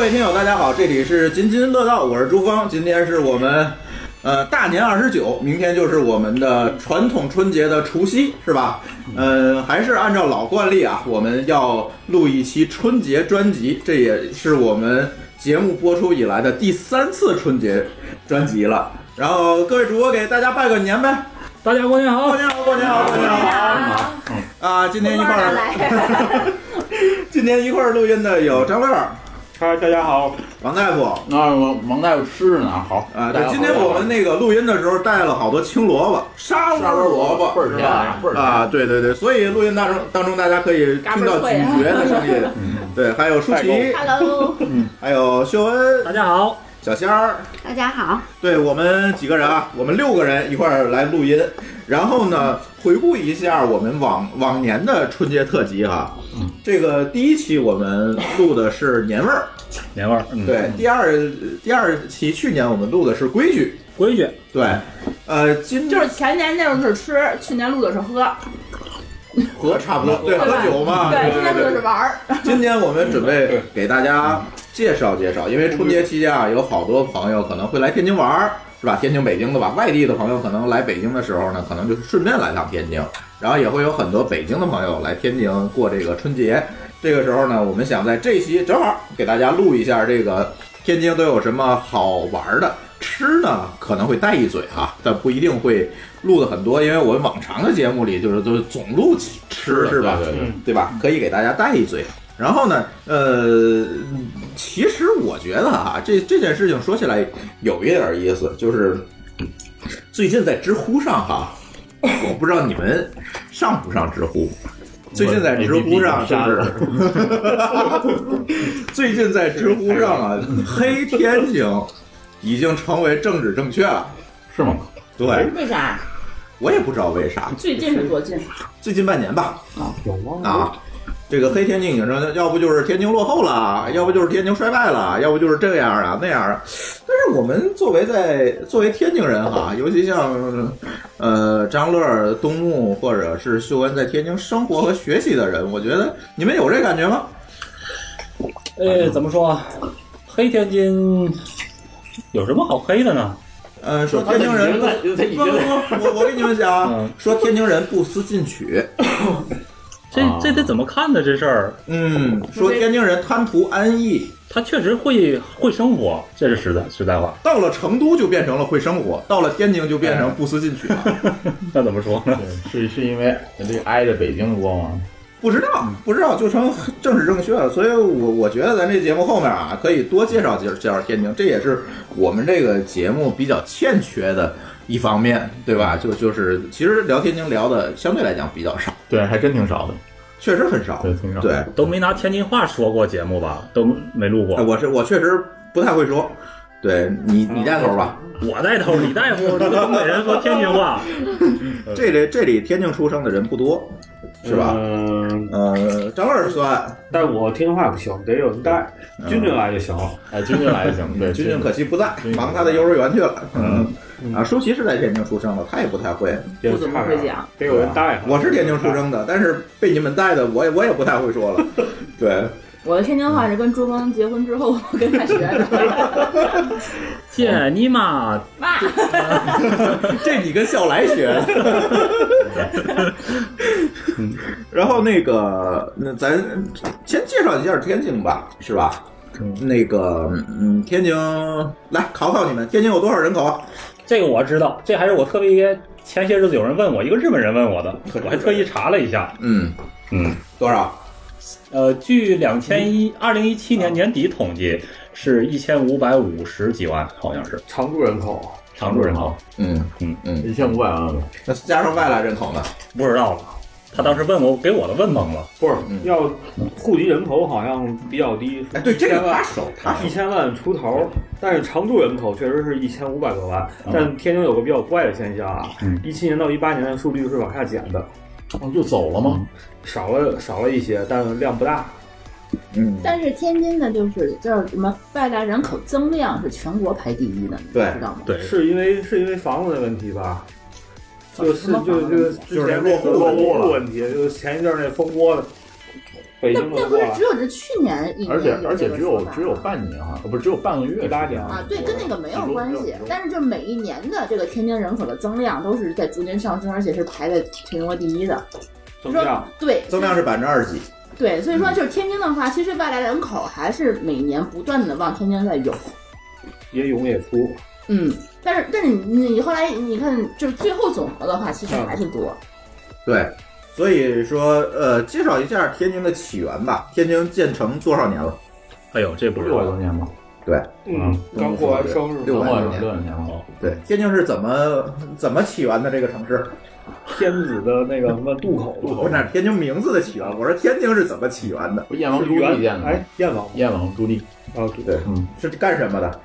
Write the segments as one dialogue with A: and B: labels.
A: 位听友，大家好，这里是津津乐道，我是朱峰，今天是我们。呃，大年二十九，明天就是我们的传统春节的除夕，是吧？呃，还是按照老惯例啊，我们要录一期春节专辑，这也是我们节目播出以来的第三次春节专辑了。然后各位主播给大家拜个年呗，
B: 大家过年好
A: 过！年好，过年好，过年好！啊，今天一块儿， 今天一块儿录音的有张乐、
C: 嗨，大家好。
A: 王大夫。
C: 那王王大夫吃着呢，好
A: 啊，对，今天我们那个录音的时候带了好多青萝卜、沙窝萝卜，
C: 倍儿香，倍儿
A: 啊，对对对，所以录音当中当中大家可以听到咀
D: 啊
A: 嚼的声 音，
C: 嗯
A: 对，还有舒淇，
E: Hello，
A: 还有秀恩、
B: 大家好，
A: 小仙儿，
E: 大家好。
A: 对我们几个人啊，我们六个人一块儿来录音，然后呢，回顾一下我们往往年的春节特辑哈、
C: 嗯
A: 这个第一期我们录的是年味儿，
B: 年味儿，
C: 嗯
A: 对，第二第二期去年我们录的是规矩，
B: 规矩，
A: 对，呃，今
D: 就是前年那种是吃，去年录的是喝，
A: 和差不多，对，喝酒嘛，
D: 对，
A: 对
D: 今年录
A: 对
D: 的是玩儿。
A: 今天我们准备给大家介绍介绍，因为春节期间啊，有好多朋友可能会来天津玩儿，是吧？天津、北京的吧，外地的朋友可能来北京的时候呢，可能就是顺便来趟天津，然后也会有很多北京的朋友来天津过这个春节。这个时候呢，我们想在这期正好给大家录一下这个天津都有什么好玩儿的。吃呢可能会带一嘴哈、但不一定会录的很多，因为我们往常的节目里就是都是总录吃是吧？
C: 对对对
A: 对嗯吧？可以给大家带一嘴。然后呢，呃，其实我觉得哈、这这件事情说起来有一点意思，就是最近在知乎上哈、我不知道你们上不上知乎。最近在知乎上就是， 最近在知乎上啊，黑天津已经成为政治正确了。
C: 是吗？
A: 对，
D: 为啥？
A: 我也不知道为啥，
D: 最近是多近？
A: 最近半年吧，有吗？啊，这个黑天津已经成，要不就是天津落后了，要不就是天津衰败了，要不就是这样啊那样啊。但是我们作为在作为天津人哈，尤其像呃张乐、东木或者是秀恩在天津生活和学习的人，我觉得你们有这感觉吗？
C: 哎
B: 呃，怎么说啊？黑天津有什么好黑的呢？
A: 呃，说天津人不，
C: 他已
A: 不不不，我我跟你们讲啊
B: 嗯，
A: 说天津人不思进取，
B: 这
C: 啊
B: 这得怎么看呢？这事儿，
A: 嗯，说天津人贪图安逸，
B: 他确实会会生活，这是实在实在话。
A: 到了成都就变成了会生活，到了天津就变成不思进取了。
B: 那怎么说呢？
C: 是是因为这挨着北京多吗？
A: 不知道，不知道就成政治正确了。所以我我觉得咱这节目后面啊，可以多介绍介绍介绍天津，这也是我们这个节目比较欠缺的一方面，对吧？就就是其实聊天津聊的相对来讲比较少，
C: 对，还真挺少的，
A: 确实很少。
C: 对，挺少。
A: 对，
B: 都没拿天津话说过节目吧？都没录
A: 哎
B: 过。
A: 我是我确实不太会说。对你你带头吧，
B: 我带头，李大夫，这东北人说天津话，
A: 这里这里天津出生的人不多，是吧？
F: 嗯，
A: 呃，张二算，
F: 但我天津话不行，得有人带，
A: 嗯
F: 军军来就行。
C: 哎，君君来就行。对，
A: 君君可惜不在
C: 君，君
A: 忙他的幼儿园去了。嗯
C: 嗯
A: 啊，舒淇是在天津出生的，她也不太会。
D: 不怎么会讲，
F: 得有人带。
A: 我是天津出，生的，但是被你们带的，我也我也不太会说 了。对，
D: 我的天津话是跟朱峰结婚之后 我跟他学的。
B: 姐你妈！
D: 妈，
A: 这你跟笑来学的。 然后那个，那咱先介绍一下天津吧，是吧？那个，嗯，天津，来考考你们，天津有多少人口啊？
B: 这个我知道，这还是我特别前些日子有人问我，一个日本人问我的
A: 可，
B: 我还特意查了一下，
A: 嗯，
B: 嗯。
A: 多少？
B: 呃，据两千一二零一七年年底统计，是一千五百五十几万，好像是
F: 常住人口，
B: 常住人口，
A: 嗯
B: 嗯
A: 嗯，
C: 一千五百万吧。
A: 那加上外来人口呢？
B: 不知道了。他当时问我，给我的问懵了。
F: 不是
A: 嗯
F: 要户籍人口好像比较低，
A: 哎，对，这
F: 一
A: 个
F: 千万
A: 他手，他
F: 一千万出头，但是常住人口确实是一千五百多万。
C: 嗯
F: 但天津有个比较怪的现象啊
B: 嗯，
F: 一七年到一八年的数据是往下减的，嗯
C: 哦，就走了吗？
F: 少了少了一些，但量不大。
A: 嗯，
D: 但是天津的就是就是什么外来人口增量是全国排第一的，你
A: 对
D: 知道吗？
B: 对，
F: 是因为是因为房子的问题吧？就是
D: 什么
F: 就
D: 房子
F: 就
D: 问
F: 之前那个
A: 就是落户了
F: 落户问题，就是前一阵儿那蜂窝的，北
D: 那
F: 京都过
D: 那不是
F: 来
D: 只。有这去年一年
C: 而且而且
D: 这个
C: 只有
D: 说法
C: 只有半年哈，呃不是只有半个月时间
F: 18年
D: 啊，对，跟那个没有关系。但是这每一年的这个天津人口的增量都是在逐年上升，而且是排在全国第一的。
F: 增量，
D: 对，
A: 增量是百分之二十几，
D: 对，所以说就是天津的话，其实外来人口还是每年不断的往天津在涌。
F: 也涌也出，
D: 嗯，但是但是你你后来你看，就是最后总和的话，其实还是多。
A: 对。所以说，呃，介绍一下天津的起源吧。天津建成多少年了？
B: 哎呦，这不
C: 不
B: 是
C: 是六百多年吗？
F: 嗯，刚过完生日，
A: 六百
C: 百
A: 多年
C: 多年吗？
A: 对，天津是怎么怎么起源的这个城市？
F: 天子的那个什么渡口，
A: 我哪天津名字的起源？我说天津是怎么起源的？
C: 不燕王
F: 是
C: 朱棣建
F: 元
C: 的
F: 哎
C: 吗？
F: 燕王
C: 燕王朱棣，
F: 啊，对
A: 对
C: 嗯，
A: 是干什么的？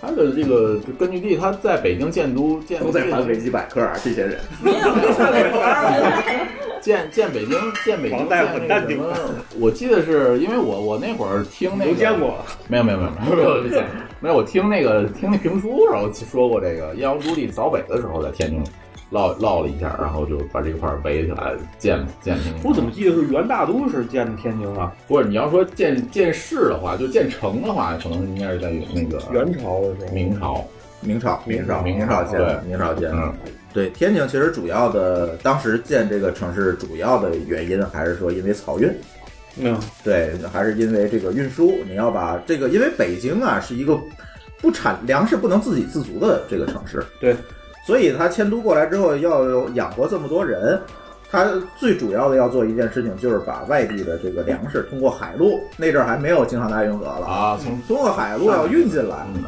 C: 他的这个就根据地，他在北京建都建
A: 都在翻维基百科啊，这些人。
D: 没有没有上北儿，
C: 建建北京建北京
F: 王大夫
C: 建
F: 很
C: 那
F: 淡
C: 个
F: 定
C: 什么？我记得是因为我我那会儿听那
F: 没
C: 个
F: 见过，
C: 没有没有没有没有没有没有没有，我听那个听那评书然后说过这个燕王朱棣扫北的时候在天津唠唠了一下，然后就把这块儿围起来建建平。
F: 我怎么记得是元大都是建的天津啊？
C: 不是你要说建建市的话，就建城的话，可能应该是在那个
F: 元朝的时候，
C: 明朝。
A: 明朝，
C: 明
A: 朝，
C: 朝
A: 明朝建的，明朝建的。
C: 嗯，
A: 对，天津其实主要的，当时建这个城市主要的原因还是说因为漕运，
F: 嗯，
A: 对，还是因为这个运输，你要把这个，因为北京啊是一个不产粮食不能自给自足的这个城市，
F: 对，
A: 所以他迁都过来之后要养活这么多人，他最主要的要做一件事情就是把外地的这个粮食通过海路，那阵儿还没有京杭大运河了，
C: 啊，从
A: 通过海路要运进来，
C: 嗯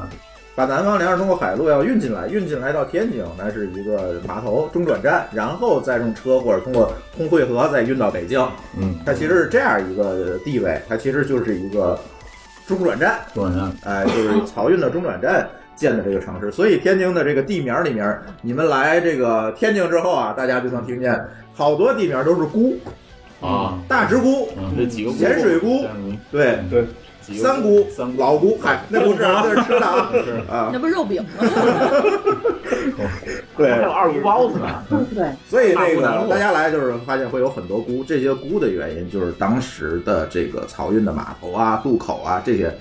A: 把南方粮食通过海路要运进来，运进来到天津，那是一个码头中转站，然后再用车或者通过通惠河再运到北京。
C: 嗯，
A: 它其实是这样一个地位，它其实就是一个中转站，
C: 中山
A: 哎、 就是漕运的中转站建的这个城市。所以天津的这个地名里面，你们来这个天津之后啊，大家就能听见好多地名都是姑，
C: 啊，
A: 大直姑，
C: 嗯，这几个
A: 咸水菇对，
F: 对，
C: 几个
A: 三姑、
C: 三姑
A: 老姑，嗨，那不是啊，那是吃的 啊，啊，
D: 那不是肉饼吗？
A: 对，
C: 还有二姑包子呢。
D: 对，
A: 所以
C: 大
A: 这
C: 沽南
A: 个
C: 路
A: 大家来就是发现会有很多菇，这些菇的原因就是当时的这个漕运的码头啊、渡口啊这些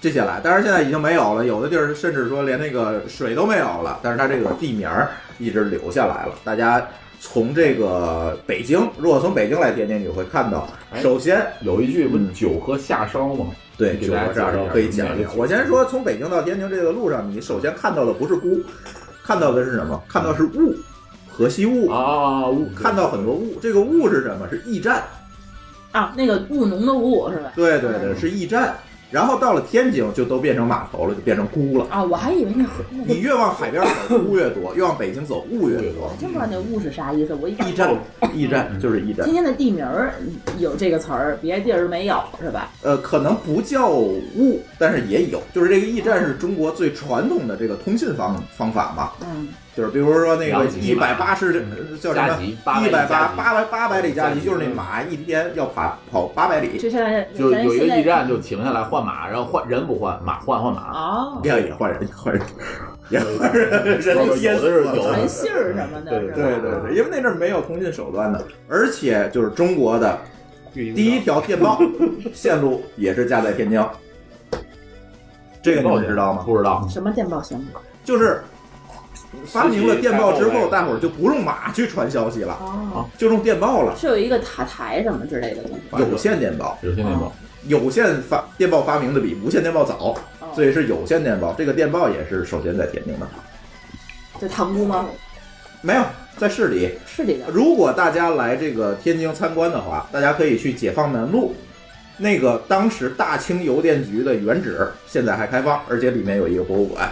A: 这些来，当然现在已经没有了，有的地儿甚至说连那个水都没有了，但是它这个地名儿一直留下来了。大家从这个北京，如果从北京来天津，你会看到，
C: 哎
A: 首先
C: 有一句不
F: 嗯
C: 是酒喝下梢吗？
A: 对
C: 给
A: 酒
C: 大家
A: 和炸
C: 介绍
A: 烧
C: 一下
A: 可以讲一
C: 哪
A: 讲
C: 个。
A: 我先说，从北京到天津这个路上，你首先看到的不是菇，看到的是什么？看到是雾，河西雾
C: 啊，我
A: 看到很多雾，这个雾是什么？是驿站。
D: 啊，那个务农的务是吧？
A: 对对对，是驿站。然后到了天津就都变成码头了，就变成姑了。
D: 啊，我还以为那河，那个
A: 你越往海边走，雾越多；越往北京走，雾越多。
D: 真不知道那务是啥意思。我一看
A: 驿站，驿站就是驿站
D: 天。津的地名儿有这个词儿，别的地儿没有是吧？
A: 呃，可能不叫雾，但是也有。就是这个驿站是中国最传统的这个通信方方法嘛，
D: 嗯，
A: 就是比如说那个
C: 两级
A: 一百八十叫什
C: 加
A: 么？
C: 急，
A: 一百
C: 八
A: 八八百八百里加急，
C: 加急
A: 就是那马一天要跑跑八百里，
D: 这现在
C: 就
D: 咱
C: 有一
D: 现
C: 个
D: 在
C: 驿站就停下来换马，然后换人不换，马换换马。
D: 哦，
A: 要也换人，也换人，也换人。
C: 有的是有的
D: 传信儿什么的，
C: 对
D: 是吧
A: 对对对，因为那阵儿没有通信手段的，而且就是中国的
F: 第
A: 第一条电报线路也是架在天津，这个你们知道吗？
C: 不知道，
D: 什么电报行吗？
A: 就是发明了电报之
F: 实
A: 后，
F: 际
A: 大伙儿就不用马去传消息了，
D: 哦，
A: 就用电报了，
D: 是有一个塔台什么之类的东西。
A: 有线电报。
C: 有些那种
A: 有线发电报发明的比无线电报早，
D: 哦
A: 所以是有线电报。这个电报也是首先在天津的，
D: 这塘沽吗？
A: 没有在市里。
D: 是里的。
A: 如果大家来这个天津参观的话，大家可以去解放南路，那个当时大清邮电局的原址现在还开放，而且里面有一个博物馆，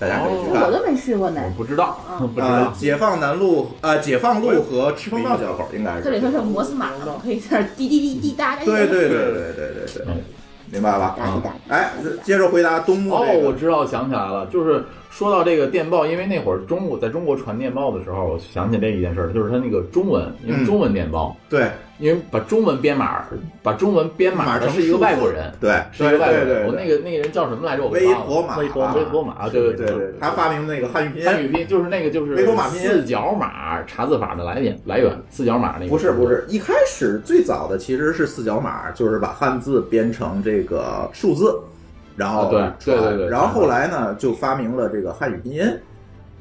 A: 大家可以去看。
D: 我
C: 哦
D: 都没去过呢啊
C: 我。不知道，
D: 嗯
C: 不知
A: 呃，
C: 道。
A: 解放南路，呃，解放路和赤峰道交口应该
D: 这里
A: 是。
D: 头是摩斯码头，可以在那儿滴滴滴滴答答。
A: 对嗯对对对对对对，
C: 嗯
A: 明白吧？
D: 答一答。
A: 哎，接着回答东木
C: 哦
A: 这，
C: 我
A: 个，
C: 知道，想起来了，就是说到这个电报，因为那会儿中国在中国传电报的时候，我想起这一件事儿，就是它那个中文，因
A: 嗯
C: 为中文电报，
A: 对
C: 因为把中文编码，把中文编码的是一个外国人，
A: 对
C: 是一
A: 对
C: 个外国
A: 对
C: 人。
A: 对，
C: 我那个那个人叫什么来着？我
A: 微
C: 忘了
A: 博码，
B: 微博
C: 啊
B: 码
C: 微博码，
A: 对
C: 对
A: 对
C: 对
A: 对，他发明那个汉语拼
C: 汉
A: 音，
C: 语拼就是那个就是
A: 微博码拼音
C: 四角码查字法的来源来源，四角码那个
A: 不是不是，一开始最早的其实是四角码，就是把汉字编成这个数字，然后
C: 啊对对
A: 传
C: 对对
A: 然后后来呢就发明了这个汉语拼音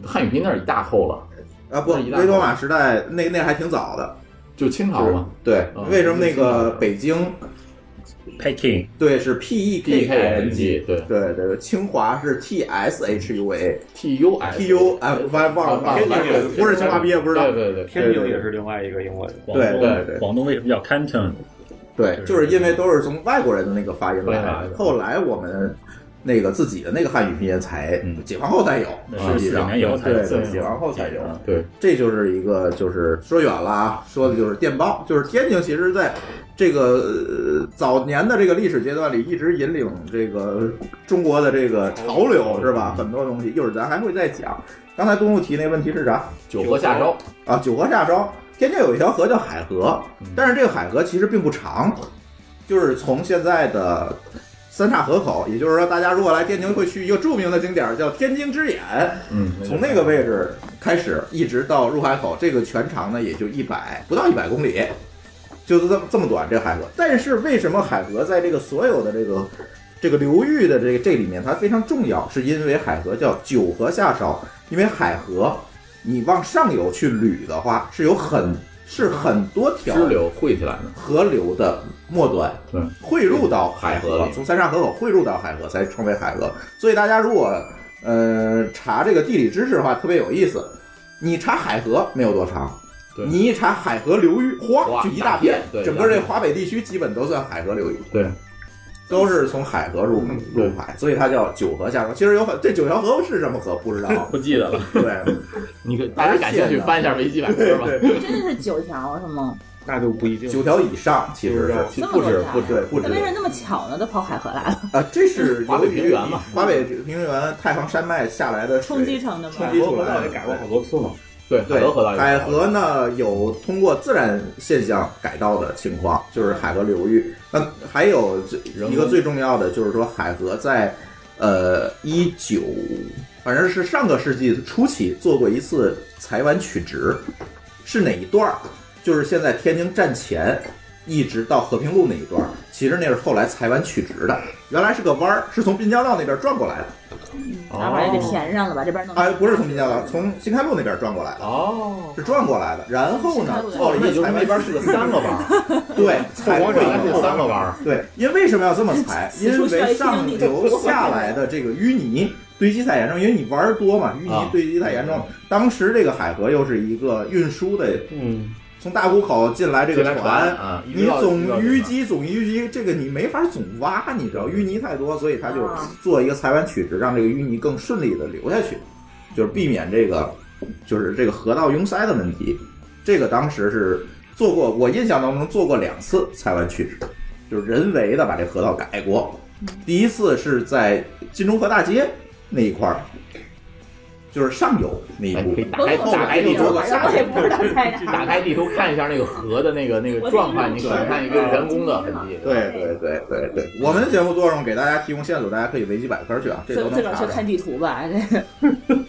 C: 汉语拼音那是一大后了，
A: 啊，不，
C: 那一大
A: 维多玛时代那那还挺早的，
C: 就清朝
A: 就是
C: 嘛，
A: 对
C: 嗯，
A: 为什么那
C: 就是清朝
A: 个
C: 的
A: 北京
B: Peking
A: 对是 P E K I N G，
C: G 对
A: 对对对，清华是 T S H U A
C: T U S
A: T U F，忘忘
C: 忘
A: 了
C: 了
F: 忘了，
A: 不是清华毕业不知道
C: 对，对对，
F: 天津也是另外一个英文。
B: 广
A: 对对
B: 东
A: 对
B: 广东为什么叫 Canton？
A: 对，就是因为都是从外国人的那个发音来
C: 对
A: 的
C: 对。对
A: 后来我们那个自己的那个汉语拼音才
B: 嗯
A: 解放后才有，
B: 是
A: 实际
B: 四九
A: 上
B: 年以后才
A: 啊对
C: 自
A: 对，
C: 己
A: 解放后才有。
B: 啊
C: 对
A: 这就是一个，就是说远了啊，说的就是电报，就是天津，其实在这个、呃早年的这个历史阶段里，一直引领这个中国的这个潮流，是
B: 嗯
A: 吧？很多东西，一会儿咱还会再讲。刚才东木提那问题是啥？
C: 九河下梢，
A: 啊，九河下梢，天津有一条河叫海河
C: 嗯，
A: 但是这个海河其实并不长，就是从现在的三岔河口，也就是说，大家如果来天津会去一个著名的景点儿叫天津之眼，
C: 嗯，
A: 从那个位置开始一直到入海口，这个全长呢也就一百不到一百公里，就是这么这么短这个海河。但是为什么海河在这个所有的这个这个流域的这个这里面它非常重要？是因为海河叫九河下梢，因为海河你往上游去捋的话，是有很是很多条
C: 支流汇起来的，
A: 河流的末端，
C: 对，
A: 汇入到
C: 海
A: 海河
C: 河里，
A: 从三岔河口汇入到海河，才称为海河。所以大家如果呃查这个地理知识的话，特别有意思。你查海河没有多长
C: 对，
A: 你一查海河流域，哗
C: 哗
A: 就一大
C: 大片，
A: 片
C: 对
A: 整个这华北地区基本都算海河流域，
C: 对，嗯
A: 都是从海河入
C: 对
A: 入海，所以它叫九河下梢。其实有很这九条河是什么河不知道，啊
B: 不记 得了，
A: 对，
C: 你可大家感兴趣翻一下维基百科吧，
D: 真的是九条是吗？
F: 那就不一定。
A: 九条以上其实是。
C: 其实不止不止
A: 对，不
C: 不
A: 止
D: 那为啥那么巧呢？都跑海河来了，
A: 啊，这是
C: 华北平原嘛
A: 华北平原太行山脉下来的水
D: 冲击成的
A: 冲
D: 吗
A: 击？
F: 我到也改过好多次嘛。
C: 对，
A: 对
C: 海河河道，
A: 海河呢有通过自然现象改道的情况，就是海河流域。那还有这
C: 人工
A: 一个最重要的就是说，海河在呃一九，反正是上个世纪初期做过一次裁湾取直，是哪一段儿？就是现在天津站前一直到和平路那一段儿，其实那是后来裁湾取直的，原来是个弯儿，是从滨江道那边转过来的。
D: 哪会儿也给填上了吧？这边弄
A: 哦哎，不是从滨江道，从新开路那边转过来的。
C: 哦，
A: 是转过来的，然后呢，
D: 新开路
A: 做了
C: 那
A: 一
C: 就
A: 个
C: 是
A: 裁
C: 那
A: 湾
C: 边是个三个弯儿，
A: 对，才
F: 后
A: 会
F: 广
C: 原
F: 场
C: 来是
A: 有
C: 三个弯儿，
A: 对，因为什么要 这么裁？
D: 此
A: 因
D: 处需要
A: 为
D: 一定
A: 上
D: 力的
A: 游下来的这个淤泥堆积太严重，因为你玩儿多嘛，淤
C: 啊
A: 泥堆积太严重。当时这个海河又是一个运输的，
F: 嗯，
A: 从大沽口进来这个
C: 进来
A: 船，
C: 啊，一
A: 你
C: 直到
A: 总
C: 一直到
A: 淤积，总淤积，这个你没法总挖，你知
C: 嗯
A: 道淤泥太多，所以它就
D: 啊
A: 做一个裁湾取直，让这个淤泥更顺利的流下去，就是避免这个就是这个河道拥塞的问题。这个当时是做过，我印象当中做过两次裁湾取直，就是人为的把这河道改过。
D: 嗯
A: 第一次是在金钟河大街那一块儿，就是上游那一
C: 哎
A: 部
C: 可以
A: 分。
C: 打开打开地
A: 你
C: 图
A: 做。个下
D: 我也不知道 在哪。
C: 打开地图看一下那个河的那个那个状态，你可能看一个人工的痕迹。
A: 对对对对对，我们节目作用给大家提供线索，大家可以维基百科去啊，这
D: 自
A: 都
D: 自
A: 能
D: 个儿
A: 查嗯
D: 去看
A: 着。
D: 地图吧，这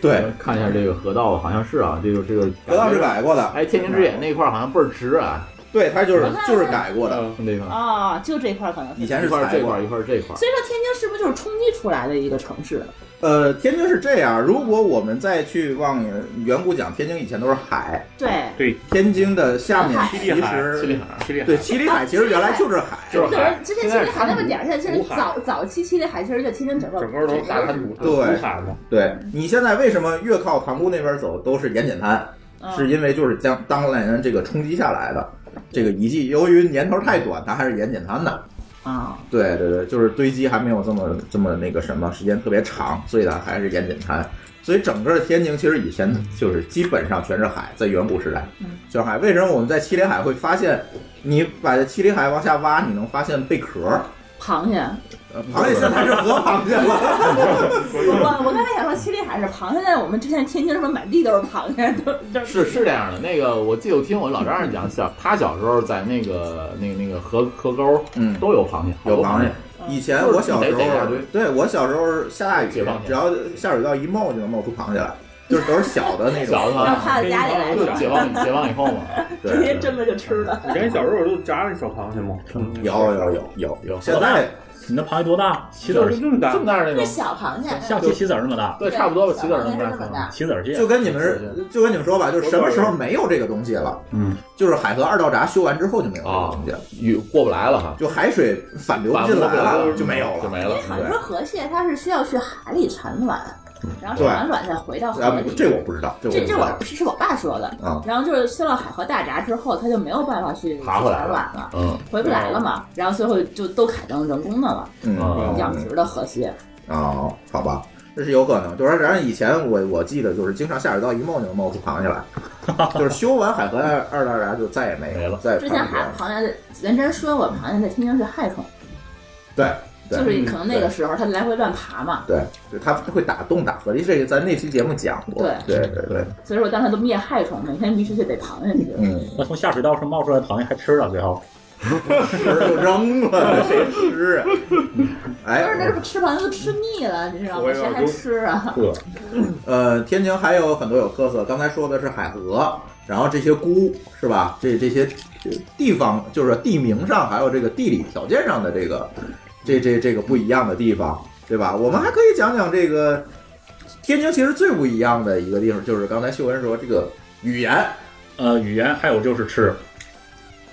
A: 对，
C: 看一下这个河道，好像是啊，这个这个
A: 河道是。改过的，
C: 哎，天津之眼那块儿好像倍儿直啊，
A: 对，它就是
D: 我看
A: 就是改过的，
C: 那块儿
D: 啊，就这块儿可能是
A: 以。前
C: 一
A: 是
C: 块儿
A: 裁
C: 这块
A: 过
C: 儿。一块儿这块儿。
D: 所以说，天津是不是就是冲击出来的一个城市？
A: 呃，天津是这样，如果我们再去往远古讲，天津以前都是海，
D: 对，
A: 天津的下面
D: 海
A: 其
F: 七里海
A: 实
C: 七里海，
F: 犀利。
A: 对，七里海其实原来就是海，
C: 就是
D: 就
C: 海
D: 是之前七里海那么点儿，现在其实
F: 武汉
D: 早早期七里海其实就天津整个
F: 整个都大滩涂
A: 对
F: 海嘛，
A: 对你现在为什么越靠塘沽那边走都是盐碱滩？
D: 嗯
A: 是因为就是将当年这个冲击下来的这个遗迹，由于年头太短，它还是盐碱滩的。
D: 啊，
A: 对对对，就是堆积还没有这么这么那个什么，时间特别长，所以它还是盐碱滩。所以整个天津其实以前就是基本上全是海，在远古时代
D: 嗯，
A: 全是海。为什么我们在七里海会发现，你把七里海往下挖，你能发现贝壳儿？
D: 螃蟹
A: 呃螃蟹现在是河螃蟹了，
D: 我我刚才想说，其实还是螃蟹，在我们之前天津什么满地都是螃蟹，都这
C: 是是这样的，那个我记得我听我老丈人讲，小他小时候在那个那个那个河河沟
A: 嗯，
C: 都有螃蟹，好
A: 有
C: 多
A: 螃蟹。
D: 嗯
A: 以前我小时
C: 逮逮大
A: 候
C: 堆，
A: 对我小时候下大雨
C: 解放，前
A: 只要下水道一冒就能冒出螃蟹来，就是都是小的那
C: 小
A: 种。
C: 的嘛，
D: 要怕到家里来
C: 就
D: 吃，
C: 解放解放以后 嘛，
D: 直
A: 对，
D: 接蒸了就吃了。
F: 你看小时候都炸那小螃蟹吗？
A: 有有有有
C: 有
A: 现在
B: 你那螃蟹多大？棋子
F: 就
B: 儿
F: 是这么大
C: 这么，大那
D: 这
C: 种，
D: 小螃蟹，
B: 像棋棋子儿那么大，
C: 对，差不多吧，棋子儿那
D: 小螃蟹
C: 么
D: 这么
C: 大
D: 大，
B: 棋子儿蟹
A: 就跟你们是就跟你们说吧，就是什么时候没有这个东西了？
B: 嗯，
A: 就是海河二道闸修完之后就没有这个东西了，
C: 雨过不来了哈，
A: 就海水反流不进来
C: 反
A: 了
C: 流
A: 就没有
C: 就
A: 了。
C: 没
D: 嗯因
C: 了
D: 为。好像说河蟹它是需要去海里产卵，然后产完卵再回到河
A: 啊，
D: 里。
A: 这我不知道，这我
D: 这
A: 不知
D: 这
A: 道
D: 我是是我爸说的。
A: 啊。
D: 然后就是修了海河大闸之后，它就没有办法去
C: 爬回来
D: 产卵了，
C: 嗯，
D: 回不来了嘛。然后最后就都改成人工的了，
A: 嗯
C: 嗯
D: 养殖的河蟹。
A: 哦，好吧，这是有可能。就是然后以前我我记得就是经常下水道一冒就能冒出螃蟹来， 就是修完海河二二道闸就再也没有
C: 没了
A: 再也
D: 之
A: 看
D: 前
A: 不见
D: 还
A: 了。
D: 螃蟹，人真说过螃蟹在天津是害虫，
A: 对对
D: 就是可能那个时候它来回乱爬嘛。
A: 对，就它会打洞打合力，这个咱那期节目讲过。对
D: 对
A: 对对，
D: 所以说当时都灭害虫，每天必须得逮螃蟹吃。
A: 嗯，
B: 那从下水道上冒出来的螃蟹还吃了，最后
A: 吃就扔了，谁吃啊？哎
D: 不，是，那不吃螃蟹都吃腻了，你知道吗？
F: 我也
D: 谁还
F: 有
D: 吃啊？
B: 饿。
A: 呃，天津还有很多有特色，刚才说的是海河，然后这些菇是吧？这这些这地方就是地名上，还有这个地理条件上的这个这这这个不一样的地方，对吧？我们还可以讲讲这个天津其实最不一样的一个地方，就是刚才秀文说这个语言，
B: 呃，语言还有就是吃，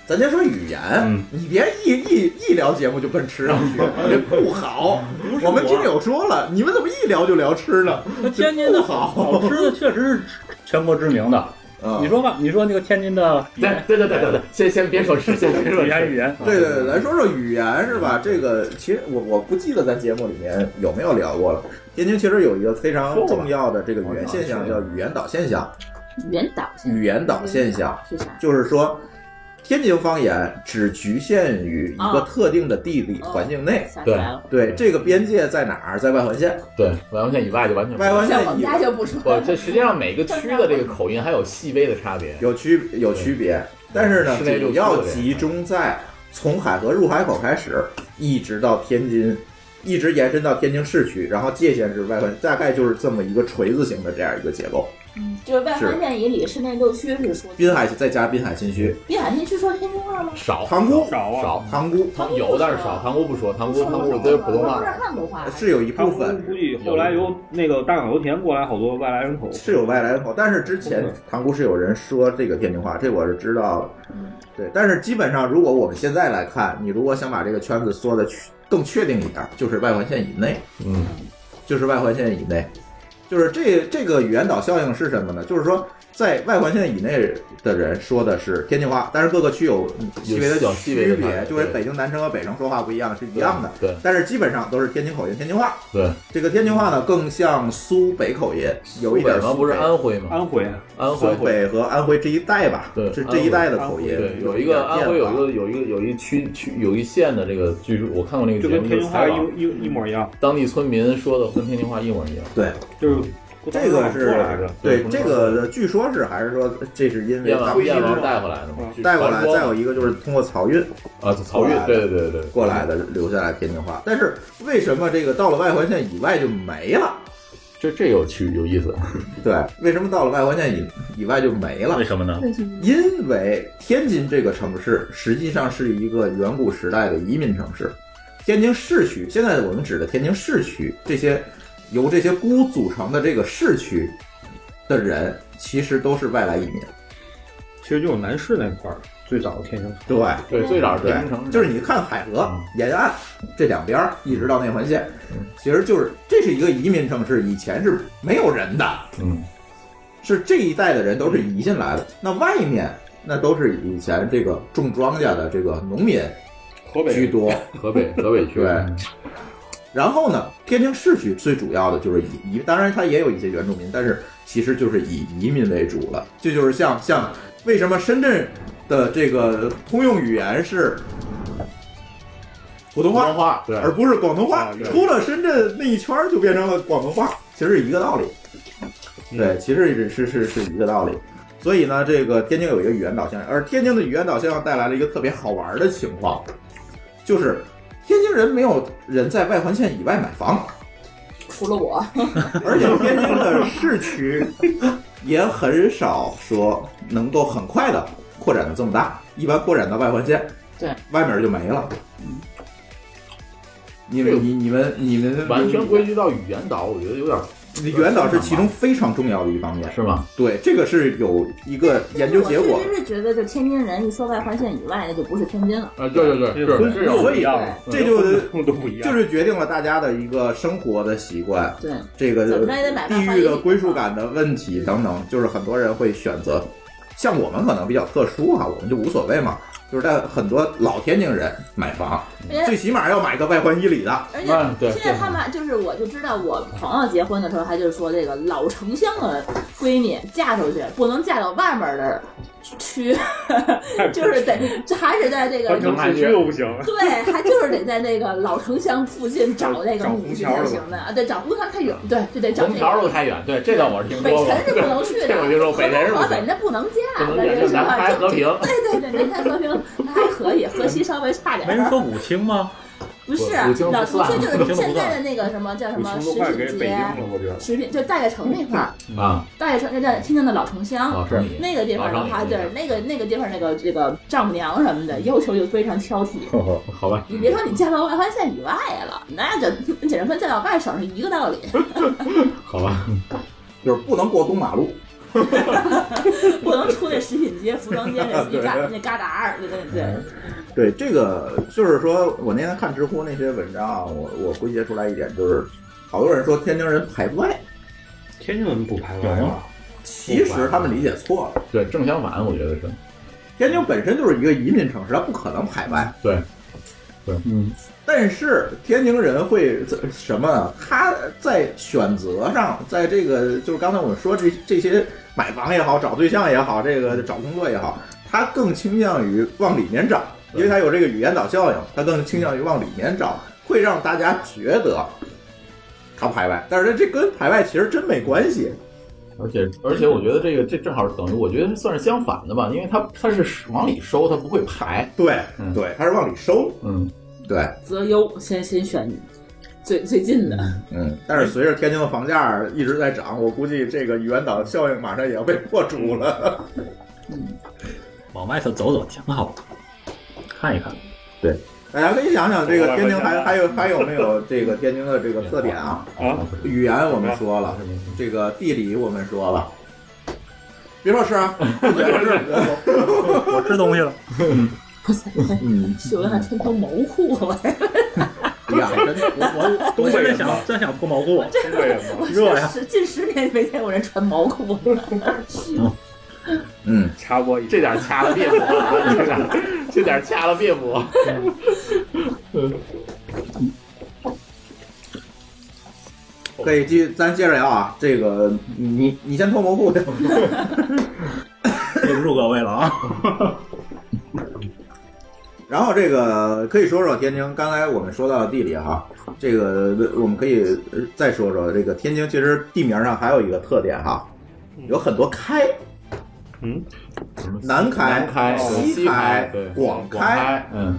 A: 咱先说语言，
B: 嗯
A: 你别一一一聊节目就奔吃上去，这不好。我们听友说了，你们怎么一聊就聊吃呢？
B: 那天津的
A: 不好
B: 好吃的确实是全国知名的。
A: 啊
B: 你说吧，你说那个天津的语
C: 对
B: 言
C: 对对对对对，先先别说吃，先别说
B: 语言
C: 吃。
B: 语言，
A: 对对对，咱说说语言是吧？这个其实我我不记得咱节目里面有没有聊过了。天津其实有一个非常重要的这个语言现象，叫语言岛现象。
D: 原岛现
A: 语言
D: 嗯
A: 岛现象
D: 是啥？
A: 就是说，天津方言只局限于一个
D: 啊
A: 特定的地理环境内。
D: 想起来了，
A: 对，这个边界在哪儿？在外环线。
C: 对，外环线以外就
G: 嗯
C: 完全不
A: 外环
D: 像我
A: 线
D: 们
A: 以
D: 家就不说
C: 不，这实际上每个区的这个口音还有细微的差别。
A: 有区有区别，但是呢，
C: 室内六
A: 主
C: 区
A: 要
C: 的啊这个
A: 集中在从海河入海口开始，一直到天津，一直延伸到天津市区，然后界限是外环，大概就是这么一个锤子形的这样一个结构。
D: 嗯就是外环线以里市内六区是说
A: 滨海再加滨海新区，
D: 滨海地区说天津话吗？
C: 少，
A: 塘沽
F: 少啊
C: 少，
A: 塘沽
D: 塘沽
C: 有
D: 不
C: 但是
D: 说
C: 少，塘沽不说，塘沽
D: 说
C: 塘
D: 不
C: 沽
D: 说
C: 都是普通
D: 不
C: 话
D: 是。汉族话，
A: 呃是有一
F: 他
A: 部
F: 们
A: 分
F: 估计后来由那个大港油田过来好多外来人口，
A: 是有外来人口，但是之前塘沽是有人说这个天津话，这我是知道的。对，但是基本上，如果我们现在来看，你如果想把这个圈子缩的更确定一点，就是外环线以内。
C: 嗯，
A: 就是外环线以内。就是这这个语言岛效应是什么呢？就是说，在外环线以内的人说的是天津话，但是各个区有细微的
C: 有细
A: 区
C: 微的差
A: 别，
C: 别
A: 就跟北京南城和北城说话不一样是一样的。
C: 对
A: 但是基本上都是天津口音，天津话。
C: 对，
A: 这个天津话呢，更像苏北口音，有一点
C: 什么
A: 苏
C: 不是
A: 北、
C: 安徽吗？
F: 安徽
C: 安
A: 苏
C: 徽
A: 北和安徽这一带吧，
C: 对
A: 这
C: 安
A: 这
C: 徽
A: 一带的口音
C: 对，有
A: 一
C: 一个安徽有一
A: 个
C: 个有一个有一区区有一县的这个，据说我看过那个
F: 就
C: 节
F: 跟
C: 目，
F: 天
C: 就
F: 津
C: 是
F: 话
C: 采
F: 一
C: 访
F: 一一模一样，
C: 当地村民说的跟天津话一模一样。
A: 对
F: 就是
A: 这个
F: 过来的
A: 是。对
C: 对
A: 这个据说是还是说这是因为
C: 燕
A: 咱
C: 王
A: 们
C: 燕王带回来的嘛，
A: 啊嗯带过来，
C: 传说
A: 再有一个就是通过漕运
C: 啊，曹
A: 过
C: 运
A: 来，的
C: 对对对对对，
A: 过来的留下来天津话，但是为什么这个到了外环线以外就没了？
C: 这这有趣有意思，
A: 嗯对，为什么到了外环线以以外就没了
B: 为？什么呢？
A: 因为天津这个城市实际上是一个远古时代的移民城市，天津市区现在我们指的天津市区这些由这些孤组成的这个市区的人，其实都是外来移民。
F: 其实就是南市那块儿最早的天津
A: 对，
C: 对，最早是嗯
A: 对
C: 天津城市，，
A: 就是你看海河沿岸这两边儿一直到内环线，
C: 嗯
A: 其实就是这是一个移民城市，以前是没有人的，
C: 嗯，
A: 是这一代的人都是移进来的。那外面那都是以前这个种庄稼的这个农民
F: 河北
A: 居
F: 人
A: 多，
C: 河北河北区，嗯
A: 对。然后呢，天津市区最主要的就是以移，当然它也有一些原住民，但是其实就是以移民为主了。这就是像像为什么深圳的这个通用语言是普通话，
C: 话对，
A: 而不是广东话
F: 啊。对
A: 出了深圳那一圈儿就变成了广东话，其实是一个道理。
C: 嗯
A: 对，其实是是是是一个道理。所以呢，这个天津有一个语言导向，而天津的语言导向带来了一个特别好玩的情况，就是天津人没有人在外环线以外买 房，
D: 除了我，
A: 而且天津的市区也很少说能够很快的扩展的这么大，一般扩展到外环线，
D: 对，
A: 外面就没了。你们你你们你们
C: 完全归结到语言岛，我觉得有点
A: 原岛是其中非常重要的一方面。
C: 是吗？
A: 对，这个是有一个研究结果
D: 我确。实是觉得，就天津人一说外环线以外，那就不是天津了。
C: 啊，对对
F: 这
C: 对，
F: 个
C: 是
F: 荤
C: 是
F: 素
C: 有
F: 都不一样，
A: 这就
F: 都不一样，
A: 就是决定了大家的一个生活的习惯，
D: 对，
A: 这个
D: 怎么着也得买
A: 地
D: 万
A: 域的归属感的问题等等，就是很多人会选择。像我们可能比较特殊哈、我们就无所谓嘛。就是在很多老天津人买房，
D: 而且
A: 最起码要买个外环以里的。
D: 而且
F: 啊
C: 嗯，对，
D: 现在他们就是，我就知道我朋友结婚的时候，他就说这个老城乡的闺女嫁出去不能嫁到外面的区， 就是得还是在这个
F: 环城市区都不行，
D: 对，还就是得在那个老城乡附近找那个
F: 找
D: 女婿
F: 找
D: 才
F: 红桥了吧
D: 行的啊，对，找红桥太远，对，就得找
C: 嗯红
D: 那
C: 桥
D: 个
C: 路太远，对，这个我是听
D: 北
C: 说过
D: 辰，是不能去的，
C: 这我就说北辰是不
D: 河
C: 行
D: 北那不能
C: 不
D: 嫁，
C: 能
D: 那
C: 远，
D: 这
C: 就是南
D: 吧
C: 开和平，
D: 对对对，南开和平还可以，河西稍微差点
B: 没人
D: 儿。
B: 说武 清吗？
D: 不是
C: 武清不
D: 老城
C: 算
D: 区
B: 武
D: 就
B: 清不
D: 是现在的那个什么叫什
F: 五
D: 么
F: 清
D: 食
F: 都快给
D: 品
F: 北京
D: 街，
F: 了，我觉得。
D: 食品就大悦城那块儿，
A: 嗯
C: 啊，
D: 大悦城那叫天津的老城乡。
C: 老师你
D: 那个地方的
C: 老
D: 话，
C: 城
D: 就
C: 也
D: 是那个那个地方那个这个丈母娘什么的要求就非常挑剔，
C: 好吧，
D: 你别说你嫁到外环线以外了，那就简直跟嫁到外省是一个道理。
C: 好吧，
A: 就是不能过东马路。
D: 不能出那食品街、服装街那 一嘎那旮旯儿，对对对，
A: 对，这个就是说，我那天看知乎那些文章啊，我我归结出来一点就是，好多人说天津人排外，
F: 天津人不排外
A: 啊
F: 吧？
A: 其实他们理解错了。
C: 对，正相反，我觉得是，
A: 天津本身就是一个移民城市，它不可能排外。
C: 对，对，
A: 嗯。但是天津人会什么呢？他在选择上，在这个就是刚才我们说这这些买房也好，找对象也好，这个找工作也好，他更倾向于往里面找，因为他有这个语言岛效应，他更倾向于往里面找，会让大家觉得他排外。但是这跟排外其实真没关系。
C: 而且而且我觉得这个这正好等于，我觉得算是相反的吧，因为它它是往里收，它不会排，
A: 对
C: 嗯
A: 对，他是往里收。
C: 嗯，
A: 对，
D: 择优先先选最最近的。
A: 嗯，但是随着天津的房价一直在涨，我估计这个原岛效应马上也要被破除了。
B: 往外头走走挺好的，看一看。
A: 大家可以想想，这个天津还
F: 我
A: 还有还有没有这个天津的这个特点啊？
F: 啊，
A: 语言我们说了，这个地理我们说了，别说吃啊，别说吃，
B: 我吃东西了，
D: 哇 塞，
A: 嗯，
D: 秀恩还穿条毛裤，我
A: 哎呀，真的，我
B: 我
F: 东北
B: 真
F: 人
B: 想
F: 嘛，
B: 真想脱毛 裤。
F: 啊东北人嘛，
B: 热呀
D: 十近十年没见过人穿毛裤 了。
A: 我嗯，
F: 插播一下，
C: 这点掐了别播，这点这点掐了别播，
A: 可以接咱接着聊啊。这个你你先脱毛裤去，
B: 对不住各位了啊！
A: 然后这个可以说说天津，刚才我们说到地理哈，这个我们可以呃再说说这个天津，其实地名上还有一个特点哈，有很多开，
F: 嗯，
A: 南开、
C: 南开、
A: 西
C: 开、对
A: 开、广开，
C: 开，嗯，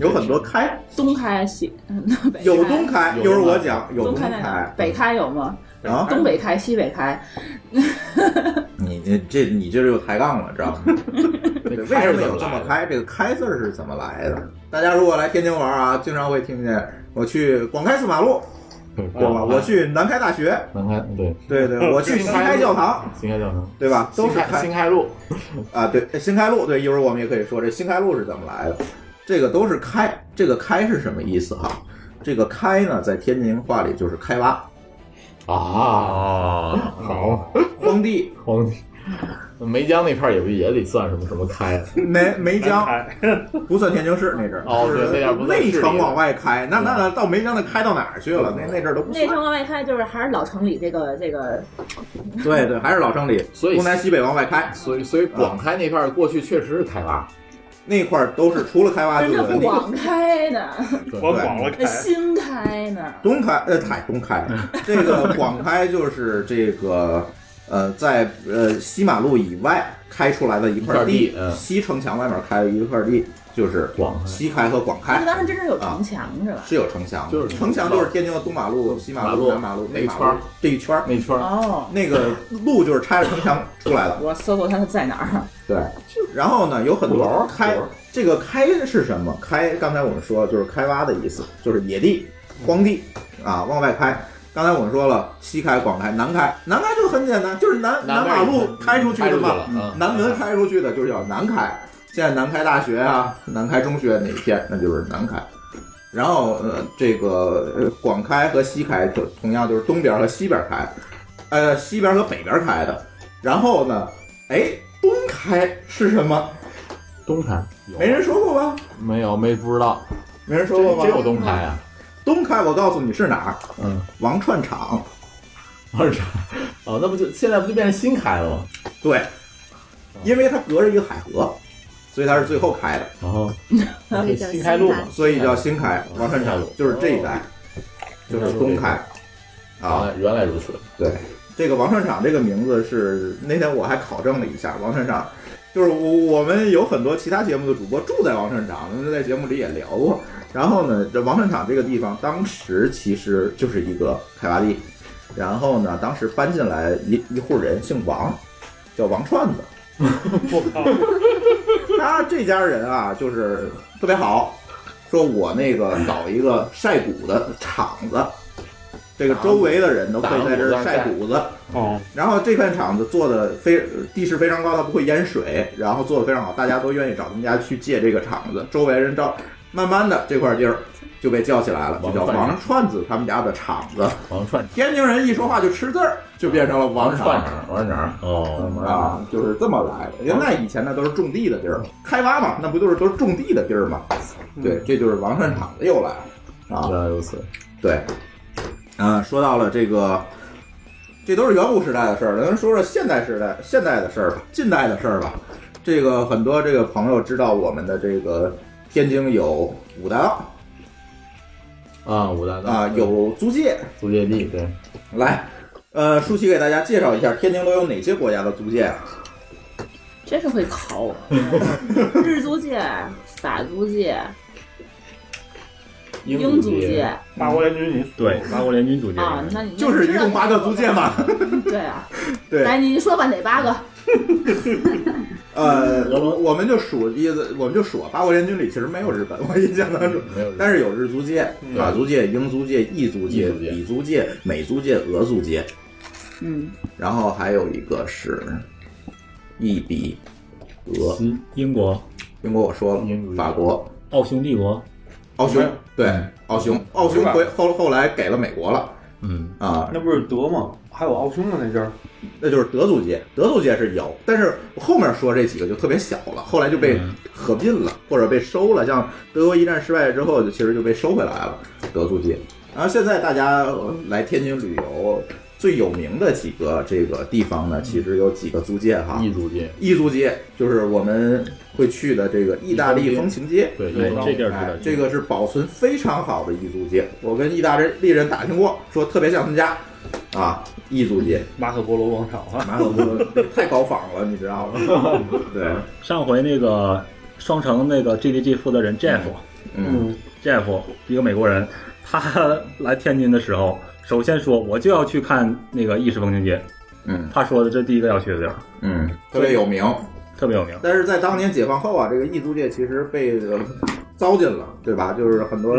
A: 有很多开，
D: 东开西，嗯北开
A: 有东开，
C: 有
A: 一会
C: 东
A: 儿我
C: 开
A: 讲有
D: 东
A: 东
D: 开在哪儿
A: 开？嗯
D: 北开有吗？
A: 啊，
D: 东北开、西北开，
A: 你你这你这就抬杠了，知道 吗？嗯对为什么有这
C: 这
A: 么
C: 么来的
A: 开？这个“开”字儿是怎么来的？大家如果来天津玩啊，经常会听见我去广开四马路，
C: 对
A: 对
D: 啊
A: 吧？我去南开大学，
C: 南开，对，
A: 对对， 我去
C: 新
A: 新
C: 开
A: 开
C: 路
A: 教堂，
C: 新开教堂，
A: 对吧？都
C: 新
A: 是
C: 开
A: 开
C: 新开路，
A: 啊，对，新开路，对，一会儿我们也可以说这新开路是怎么来的，这个都是开，这个开是什么意思哈？这个开呢，在天津话里就是开挖、
C: 啊，
B: 哦，
C: 好，
A: 荒地、
C: 皇帝。梅江那块儿也不也得算什么什么开？
A: 梅梅江，
F: 开，
A: 不算天津市那阵儿，
C: 哦
A: 就是
C: 对那点儿不算市里嗯
A: 内城往外开，那那那到梅江那开到哪儿去了？那那阵儿都不
D: 内城
A: 算。
D: 往外开就是还是老城里这个这个
A: 对对，还是老城里，
C: 所以
A: 东南西北往外开。
C: 所以所以广开那块儿过去确实是开挖，
A: 那块儿都是除了开挖
D: 人
A: 自
D: 家
A: 文，那个
D: 广开 呢，
A: 嗯
F: 我广
A: 哎
F: 了开，
D: 新开呢。
A: 东开呃，太东开，
C: 嗯
A: 这个广开就是这个呃，在呃西马路以外开出来的一块
C: 一块地嗯
A: 西城墙外面开了一块地，就是
C: 广开
A: 西开和广
D: 那
A: 开。
D: 当时真是有城墙是吧？
A: 是有城墙的，
C: 就是
A: 城墙就是天津的东马路、西马路、
C: 马路
A: 南马路
C: 那
A: 北
C: 一
A: 马
C: 圈儿
A: 路这一圈儿，
C: 那圈儿
D: 哦，
A: 那个路就是拆了城墙出来的。
D: 我搜搜它在哪 儿。
A: 对，然后呢，有很
C: 楼
A: 多
C: 儿
A: 开
C: 楼儿
A: 这个开是什么？开，刚才我们说就是开挖的意思，就是野地、荒地啊，往外开。刚才我们说了，西开、广开、南开，南开就很简单，就是南
C: 南
A: 马路
G: 嗯
A: 开出去的嘛，
C: 嘛
A: 南门开出去的就是叫南开。现在南开大学啊，南开中学哪一片，那就是南开。然后呃，这个呃广开和西开就同样就是东边和西边开，呃，西边和北边开的。然后呢，哎，东开是什么？
C: 东开有
A: 没人说过吧？
C: 没有没不知道，
A: 没人说
C: 真
A: 过吧
C: 真？有东开啊，
A: 东开，我告诉你是哪儿？
C: 嗯，
A: 王串场。
C: 二厂哦，那不就现在不就变成新开了吗？
A: 对，因为它隔着一个海河，所以它是最后开的。
C: 然后
E: 所以叫
C: 新开路
E: 新
C: 嘛，
A: 所以叫新开王串场
C: 哦，
A: 就是这一带，就是东开
G: 哦
C: 原
A: 啊。
C: 来原来如此，
A: 对，这个王串场这个名字是那天我还考证了一下，王串场就是我我们有很多其他节目的主播住在王串场，我们在节目里也聊过。然后呢，这王串场这个地方当时其实就是一个开发地，然后呢，当时搬进来一一户人姓王，叫王串子。
F: 我靠，
A: 他这家人啊，就是特别好，说我那个搞一个晒谷的场子，这个周围的人都可以在这儿晒谷子。
F: 哦，
A: 然后这片场子做的非地势非常高，它不会淹水，然后做的非常好，大家都愿意找他们家去借这个场子。周围人照，慢慢的这块地儿就被叫起来了，就叫王串子他们家的场子。
C: 王串
A: 天津人一说话就吃字儿，就变成了王
C: 串
A: 场。
C: 肠，王串
B: 哦，
C: 肠
A: 啊，就是这么来的。因为那以前那都是种地的地儿，开挖嘛，那不就是都是种地的地儿嘛？对，这就是王串场子又来了啊
C: 原。来如此，
A: 对，啊，说到了这个，这都是远古时代的事儿了，咱说说现代时代、现代的事儿吧，近代的事儿吧。这个很多这个朋友知道我们的这个天津有五大道
C: 啊，五大道
G: 嗯
A: 啊，有租界，
C: 租界地，对，
A: 来。呃，舒淇给大家介绍一下天津都有哪些国家的租界啊？
D: 真是会考我。日租界、法租界、英租界
C: 界，
F: 八国联军你
B: 对，八国联军租界
D: 啊，那你
A: 就是一共八个租界嘛。
D: 对啊，
A: 对，
D: 来你说吧，哪八个？
A: 呃，
F: 嗯
A: 我我们就数一，我们就数八国联军里其实没有日本，我印象当中，
C: 没有人，
A: 但是有日租界、
F: 嗯
A: 法租界、英租界、意租
C: 意
A: 界、
C: 租界
A: 比租界、美租界、俄租界，
D: 嗯，
A: 然后还有一个是意比俄，
F: 嗯
B: 英英国、
A: 英国我说了
C: 英，国
A: 法国
B: 奥匈帝国，
A: 奥匈
F: 没有嗯
A: 对奥匈奥匈
F: 是吧
A: 回后后来给了美国了
B: 嗯，
A: 啊，
F: 那不是德吗？还有奥匈吗？那阵儿，
A: 那就是德租界，德租界是有，但是后面说这几个就特别小了，后来就被
B: 嗯
A: 合并了，或者被收了。像德国一战失败之后，就其实就被收回来了德租界。然后现在大家呃来天津旅游，最有名的几个这个地方呢，其实有几个租界
B: 嗯
A: 哈。
C: 意租界，
A: 异租界就是我们会去的这个意大利风情街，
C: 对，意
B: 对
C: 租，
B: 这地
C: 界
B: 儿嗯知道
A: 哎，这个是保存非常好的异租界。我跟意大利人打听过，说特别像他们家啊，异租界。
F: 马可波罗广场啊，
A: 马可波罗太高仿了，你知道吗？ 对，
B: 上回那个双城那个 GDG 负责人 Jeff，
A: 嗯，，
B: Jeff 一个美国人，他来天津的时候，首先说我就要去看那个意式风情街，
A: 嗯
B: 他说的这第一个要去的地儿，
A: 嗯，特别有名。
B: 特别有名。
A: 但是在当年解放后啊，这个异租界其实被呃糟践了，对吧？就是很多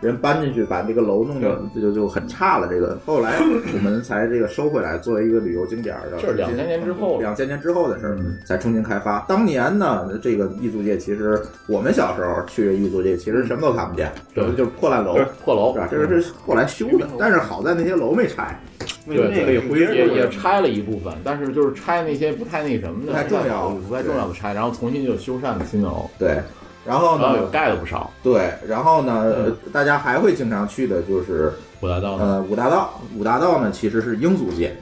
A: 人搬进去，把这个楼弄得就就很差了。这个后来我们才这个收回来，作为一个旅游景点儿的。
C: 这是2000年之后
A: 两千年之后的事儿
C: 嗯
A: 才重新开发。当年呢，这个异租界其实我们小时候去异租界，其实什么都看不见，
C: 对
A: 就是破烂楼，
C: 破楼
A: 是吧？这个是后来修的，但是好在那些楼没拆。
F: 为了那个也回
C: 也
F: 人
C: 也拆了一部分，但是就是拆那些不太那什么的，
A: 不太重要
C: 不太重要的拆，然后重新就修缮的新的楼，
A: 对，然后
C: 然
F: 哎
C: 后
A: 呢
C: 有，盖了不少，
A: 对，然后呢，呃
F: 嗯
A: 大家还会经常去的就是
F: 啊
A: 嗯
C: 五大道呢，
A: 呃五大道，五大道呢其实是英租界，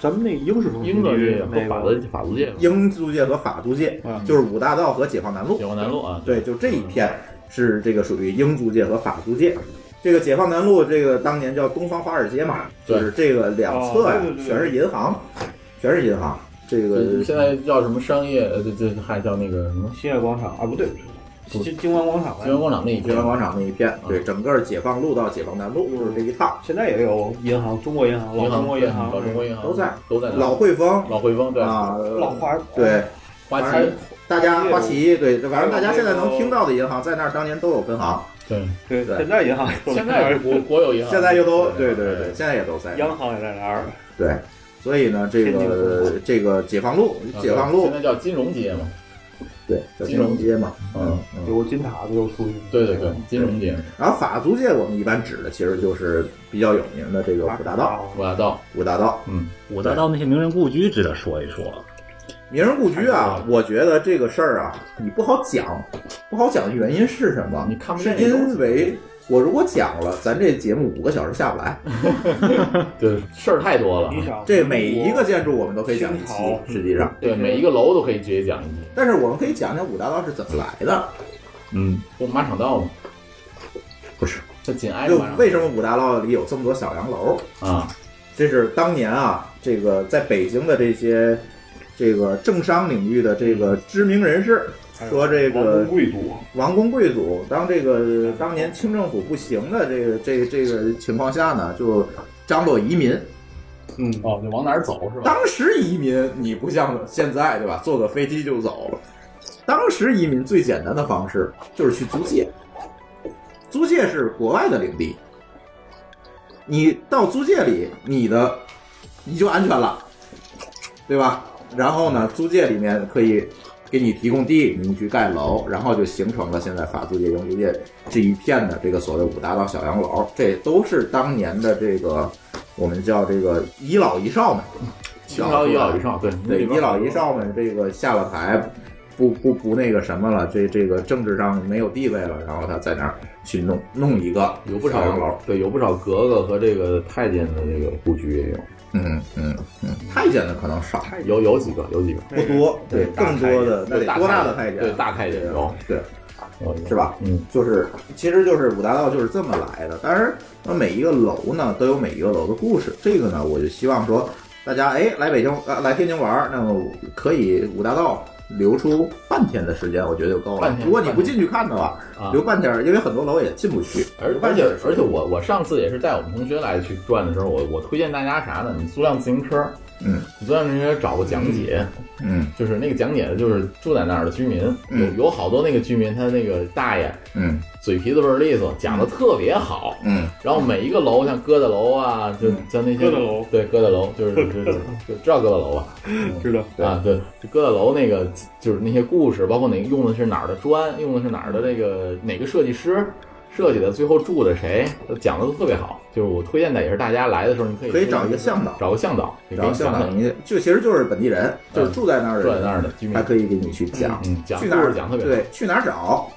F: 咱们那英式风俗
G: 英格
F: 区
G: 界和
F: 那
G: 法
F: 个
G: 租法租界，
A: 英租界和法租界，
G: 嗯
A: 就是五大道和解放南路
G: 解。
F: 嗯
G: 放南路啊，
A: 对，就这一片是这个属于英租界和法租界。这个解放南路，这个当年叫东方华尔街嘛，
G: 对
A: 就是这个两侧呀
F: 哦对对对
A: 全是银行，全是银行。这
G: 对，
A: 个
G: 现在叫什么商业？呃，这这还叫那个什么
F: 新月广场啊，不对，
G: 不
F: 金金光广场
G: 金源
F: 吧，
G: 广场那一
A: 解
G: 片
A: 放。嗯广场那一片，
F: 嗯
A: 对，整个解放路到解放南路就是这一趟，
F: 现在也有银行，中国银行，老
G: 银行
F: 中国银行，
G: 老中国银行
A: 都在
G: 都在那
A: 老汇丰
G: 老汇丰对
A: 啊，
F: 老花
A: 对，
G: 花
A: 反
G: 旗
A: 正大家花旗对，反正大家
F: 还有
A: 现在
F: 那个
A: 能听到的银行，在那儿当年都有分行，
G: 对，
F: 对，
A: 对
F: 现在银行
G: 现在国国有银行
A: 现在又都对
G: 啊对啊
A: 对对，，现在也都在
F: 央行也在那儿，
A: 对，所以呢，这
F: 天津
A: 个
F: 路
A: 这个解放路
G: 啊
A: 解放路
G: 现在叫金融街嘛，
A: 对，叫金融街嘛，嗯嗯。
F: 有金塔子，有苏军，
G: 对对对，金融街
A: 然后法租界我们一般指的其实就是比较有名的这个五大道，
G: 五大道，
A: 五大道
G: 嗯，
B: 五大道那些名人故居值得说一说。
A: 名人故居
G: 太
A: 啊
G: 多，
A: 我觉得这个事儿啊，你不好讲，不好讲的原因是什么？
G: 你看不
A: 是
G: 见那东西
A: 因为我如果讲了，咱这节目五个小时下不来。
G: 对，事儿太多了，
F: 你想
A: 这每一个建筑我们都可以讲一期
F: 清朝，
A: 实际上，
G: 对，每一个楼都可以直接讲一句，
A: 但是我们可以讲讲五大道是怎么来的。
G: 嗯，不马场道嘛，
A: 不是，
G: 这紧挨着
A: 就
G: 马场道
A: 为什么五大道里有这么多小洋楼？
G: 啊，
A: 这是当年啊，这个在北京的这些这个政商领域的这个知名人士说，这个
F: 贵族，啊
A: 王公贵族，当这个当年清政府不行的这个这个这个情况下呢，就张罗移民。
F: 嗯，
G: 哦，你往哪儿走是吧？
A: 当时移民你不像现在对吧？坐个飞机就走了。当时移民最简单的方式就是去租界，租界是国外的领地，你到租界里，你的你就安全了，对吧？然后呢，租界里面可以给你提供地，你去盖楼，然后就形成了现在法租界、英租界这一片的这个所谓五大道小洋楼，这都是当年的这个我们叫这个遗老遗少们，
G: 清朝一老一少，对，
A: 对，
G: 那边
A: 一老一少们这个下了台，不不不那个什么了，这这个政治上没有地位了，然后他在那儿去弄弄一个
G: 有不
A: 小洋
G: 少
A: 楼，
G: 对，有不少格格和这个太监的这个故居也有，
A: 嗯嗯嗯，太监的可能少，
G: 有有几个，有几个，
A: 不多，对，
G: 大
A: 更多的那
G: 对
A: 得多大的太监啊？
G: 对，大太监有，
A: 对，啊
G: 有有
A: 是吧？
G: 嗯，
A: 就是其实就是五大道就是这么来的。当然，那每一个楼呢都有每一个楼的故事，这个呢我就希望说大家哎来北京呃来天津玩儿，那么可以五大道。留出半天的时间，我觉得就够了
G: 半。天
A: 如果你不进去看的话，
G: 啊
A: 留半天儿，因为很多楼也进不去。
G: 而
A: 留半
G: 而且
A: 天儿
G: 而且我我上次也是带我们同学来去转的时候，我我推荐大家啥呢？你租辆自行车，
A: 嗯，
G: 你租辆自行车找个讲解，
A: 嗯
G: 就是那个讲解的就是住在那儿的居民，
A: 嗯
G: 有有好多那个居民他那个大爷
A: 嗯
G: 嘴皮子倍儿利索，讲的特别好。
A: 嗯，
G: 然后每一个楼像疙瘩楼啊，就
A: 嗯
G: 像那些
F: 疙瘩楼
G: 对疙瘩楼就是 就是就知道疙瘩楼吧？
F: 知道，
A: 对
G: 啊，对，就疙瘩楼那个就是那些故事，包括哪个用的是哪儿的砖，用的是哪儿的这个哪个设计师设计的，最后住的谁，都讲的都特别好。就是我推荐的也是大家来的时候，你可以
A: 可以找一个向导，
G: 找个向导，
A: 找向导，你就其实就是本地人，就是住在那儿
G: 住
A: 的
G: 在
A: 人，
G: 那儿的居民
A: 他，可以给你去讲，
G: 嗯，讲
A: 去
G: 故
A: 哪儿
G: 事讲特别好。
A: 对，去哪儿找，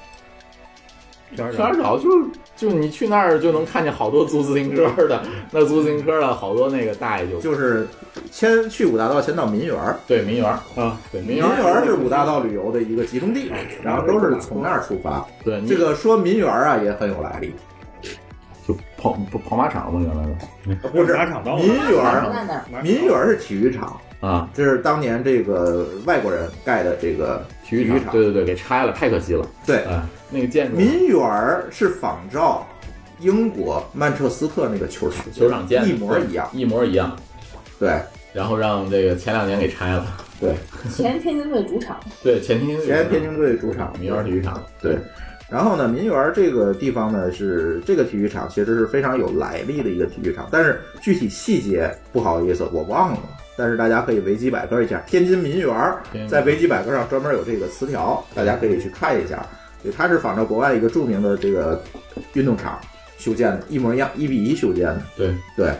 F: 全
G: 去
F: 啊
G: 哪儿找？就是就你去那儿就能看见好多租自行车的，那租自行车的好多那个大爷就
A: 就是先去五大道，先到民园儿。
G: 对民园儿，
F: 啊，
G: 对民
A: 民
G: 园
A: 园
G: 儿
A: 儿是五大道旅游的一个集中地，然后都是从那儿出发。
G: 对
A: 这
G: 你
A: 个说民园儿啊也很有来历，
G: 就跑跑跑马场嘛，原来是
A: 不是
F: 马场道
A: 民园
E: 不
A: 儿，
E: 在那儿，
A: 民园儿是体育场，
G: 啊，
A: 这是当年这个外国人盖的这个
G: 体育
A: 体育场
G: 对对对，给拆了，太可惜了。
A: 对。
G: 哎，那个建筑
A: 民园儿是仿照英国曼彻斯特那个球场
G: 球场建的
A: 一模一样，，
G: 一模一样。
A: 对
G: 然后让这个前两年给拆了，
A: 对，
E: 前天津队主场，
G: 对，前天津
A: 前天津队主场
G: 民园儿体育场，
A: 对。然后呢，民园儿这个地方呢是这个体育场其实是非常有来历的一个体育场，但是具体细节不好意思我忘了，但是大家可以维基百科一下，天津民园儿
G: 天津民园儿
A: 在维基百科上专门有这个词条，大家可以去看一下。对，它是仿照国外一个著名的这个运动场修建的，一模一样，一比一修建的。
G: 对，
A: 对，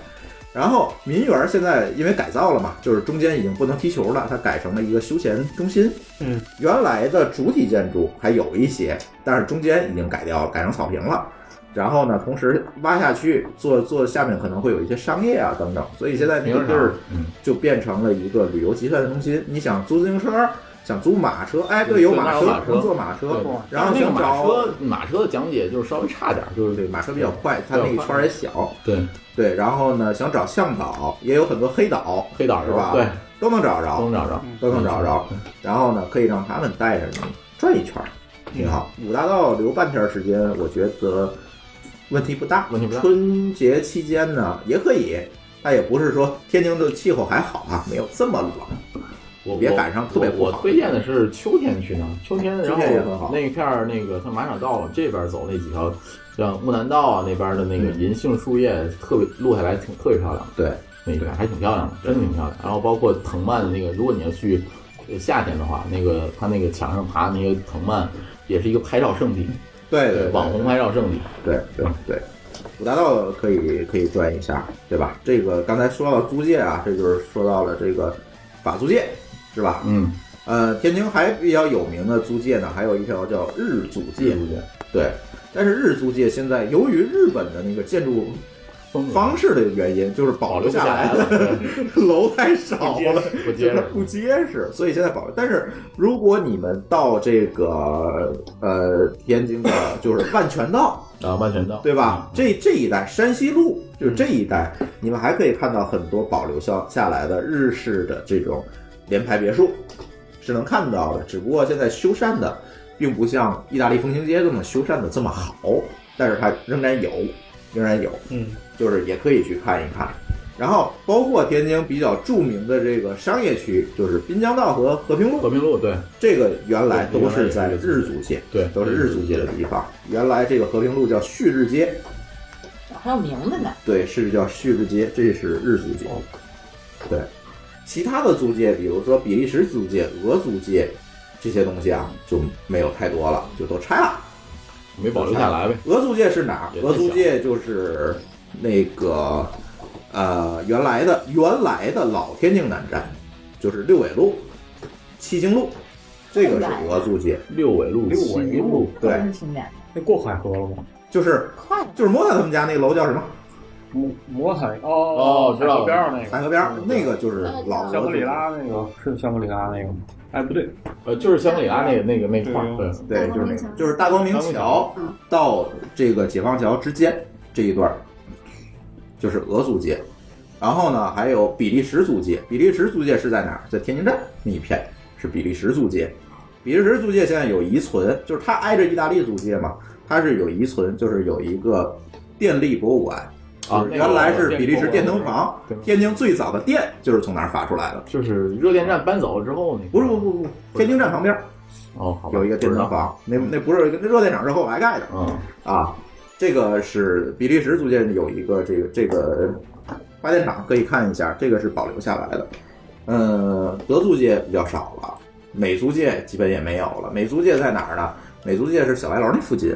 A: 然后民园现在因为改造了嘛，就是中间已经不能踢球了，它改成了一个休闲中心。
F: 嗯，
A: 原来的主体建筑还有一些，但是中间已经改掉了，改成草坪了。然后呢，同时挖下去做做下面可能会有一些商业啊等等，所以现在这个地儿
B: 嗯
A: 就变成了一个旅游集散中心。你想租自行车，想租马车，哎，对，有马
C: 有马车
A: 能坐马车
C: 对，
A: 然后
C: 那个
A: 想
C: 马
A: 找
C: 车马车的讲解就是稍微差点儿，就是
A: 对对，马车比较快，它那一圈儿也小，
C: 对
A: 对，然后呢，想找向导也有很多黑导
C: 黑岛
A: 是吧
C: 对，
A: 都能找
C: 都
A: 着，
C: 能找着，嗯
A: 都能找着，然后呢，可以让他们带着你转一圈儿，
C: 嗯
A: 挺好。五大道留半天儿时间，我觉得问题不大。
C: 问题不大
A: 春节期间呢，也可以，但也不是说天津的气候还好啊，没有这么冷。
C: 我
A: 别
C: 我
A: 赶上特别不
C: 我我
A: 好
C: 推荐的是秋天去呢，秋天然
A: 秋天也很
C: 后
A: 好
C: 那一片儿那个像马场道往这边走那几条，像木南道啊那边的那个银杏树叶特别落下来挺特别漂亮，
A: 嗯对，
C: 那一片儿还挺漂亮的，真的挺漂亮。然后包括藤蔓的那个，如果你要去呃夏天的话，那个它那个墙上爬的那些藤蔓也是一个拍照圣地，
A: 对对，
C: 网红拍照圣地。
A: 对对对，五大道可以可以转一下，对吧？这个刚才说到租界啊，这就是说到了这个法租界，是吧？
C: 嗯，
A: 呃，天津还比较有名的租界呢，还有一条叫日租界，对。但是日租界现在由于日本的那个建筑
C: 风格
A: 方式的原因，就是保
C: 保
A: 留
C: 留
A: 下
C: 下
A: 来
C: 来
A: 的
C: 了， 对
A: 楼太少了，
C: 不
A: 就
C: 结
A: 是
C: 实。
A: 不结实，所以现在保留。但是如果你们到这个呃天津的，就是万全道，
C: 啊，万全道
A: 对吧？这这一带山西路，就是这一带，
C: 嗯
A: 你们还可以看到很多保留下下来的日式的这种联排别墅，是能看到的。只不过现在修缮的，并不像意大利风情街这么修缮的这么好，但是它仍然有，仍然有，
F: 嗯，
A: 就是也可以去看一看。然后包括天津比较著名的这个商业区，就是滨江道和和平路，
C: 和平路，对
A: 这个原来
C: 对
A: 都是
C: 原
A: 在
C: 来也是
A: 日租界，
C: 对，
A: 都是日租界的地方。原来这个和平路叫旭日街，
D: 哦还有名字呢，哦
A: 对，是叫旭日街，这是日租界。对，其他的租界，比如说比利时租界、俄租界这些东西啊，就没有太多了，就都拆了。
C: 没保留下来呗。
A: 俄租界是哪儿？
C: 也太小
A: 俄租界就是那个呃原来的原来的老天津南站，就是六纬路、七星路，这个是俄租界，
C: 六纬路、
F: 六纬
C: 西路，
A: 对
D: 真是挺远的，
F: 那过海河了吗？
A: 就是
D: 快了。
A: 就是莫塔他们家那楼叫什么？
F: 摩摩海哦
C: 哦知道了
F: 海河边儿那个
A: 海河边儿那个就是老俄
F: 香格
A: 租
F: 里
A: 界。
F: 拉那个是香格里拉那个吗？哎，不对，
C: 呃，就是香格里拉那个那个那块儿，对
A: 对，
F: 对，
D: 大
A: 就
D: 光
A: 是那
D: 明
A: 个
D: 桥
A: 就是大光明
C: 大光明
A: 桥
C: 桥
A: 到这个解放桥之间这一段儿，就是俄租界。然后呢，还有比利时租界，比利时租界是在哪儿？在天津站那一片是比利时租界。比利时租界现在有遗存，就是它挨着意大利租界嘛，它是有遗存，就是有一个电力博物馆。
C: 啊
A: 就是原来是比利时电
C: 那个
A: 灯房
C: 对，
A: 天津最早的电就是从哪儿发出来的？
C: 就是热电站搬走了之后那个
A: 不是，不不不，天津站旁边儿
C: 哦，好吧，
A: 有一个电灯房，那那不是那热电厂是后来盖的。
C: 不知道，嗯，
A: 啊，这个是比利时租界有一个这个这个发电厂，可以看一下，这个是保留下来的。嗯，德租界比较少了，美租界基本也没有了。美租界在哪儿呢？美租界是小白楼那附近，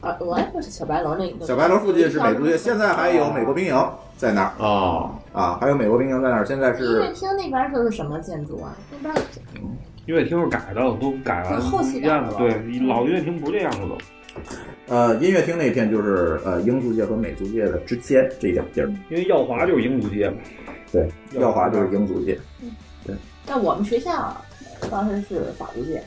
D: 啊，我也不是小白楼那个。
A: 小白楼附近是美租界，现在还有美国兵营在那儿
C: 哦，
A: 啊，还有美国兵营在那儿，现在
D: 音乐
A: 是
D: 厅那边都是什么建筑啊？那边
F: 音乐厅是改的，都改完
D: 对后期
F: 一样的，
D: 改的
F: 对，老音乐厅不这样了都。
A: 呃音乐厅那片就是呃英租界和美租界的之间这一点地儿，
F: 因为耀华就是英租界嘛，
A: 对，
F: 耀
A: 耀华就是英租界。
D: 但我们学校啊当时是法租界，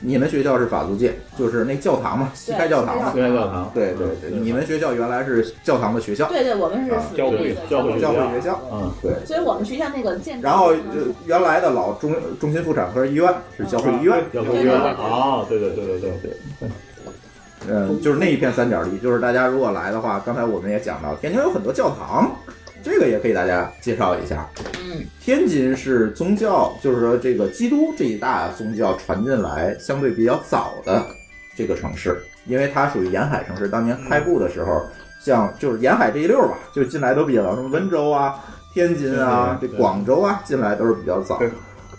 A: 你们学校是法租界，就是那教堂嘛，西开教堂嗯嘛，
C: 对外教堂，
A: 对对对，你们学校原来是教堂的学校，
D: 对对，我们是
A: 啊
D: 属于
F: 教
D: 那
F: 会
D: 个
C: 教会
A: 教会学校。
C: 嗯，
A: 对，
D: 所以我们学校那个建筑，
A: 然后呃原来的老中中心妇产科医院是教会医院，
C: 要不约
F: 啊
C: 哦，对对对对对对，
A: 嗯，就是那一片三角地，就是大家如果来的话，刚才我们也讲到，天津有很多教堂，这个也可以大家介绍一下。
D: 嗯，
A: 天津是宗教，就是说这个基督这一大宗教传进来相对比较早的这个城市，因为它属于沿海城市。当年开埠的时候，像就是沿海这一溜儿吧，就进来都比较早，什么温州啊、天津啊、这
C: 对对对
A: 广州啊，进来都是比较早
F: 对。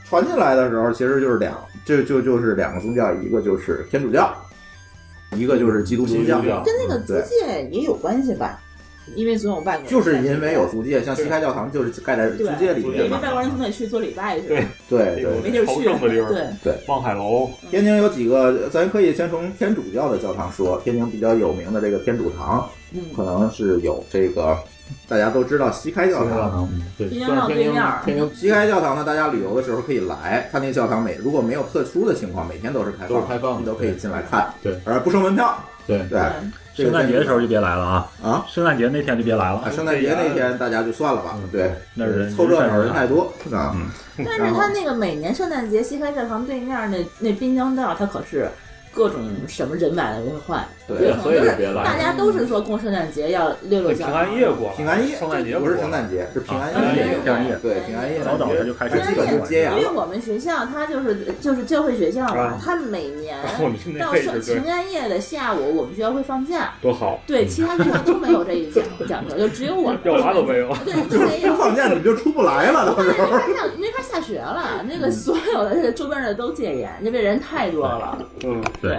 A: 传进来的时候，其实就是两，就就就是两个宗教，一个就是天主教，一个就是基督新教。
D: 跟那个租界也有关系吧？因为总有外国人，
A: 就是因为有租界，像西开教堂就是盖在租
D: 对
A: 界里
F: 租
D: 对，
A: 面
D: 因为
A: 嘛。
D: 外国人总得去做礼拜去，
F: 对
A: 对
F: 有
A: 对，
D: 没地儿
F: 朝
D: 去，
F: 圣的地儿
D: 对，
F: 望海楼，
A: 天津有几个，咱可以先从天主教的教堂说。天津比较有名的这个天主堂，
D: 嗯，
A: 可能是有这个大家都知道西开教堂。
C: 对，
D: 天津
C: 算
D: 到
C: 是
D: 对
C: 天津
D: 面儿
C: 天津
A: 西开教堂呢，大家旅游的时候可以来，它那教堂每如果没有特殊的情况，每天都是开放的，
C: 都是开放的
A: 你都可以进来看。
C: 对，
A: 而不收门票。
C: 对
A: 对，这个
B: 圣诞节的时候就别来了啊！
A: 啊，
B: 圣诞节那天就别来
A: 啊，
B: 了，
A: 圣诞节那天大家就算了吧
C: 嗯，
A: 对，
B: 那人
A: 凑热闹
B: 人
A: 人太多啊。
B: 嗯
D: 但是他那个每年圣诞节西开教堂对面儿那那滨江道，它可是各种什么人满为患，
A: 对
C: 对，，所以就别来
D: 大
C: 了。
D: 家都是说过圣诞节要溜溜
F: 那
D: 脚，
F: 平安夜过来，
A: 平安夜
F: 圣诞节
A: 不是圣
F: 过来，
A: 诞节，是平安
B: 啊
A: 夜。
B: 平安夜
A: 对，平安夜
B: 早早的就开始
A: 基本就接
D: 因
A: 呀
D: 为我们学校它就是就是教会学校嘛
F: 啊，
D: 它每年
F: 我们那
D: 到
F: 位
D: 圣
F: 置对
D: 平，安夜的下午，我们学校会放假，
F: 多好，
D: 对，其他学校都没有这 一讲讲究，就只有我们
F: 要啥都没有。
D: 啊对，就没有
A: 不。放假你们就出不来了，到时候。
D: 没法上没法下学了，那
C: 嗯
D: 个所有的这个周边的都戒严，因为人太多了。
F: 嗯，
B: 对，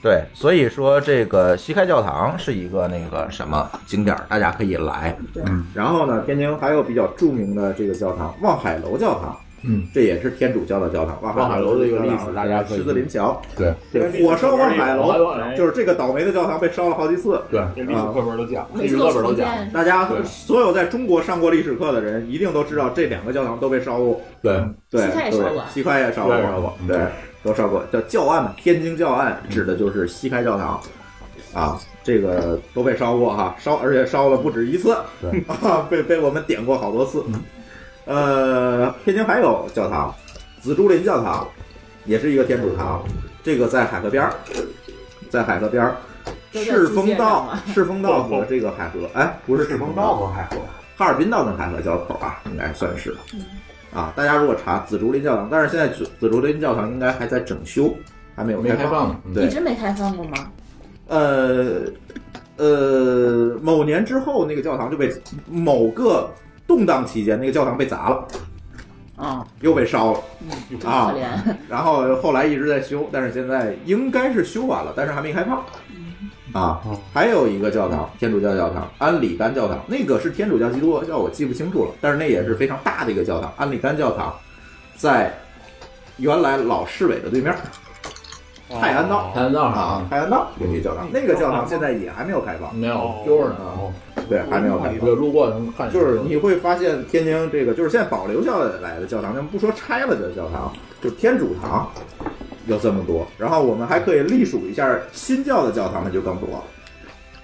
A: 对，所以说这个西开教堂是一个那个什么景点儿，大家可以来。
D: 对
B: 嗯
A: 然后呢，天津还有比较著名的这个教堂——望海楼教堂，
C: 嗯，
A: 这也是天主教的教堂。
C: 望海
A: 海
C: 楼
A: 的
C: 的一个历史大家可以
A: 十字林桥，
C: 对
A: 对，火烧望海
C: 望海
A: 楼，
C: 楼哎
A: 就是这个倒霉的教堂被烧了好几次。
C: 对，
F: 这历史课文都讲，
D: 每次都重
C: 那娱乐
D: 建，
A: 大家
C: 对
A: 所有在中国上过历史课的人，一定都知道这两个教堂都被烧过。
C: 对，
A: 对，
D: 西开也烧过啊
A: 对西开也烧过，
C: 对
A: 烧过，对，都烧过。叫教案嘛，天津教案指的就是西开教堂，啊，这个都被烧过哈，烧而且烧了不止一次，
C: 对，
A: 啊，被被我们点过好多次。呃，天津还有教堂，紫竹林教堂，也是一个天主堂，这个在海河边儿，在海河边儿。
D: 都在
A: 赤
D: 基
A: 峰
D: 线上啊
A: 道
D: 吗，
A: 赤峰道和这个海河，哎，不是赤峰道，
F: 吗？还好，
A: 哈尔滨道跟海河交口啊，应该算是。啊，大家如果查紫竹林教堂，但是现在紫紫竹林教堂应该还在整修，还没有
C: 没
A: 哦开
C: 开放呢。嗯
A: 对
D: 一直没开放过吗？
A: 呃呃，某年之后，那个教堂就被某个动荡期间，那个教堂被砸了，
D: 啊，
A: 又被烧了
C: 嗯
D: 真
A: 啊
D: 可。怜。
A: 然后后来一直在修，但是现在应该是修完了，但是还没开放。啊
F: 哦，
A: 还有一个教堂，天主教教堂安里甘教堂，那个是天主教、基督教，我记不清楚了，但是那也是非常大的一个教堂。安里甘教堂在原来老市委的对面泰安道
C: 谈到
A: 啊
C: 啥，？
A: 海南道有一个教堂，那个教堂现在也还没有开放，
C: 没有
F: 哦，
C: 就是呢，
A: 啊，对，还没有开放。
C: 对，路过能看见。
A: 就是你会发现天津这个，就是现在保留下来的教堂，咱们不说拆了的教堂，就天主堂有这么多。然后我们还可以隶属一下新教的教堂，那就更多了。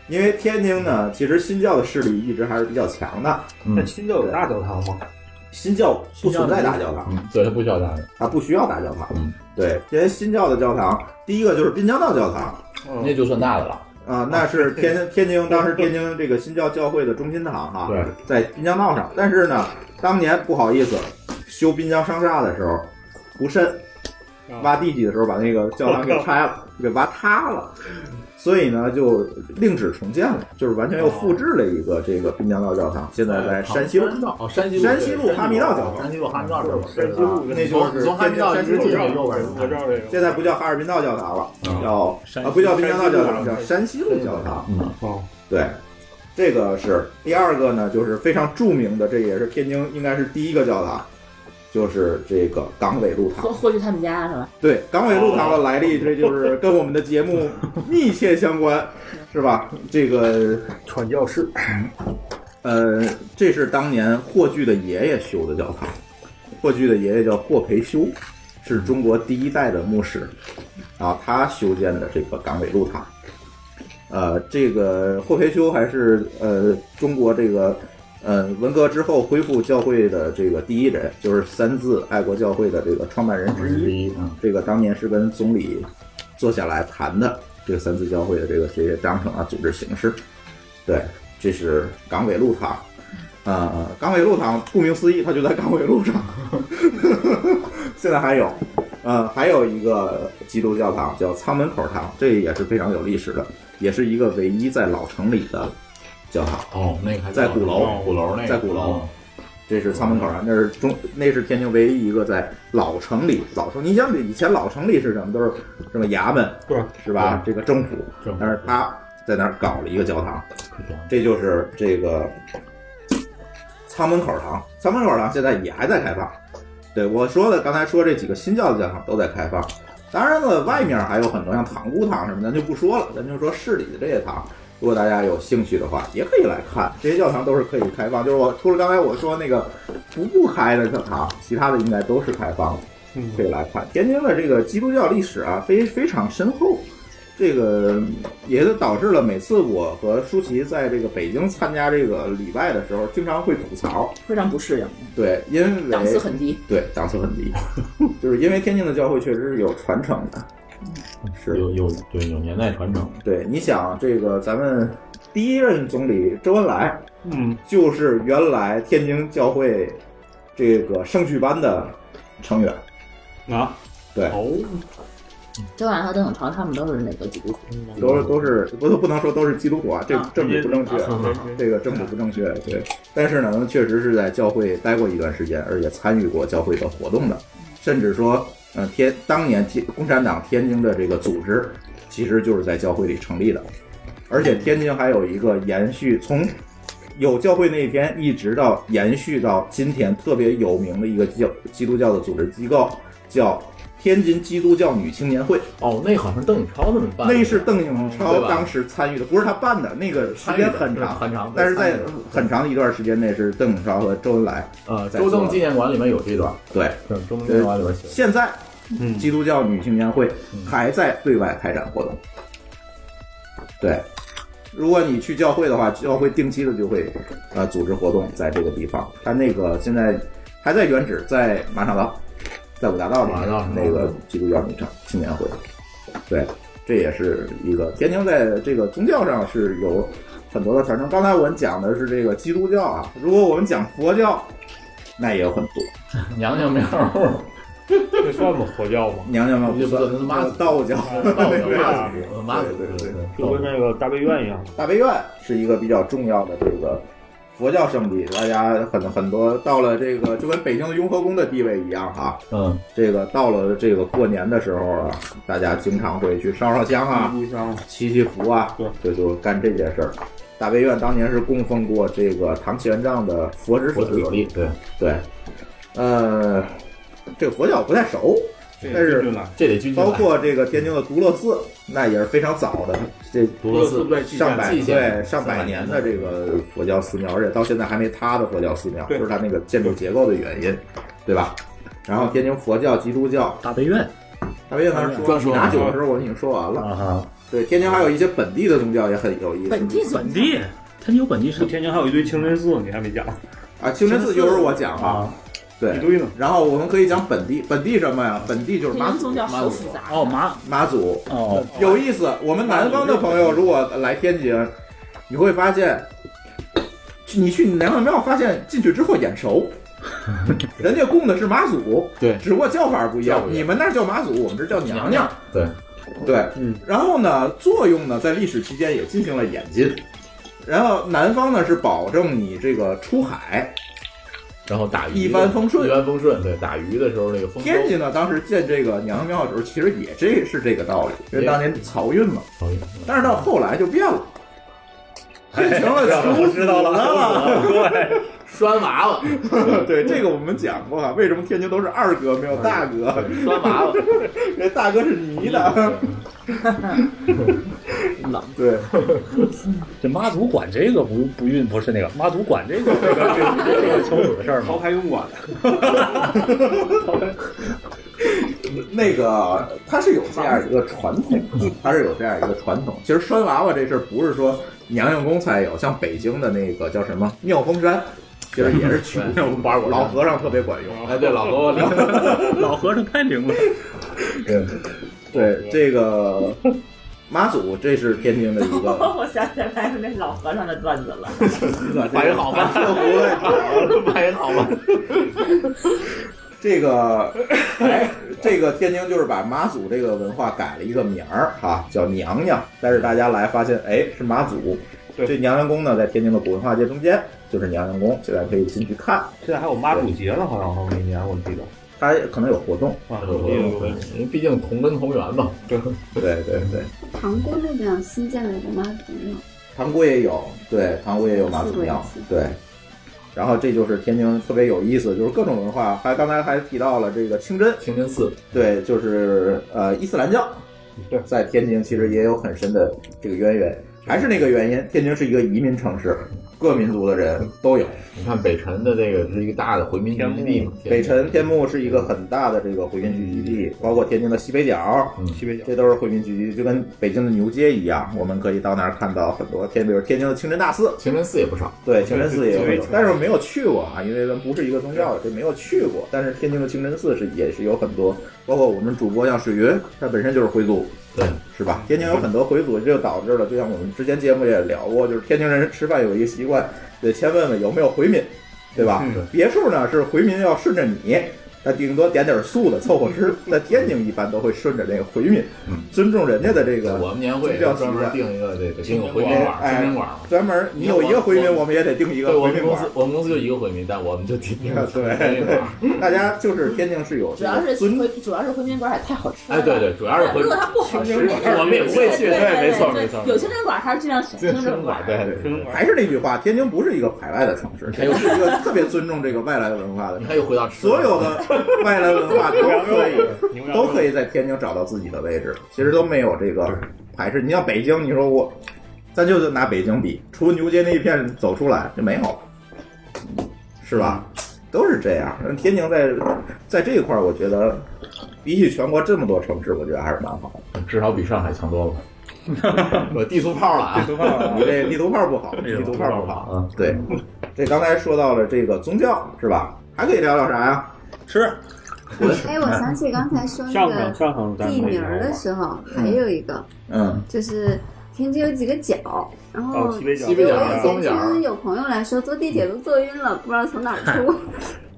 A: 因为天津呢，其实新教的势力一直还是比较强的，
C: 嗯
F: 那新教有大教堂吗？
A: 新教不存在大教堂，
C: 嗯，对，它不需要大人。
A: 它不需要大教堂
C: 嗯。
A: 对，因为新教的教堂，第一个就是滨江道教堂，
F: 嗯
C: 那就算大的了。
A: 啊，那是天津天津当时天津这个新教教会的中心堂哈、
C: 对，
A: 在滨江道上。但是呢，当年不好意思，修滨江商厦的时候不慎
F: 啊
A: 挖地基的时候把那个教堂给拆了，给挖塌了，所以呢就另址重建了，就是完全又复制了一个这个滨江道教堂，现在在山西路。
C: 哦，山西
A: 山西路哈密道角
C: 山西路哈密道这
F: 山西路
A: 啊那就是
C: 从哈密道一
A: 山西
C: 直
A: 路
C: 进
A: 上
C: 去右边儿
F: 我知道这个，
A: 现在不叫哈尔滨道教堂了，
C: 嗯
A: 叫
B: 山
A: 啊
B: 西
A: 不叫滨江道教堂，
F: 山西
A: 叫
F: 路
A: 山西路教堂。啊
C: 嗯，
F: 哦，
A: 对，这个是第二个呢，就是非常著名的，这也是天津应该是第一个教堂，就是这个港尾路堂
D: 或。或许他们家是吧？
A: 对，港尾路堂的来历，这就是跟我们的节目密切相关，是吧？这个
F: 传教士，
A: 呃，这是当年霍炬的爷爷修的教堂，霍炬的爷爷叫霍培修，是中国第一代的牧师，啊，他修建的这个港尾路塔。呃，这个霍培修还是呃中国这个呃文革之后恢复教会的这个第一人，就是三自爱国教会的这个创办人之一。
C: 嗯，
A: 这个当年是跟总理坐下来谈的这个三自教会的这个这些章程啊、组织形式。对，这是港尾路堂。呃，港尾路堂顾名思义，它就在港尾路上。 现在还有，呃，还有一个基督教堂叫仓门口堂，这也是非常有历史的，也是一个唯一在老城里的教堂。
C: 哦，那个还
A: 在鼓楼
C: 鼓楼那个哦
A: 在鼓楼，这是仓门口啊，那是中，那是天津唯一一个在老城里，老城。你想以前老城里是什么？都是什么衙门，
F: 对
A: 是吧？这个政府
C: 政府，
A: 但是它在那儿搞了一个教堂，
C: 可以啊
A: 这就是这个仓门口堂。仓门口堂现在也还在开放。对我说的，刚才说这几个新教的教堂都在开放。当然了，外面还有很多像塘沽堂什么的，咱就不说了，咱就说市里的这些堂。如果大家有兴趣的话，也可以来看，这些教堂都是可以开放。就是我除了刚才我说那个不不开的教堂，其他的应该都是开放的。
F: 嗯
A: 可以来看天津的这个基督教历史啊，非非常深厚，这个也就导致了每次我和舒淇在这个北京参加这个礼拜的时候，经常会吐槽，
D: 非常不适应，
A: 对，因为
D: 档次很低。
A: 对档次很低， 就是因为天津的教会确实是有传承的，是
C: 有有对有年代传承，
A: 对，你想这个咱们第一任总理周恩来
F: 嗯，
A: 就是原来天津教会这个圣趣班的成员，
F: 啊，
A: 对
F: 哦，
D: 周兰和邓永超他们都是那个基督徒，
A: 都是都是不都不能说都是基督徒啊，这
D: 啊
A: 政治不正确。这个政府不正确，对。但是呢，确实是在教会待过一段时间，而且参与过教会的活动的，甚至说，呃，天当年天共产党天津的这个组织，其实就是在教会里成立的。而且天津还有一个延续，从有教会那一天一直到延续到今天特别有名的一个教基督教的组织机构，叫天津基督教女青年会。
C: 哦，那好像是邓颖超他们办的，
A: 那是邓颖
C: 对
A: 超
C: 吧
A: 当时参与的，不是他办的，那个时
C: 参与
A: 间
C: 的
A: 很
C: 对
A: 长
C: 很长，
A: 但是
C: 参与
A: 在
C: 的
A: 很长的一段时间内是邓颖超和周恩来。
C: 呃
A: 在
C: 周
A: 做
C: 邓
A: 了
C: 纪念馆里面有这段，
A: 对，
C: 对，嗯周邓纪念馆里面写的。
A: 现在
F: 嗯，
A: 基督教女青年会还在对外开展活动。对，如果你去教会的话，教会定期的就会呃组织活动在这个地方。它那个现在还在原址，在马场道，在五大道里
C: 马场道
A: 那个基督教女青青年会。对，这也是一个天津在这个宗教上是有很多的传承。刚才我们讲的是这个基督教啊，如果我们讲佛教，那也有很多。
C: 娘娘庙，
F: 这算吗？佛教吗？
A: 娘娘们不算
C: 这他妈
A: 道教，
C: 道
A: 对
C: 教
A: 对
C: 妈祖，妈祖，
A: 对对对
F: 就跟那个大悲院一样，
A: 大悲院是一个比较重要的这个佛教圣地，大家很很多到了这个就跟北京的雍和宫的地位一样啊，
C: 嗯，
A: 这个到了这个过年的时候啊，大家经常会去烧烧香啊，
F: 一箱
A: 祈祈福啊就
F: 对，
A: 就干这件事儿。大悲院当年是供奉过这个唐玄奘的佛指
C: 我
A: 舍
C: 举个例，对，
A: 对，呃，这个佛教我不太熟，但是
C: 这得具体来
A: 包括这个天津的独乐寺，那也是非常早的，这
C: 独乐寺，
A: 上百
C: 纪念
A: 对上百年的这个佛教寺庙，而且到现在还没塌的佛教寺庙，就
F: 对
A: 是它那个建筑结构的原因，对吧？然后天津佛教、基督教，
B: 大悲院
A: 大约当时
C: 专说啊
A: 拿酒的时候我已经说完了。
B: 啊哈，
A: 对，天津还有一些本地的宗教也很有意思。
D: 本地
B: 本地，它有本地神
F: 天津还有一堆清真寺，你还没讲
A: 啊，清真寺就是我讲啊，
F: 一
A: 对。
D: 嗯
F: 堆呢。
A: 然后我们可以讲本地，本地什么呀？本地就是
D: 这
A: 妈
D: 种
A: 祖
D: 宗，教好复杂。
B: 哦，马
A: 妈祖，
B: 哦，
A: 有意思，我们南方的朋
C: 哦
A: 友如果来天津，你会发现，去你去娘娘庙，发现进去之后眼 熟，人家供的是妈祖，
C: 对
A: 只不过叫法不一样
C: 叫，不一样
A: 你们那儿叫妈祖，我们这儿叫娘娘，
C: 对，
A: 对，
F: 嗯，
A: 然后呢，作用呢在历史期间也进行了演进，然后南方呢是保证你这这个出海，
C: 然后打鱼
A: 一帆风顺
C: 一帆风顺，对，打鱼的时候那个风舟
A: 天津呢当时建这个娘娘庙的时候，其实也这是这个道理，因为当年漕运嘛，
C: 好运
A: 但是到后来就变了。变成了求子了，
C: 拴娃娃，
A: 对，这个我们讲过啊，为什么天津都是二哥没有大哥？
C: 对拴娃娃，
A: 人大哥是泥的，对，
B: 这妈祖管这个不不孕不是那个，妈祖管这个这个这个这个求子的事儿 吗
F: 陶？牌泳馆，
A: 那个它是有这样一个传统，它是有这样一个传统。其实拴娃娃这事儿不是说娘娘宫才有，像北京的那个叫什么妙峰山，其实也是取那种
C: 花果山
A: 老和尚特别管用。
C: 哎，对，老 头聊，
B: 老和尚太灵了，
A: 对，对，这个妈祖这是天津的一个，
D: 我想起来那老和尚的段子了，
C: 反应好吧，
A: 不 会。
C: 反应好吧，
A: 这个，哎，这个天津就是把妈祖这个文化改了一个名儿哈、叫娘娘。但是大家来发现，哎，是妈祖。
F: 对
A: 这娘娘宫呢，在天津的古文化界中间，就是娘娘宫，现在可以进去看。
F: 现在还有妈祖节呢，好像好像每年我记得。
A: 它可能有活动。
F: 啊，
C: 我
A: 嗯
C: 因为毕竟同根同源嘛。
A: 对对对，
E: 塘沽那边新建了一个妈祖庙，
A: 塘沽也有，对，塘沽也有妈祖庙
E: 四个，
A: 对。然后这就是天津特别有意思，就是各种文化，还刚才还提到了这个清真，
C: 清真寺
A: 对，就是呃伊斯兰教，
F: 对
A: 在天津其实也有很深的这个渊源。还是那个原因，天津是一个移民城市，各民族的人都有。
C: 你看北辰的这个是一个大的回民聚集地嘛，
A: 北辰、天
C: 天
A: 目是一个很大的这个回民聚集地，包括天津的西北角，
F: 西北角
A: 这都是回民聚集地，就跟北京的牛街一样，我们可以到那儿看到很多天，比如天津的清真大寺，
C: 清真寺也不少。
A: 对，清真寺也
F: 对对
A: 有
F: 对，
A: 但是我没有去过啊，因为咱不是一个宗教的，这没有去过。但是天津的清真寺是也是有很多，包括我们主播像水云，他本身就是回族，
C: 对，
A: 是吧？天津有很多回族，这就导致了，就像我们之前节目也聊过，就是天津人吃饭有一个习惯，得先问问有没有回民，对吧？
F: 嗯
A: 别处呢是回民要顺着你。那顶多点点素的凑合吃，在天津一般都会顺着这个回民，尊重人家的这个
C: 我们年会
A: 啊这叫
C: 专门
A: 习
C: 定一个这个定
B: 清
C: 个
B: 真
C: 回民
A: 馆
C: 馆，
A: 哎
C: 清真馆嘛。
A: 专门你有一个回民，我们也得定一
C: 对
A: 个
C: 我
A: 回
C: 们
A: 民
C: 公
A: 馆啊
C: 司。，我们公司就一个回民，但我们就定定
A: 对
C: 回民馆。
A: 大家就是天津是有
D: 主要是
A: 尊
D: 回，主要是回民馆也太好吃 了。
C: 哎，对。对，主要是回
D: 如 果它不好吃，
C: 我们也不会去。
D: 对
C: 对，
D: 对
C: 没错
D: 对
C: 没错。
D: 有清真馆还是尽量选清真馆。
C: 对对对。
A: 还是那句话，天津不是一个排外的城市，天津是一个特别尊重这个外来文化的
C: 你
A: 城市。
C: 看又回到吃
A: 所有的 外来文化都可以，
F: 牛羊
A: 都
F: 肉
A: 可以在天津找到自己的位置，其实都没有这个排斥。你像北京，你说我，咱就拿北京比，除牛街那一片走出来就没有了，是吧？都是这样。天津在在这一块，儿，我觉得比起全国这么多城市，我觉得还是蛮好的。
C: 至少比上海强多了。 我地图炮了啊！
A: 地图炮，这地图炮不
B: 哎
A: 好，地图炮不好。
B: 啊
A: 嗯，对，这刚才说到了这个宗教是吧？还可以聊聊啥呀？
B: 吃
E: 哎，我想起刚才说那
F: 上上
E: 个
F: 上上咱
E: 地
F: 们
E: 名儿的时候，还有一个
A: 嗯，
E: 就是天津有几个角，然后
F: 哦，西北角，
C: 西北
E: 对
C: 角
E: 我以前
C: 东角
E: 就是有朋友来说坐地铁都坐晕了，不知道从哪儿出。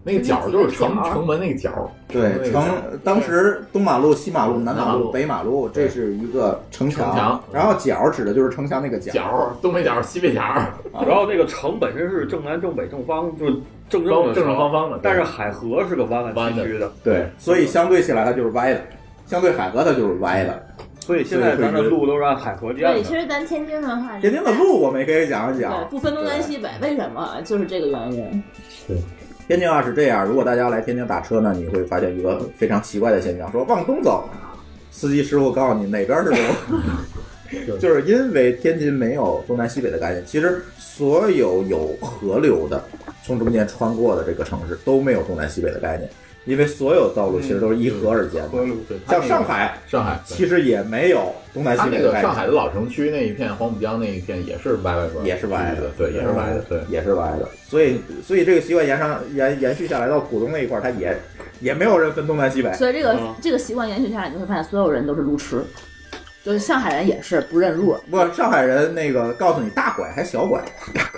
C: 那个角就是城城门那个角，
A: 对，城当时东马路、西马路、南马
C: 南马
A: 路、
C: 路
A: 北马路，这是一个城墙，
C: 城墙
A: 然后角指的就是城墙那个角。
C: 角东北角、西北角，
F: 啊然后那个城本身是正南、正北、正方，就是正
C: 都
F: 的
C: 正正
F: 城
C: 方方的。
F: 但是海河是个弯
C: 弯
F: 弯
C: 的
F: 曲曲的，
A: 对，所以相对起来它就是歪的，相对海河它就是歪
D: 嗯
A: 的。
F: 所以现在咱的路都是按海河建
D: 对，
F: 的
D: 其。实咱天津文化，
A: 天津的路我们也可以讲一
D: 对
A: 讲。
D: 不分东南西北，为什么？就是这个原因。
A: 天津啊是这样，如果大家来天津打车呢，你会发现一个非常奇怪的现象，说往东走，司机师傅告诉你哪边是 路，就是因为天津没有东南西北的概念。其实所有有河流的，从中间穿过的这个城市都没有东南西北的概念，因为所有道路其实都是依河而建的。
F: 河路
C: 对啊它那
A: 像
C: 个
A: 上海
C: 上海，对
A: 其实也没有东南
C: 它
A: 西
C: 那
A: 北的
C: 个
A: 概
C: 上海
A: 念，
C: 的老城区那一片，黄浦江那一片也是歪歪
A: 也是歪的嗯
C: 的，对，也是歪的，对。
A: 也是歪的。所以所以这个习惯延上延延续下来到浦东那一块儿，它也也没有人分东南西北。
D: 所以这个
F: 嗯
D: 这个习惯延续下来，你就会发现所有人都是路痴，就是上海人也是不认路。
A: 不，上海人那个告诉你大拐还小拐，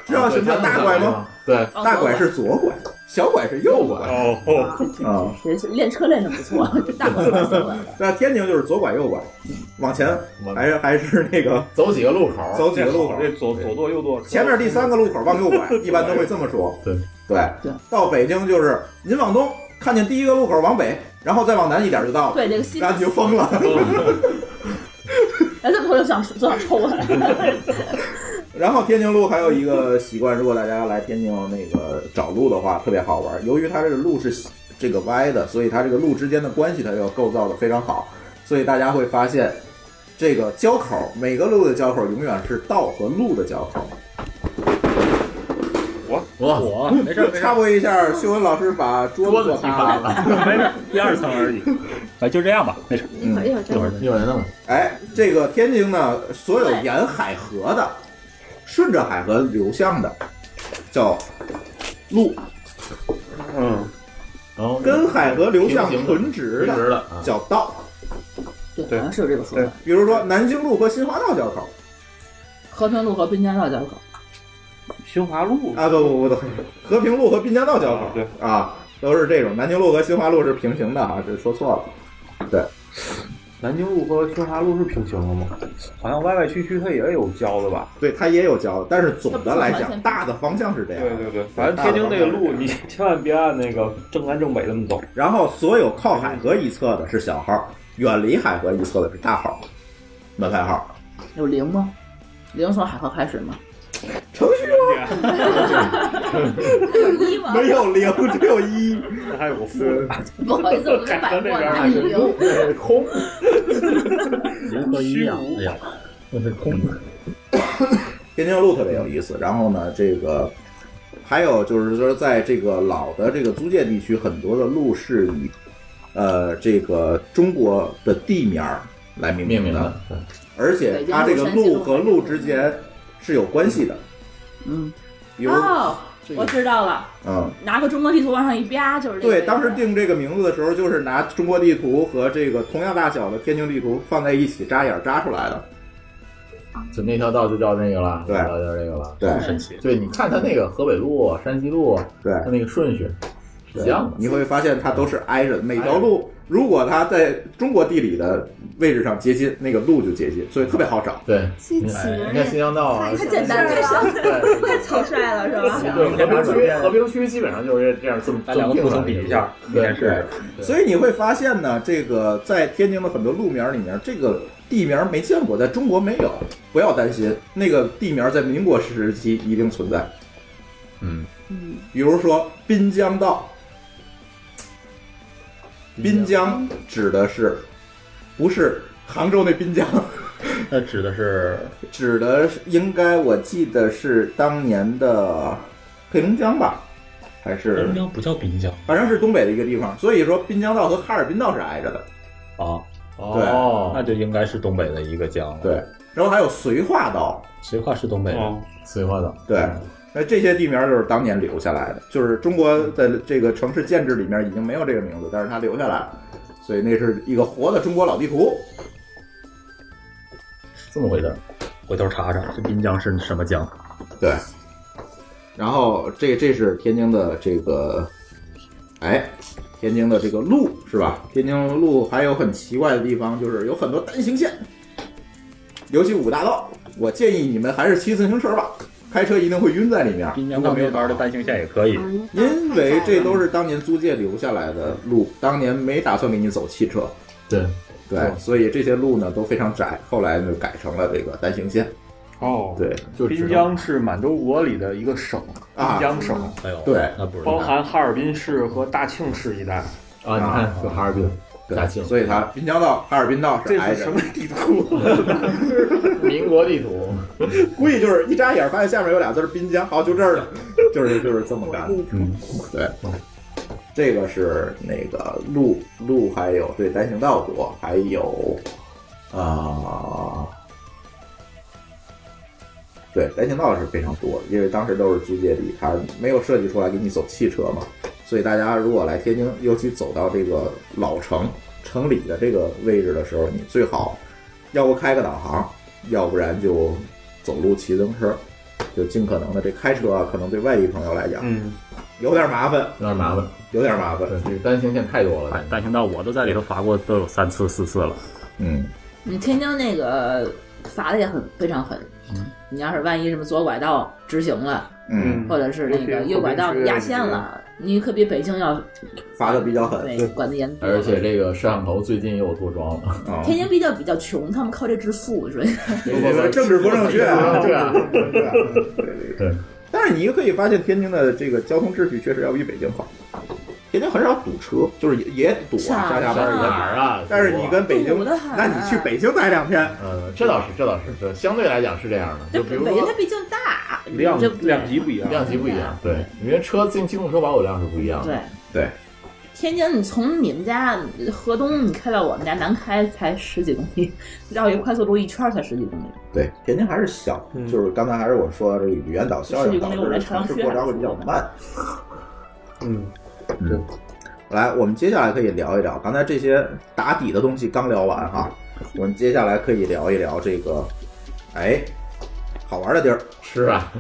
A: 知道什么叫大拐吗？？
C: 对，
D: 哦
A: 大拐是左拐，小拐是右拐
F: 哦，
A: 啊。
D: 其实练车练的不错，大伙都行了。
A: 那天津就是左拐右拐，嗯往前
C: 往
A: 还是还是那个
G: 啊
C: 走几个路口，
A: 哎走几个路口，
F: 这左左舵右舵，
A: 前面第三个路口往右拐，一般都会这么说。
C: 对
A: 对
D: 对
A: 到北京就是您往东看见第一个路口往北，然后再往南一点就到了，
D: 对，这个西，
A: 然后你就疯了。
F: 嗯
D: 哎，这么说就想就想抽我
A: 嗯
D: 了。
A: 然后天津路还有一个习惯，如果大家来天津那个找路的话，特别好玩。由于它这个路是这个歪的，所以它这个路之间的关系它要构造的非常好，所以大家会发现，这个交口每个路的交口永远是道和路的交口。
C: 哇，
B: 我没事儿没事
A: 插
B: 儿，
A: 播一下，秀文老师把桌
C: 桌
A: 子
C: 子
A: 坐
C: 踢翻
A: 塌。
C: 了，
B: 没事儿，第二层而已。哎，就这样吧，没事儿。
E: 一会
B: 一会
E: 儿一会儿再说
B: 儿。
C: 有人弄，
A: 哎，这个天津呢，所有沿海河的，顺着海河流向的，叫路；
F: 嗯，
C: 然后
A: 跟海河流向
C: 平行的
A: 垂直
C: 直
A: 的
C: 的啊，
A: 叫道。
D: 对，
F: 对
D: 好像是有这个说法。
A: 比如说南京路和新华道交口
D: 和平路和滨江道交口，
F: 新华路
A: 啊，不不不不，和平路和滨江道交口，
F: 啊对
A: 啊，都是这种。南京路和新华路是平行的啊，这说错了。对，
F: 南京路和清华路是平行的吗？好像歪歪曲曲它也有交的吧？
A: 对，它也有交，但是总的来
D: 它不是完
A: 讲，
D: 全
A: 大的方向是这样。
F: 对对对，反正天津那个路你千万别按那个正南正北那么走。
A: 然后所有靠海河一侧的是小号，远离海河一侧的是大号，门牌号。
D: 有零吗？零从海河开始吗？
A: 程序
D: 有一吗？
A: 没有零，只有一。
F: 那还有个负，
D: 不好意思，我没买过，哪有零？
C: 空，
B: 零和一啊
F: 虚无，
B: 哎呀，那是空的。
A: 天津路特别有意思。然后呢，这个还有就是说，在这个老的这个租界地区，很多的路是以呃这个中国的地名儿来命
C: 命名
A: 的
C: 的，，
A: 而且它这个路和路之间是有关系的。
D: 嗯，
A: 比如，
D: 哦，
C: 这个
D: 我知道了，
A: 嗯，
D: 拿个中国地图往上一啪，就是这个
A: 对，当时定这个名字的时候，就是拿中国地图和这个同样大小的天津地图放在一起扎眼儿扎出来的。
C: 就那条道就叫那个了，
A: 对
C: 那条道就叫这个了。
A: 对
B: 神奇，
C: 对，你看它那个河北路、山西路，
A: 对，
C: 它那个顺序是一样的。
A: 你会发现它都是挨着的，每条路如果它在中国地理的位置上接近，那个路就接近，所以特别好找。
C: 对，
E: 新奇
C: 哎你看新疆道啊，
E: 太
D: 太简单了，
E: 太
D: 太
E: 小
C: 对，
D: 太草率了，是吧？
C: 对，河平区，河平区基本上就是这样这么
B: 咱两个互
C: 这
B: 相
C: 么定
B: 比
C: 的
B: 一下，应该
C: 对，
B: 是
C: 对
A: 所以你会发现呢，这个在天津的很多路名里面，这个地名没见过，在中国没有，不要担心，那个地名在民国时期一定存在。
B: 嗯，
D: 嗯，
A: 比如说滨江道，滨江指的是不是杭州那滨江？
B: 那指的是
A: 指的是应该我记得是当年的黑龙江吧，还是
B: 滨江不叫滨江
A: 反正是东北的一个地方，所以说滨江道和哈尔滨道是挨着的。
B: 啊，那
C: 哦，
B: 就应该是东北的一个江了。，
A: 对，然后还有绥化道，
B: 绥化是东北的，
F: 嗯，
C: 绥化道，
A: 对，
B: 嗯
A: 那这些地名就是当年留下来的，就是中国
B: 嗯
A: 在这个城市建制里面已经没有这个名字，但是它留下来了，所以那是一个活的中国老地图。
C: 这么回事儿。
B: 回头查查这滨江是什么江。
A: 对，然后这这是天津的这个，哎，天津的这个路是吧？天津路还有很奇怪的地方，就是有很多单行线，尤其五大道。我建议你们还是骑自行车吧，开车一定会晕在里面。
B: 滨江到那边的单行线也可以，
E: 嗯
A: 因为这都是当年租界留下来的路，当年没打算给你走汽车，
C: 对，
A: 对，
C: 对
A: 所以这些路呢都非常窄，后来就改成了这个单行线。
F: 哦，
A: 对，
C: 就只
F: 滨
C: 能
F: 江是满洲国里的一个省，
A: 啊
F: 滨江省
B: 哎呦，
A: 对
B: 那不知道。
F: 包含哈尔滨市和大庆市一带。
C: 啊，你看，就哈尔滨、大
A: 对，
C: 庆，
A: 所以它滨江道、哈尔滨道是
F: 这
A: 挨
F: 是
A: 着的
F: 什么。地图？
C: 民国地图，
A: 估计就是一眨眼发现下面有俩字儿“滨江”，好，就这儿了， 就是就是这么干。
B: 嗯，
A: 对，这个是那个啊路路，还有对单行道多，还有啊、对单行道是非常多，因为当时都是租界地，它呃没有设计出来给你走汽车嘛，所以大家如果来天津，尤其走到这个老城城里的这个位置的时候，你最好要不开个导航，要不然就走路骑自行车，就尽可能的这开车啊，可能对外地朋友来讲
F: 嗯，
A: 有点麻烦，
C: 有点麻烦。
A: 有点麻烦。
C: 对，这个单行线太多了
B: 哎，，单行道我都在里头罚过都有三次四次了。
A: 嗯，
D: 你天津那个罚的也很非常狠，你要是万一什么左拐道直行了，
A: 嗯，
D: 或者是那个右拐道压线了，你可比北京要
A: 罚的比较狠
D: 对管的严多。
C: 而且这个摄像头最近又有涂装 了，
A: 啊。
D: 天津比较比较穷，他们靠这致富，所以
A: 不不不，政治不正确啊，
C: 对啊，
A: 对对
C: 对。
A: 但是你可以发现，天津的这个交通秩序确实要比北京好。天津很少堵车，就是也也堵啊， 上下班
D: 是
A: 也堵。
C: 哪儿啊？
A: 但是你跟北京
D: 堵，得很
A: 那你去北京待两天，
C: 呃，这倒是，这倒是，这相对来讲是这样的。就比如
D: 北京它
C: 说
D: 毕竟大，
F: 量
D: 这
F: 量级不一样。
C: 量级不一样，对，因为车进机动车保有量是不一样的。
D: 对。
A: 对，
D: 天津，你从你们家河东，你开到我们家南开才十几公里，绕一快速路一圈儿才十几公里。
A: 对，天津还是小，
F: 嗯
A: 就是刚才还是我说的这个语言导效
D: 十
A: 应
D: 几
A: 导
D: 公里
A: 致
D: 我们
A: 城
D: 长
A: 市
D: 靴
A: 过招会比较慢。
F: 嗯，
A: 来，我们接下来可以聊一聊刚才这些打底的东西刚聊完哈，我们接下来可以聊一聊这个，哎，好玩的地儿，
C: 吃啊，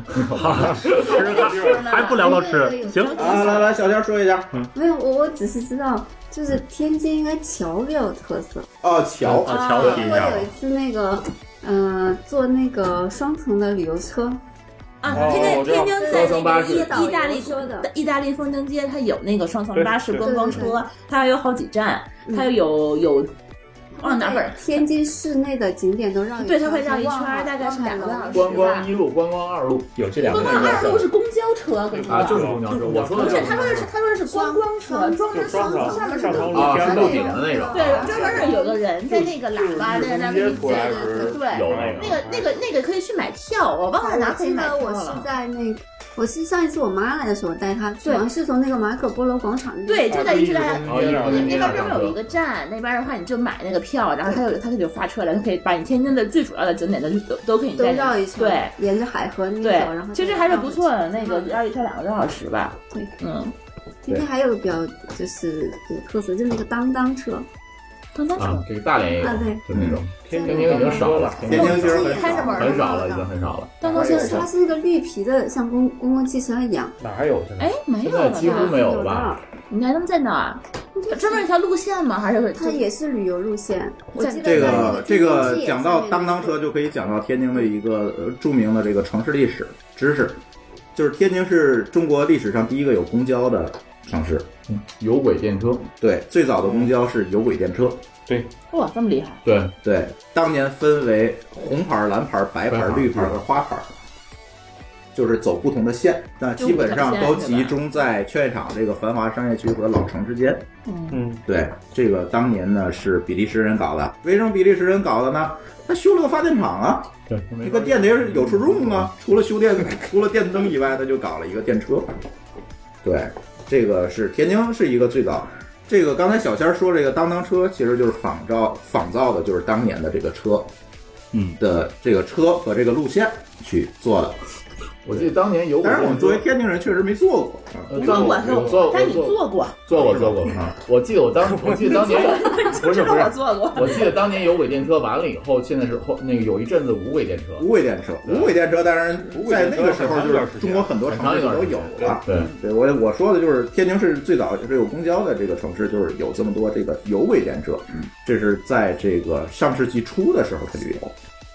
B: 吃它还不聊到
E: 嗯
B: 吃，行，
A: 啊，来来，小天说一下。
E: 没有，我我只是知道，就是天津应该桥比较有特色。
A: 哦，桥
B: 啊桥
E: 我
B: 提一下吧
E: 有一次那个，嗯、坐那个双层的旅游车，
D: 啊，
F: 哦
D: 天
F: 我
D: 津
F: 知道
D: 天津在
C: 双层巴
D: 那
C: 士
D: 个
E: 一
D: 意
E: 岛
D: 意大利
E: 说的，
D: 意大利风情街它有那个双层巴士
F: 对
D: 观光
E: 对对
D: 车，它还有好几站，它又有有
E: 哦
D: 往哪本？
E: 天津市内的景点都绕一圈，
D: 对它会绕一圈
E: 忘了
D: 大概是两个多小时
C: 观光一路、观光二路
B: 有这两个
D: 观
B: 人
D: 光二路是公交车，跟你
C: 啊，就
D: 说。
C: 是公交车。我说的
D: 不是，
C: 就是
D: 他说的是，他说的是观光车，
E: 双
D: 专门
F: 双
D: 层
F: 层
D: 上面是
F: 上
D: 个
F: 层
C: 啊，
F: 路
C: 是
F: 肩
C: 到
F: 膀
C: 顶的那个，
D: 对，专门是有个人在那个喇叭在那给你
F: 出来
D: 介绍。
F: 时
D: 对，
C: 有那
D: 那
C: 个
D: 个那个那个可以去买票，我忘了哪
E: 我
D: 可以
E: 记
D: 买
E: 得
D: 票
E: 我是
D: 了。
E: 在那个，我是上一次我妈来的时候带她去，
D: 对
E: 好像是从那个马可波罗广场那边
D: 对，就在一直在
F: 嗯
C: 哦一直在
D: 那边专门有一个站，那边的话你就买那个票，然后他就他就发车了，他可以把你天津的最主要的景点都都都可以
E: 都
D: 带
E: 绕一圈，
D: 对，
E: 沿着海河那走，
D: 对
E: 然后，
D: 其实
E: 再
D: 还是
E: 绕
D: 不
E: 回
D: 错
E: 去嗯
D: 的。那个绕一圈两个多小时吧。
E: 对，
D: 嗯，
E: 天津还有个比较就是有特色，就是那个当当车
D: 当当
C: 啊
D: 车，
C: 这个大连也有
E: 啊对，
C: 就那种。
F: 天
C: 天津已经少了，
A: 天津其实很
D: 开着
A: 少
D: 门，
C: 很少了，已经很少了。
D: 当当车
E: 就是是
D: 什么
E: 它是一个绿皮的，像公公共汽车一样，
F: 哪还有现在？
D: 哎，没
C: 现
D: 有
C: 在
D: 了
C: 几乎
D: 吧？
C: 没有了
E: 的
C: 吧？
D: 你还能在哪儿？专门有一条路线吗？还是
E: 它也是旅游路线。我记得
A: 这
E: 在那
A: 个这
E: 天津
A: 个
E: 市也
A: 讲
E: 上
A: 到
E: 面
A: 当当车，就可以讲到天津的一个呃著名的这个城市历史知识，就是天津是中国历史上第一个有公交的城市。
C: 有轨电车，
A: 对，最早的公交是有轨电车。
D: 哇这么厉害？
C: 对，
A: 对，当年分为红牌、蓝牌、白牌
C: 白、牌
A: 绿牌
C: 嗯
A: 和花牌，就是走不同的线。那基本上都集中在劝业场这个繁华商业区和老城之间。
D: 嗯，
F: 嗯，
A: 对，这个当年呢是比利时人搞的，为什么比利时人搞的呢？他修了个发电厂啊，
C: 对，
A: 这个电得有处用啊。除了修电， 除了电灯以外，他就搞了一个电车。对，这个是天津是一个最早。这个刚才小仙儿说这个当当车，其实就是仿照仿造的，就是当年的这个车，
B: 嗯
A: 的这个车和这个路线去做的。
C: 我记得当年有轨
A: 当然，我们
C: 电车
A: 作为，天津人确实没坐过，啊
C: 呃
D: 坐过，
C: 当我
D: 坐
C: 坐
D: 过，但你
C: 坐
D: 坐过，
C: 坐过坐过啊！我记得我当，我记得当年不是
D: 这
C: 不
D: 个我
C: 是，
D: 坐过。
C: 我记得当年有轨电车完了以后，现在是后那个有一阵子无轨电车，
A: 无轨电车，
C: 对
A: 无轨电车当然
F: 无轨
A: 在那
F: 电车
A: 个时候
F: 很长
A: 就
F: 一段
A: 是
F: 时间
A: 中国很多
C: 很
A: 城
C: 长
A: 市
C: 一段
A: 都
C: 时
A: 有
C: 间
A: 了。
C: 对，
A: 对我我说的就是天津市最早就是有公交的这个城市，就是有这么多这个有轨电车，这是在这个上世纪初的时候它就有。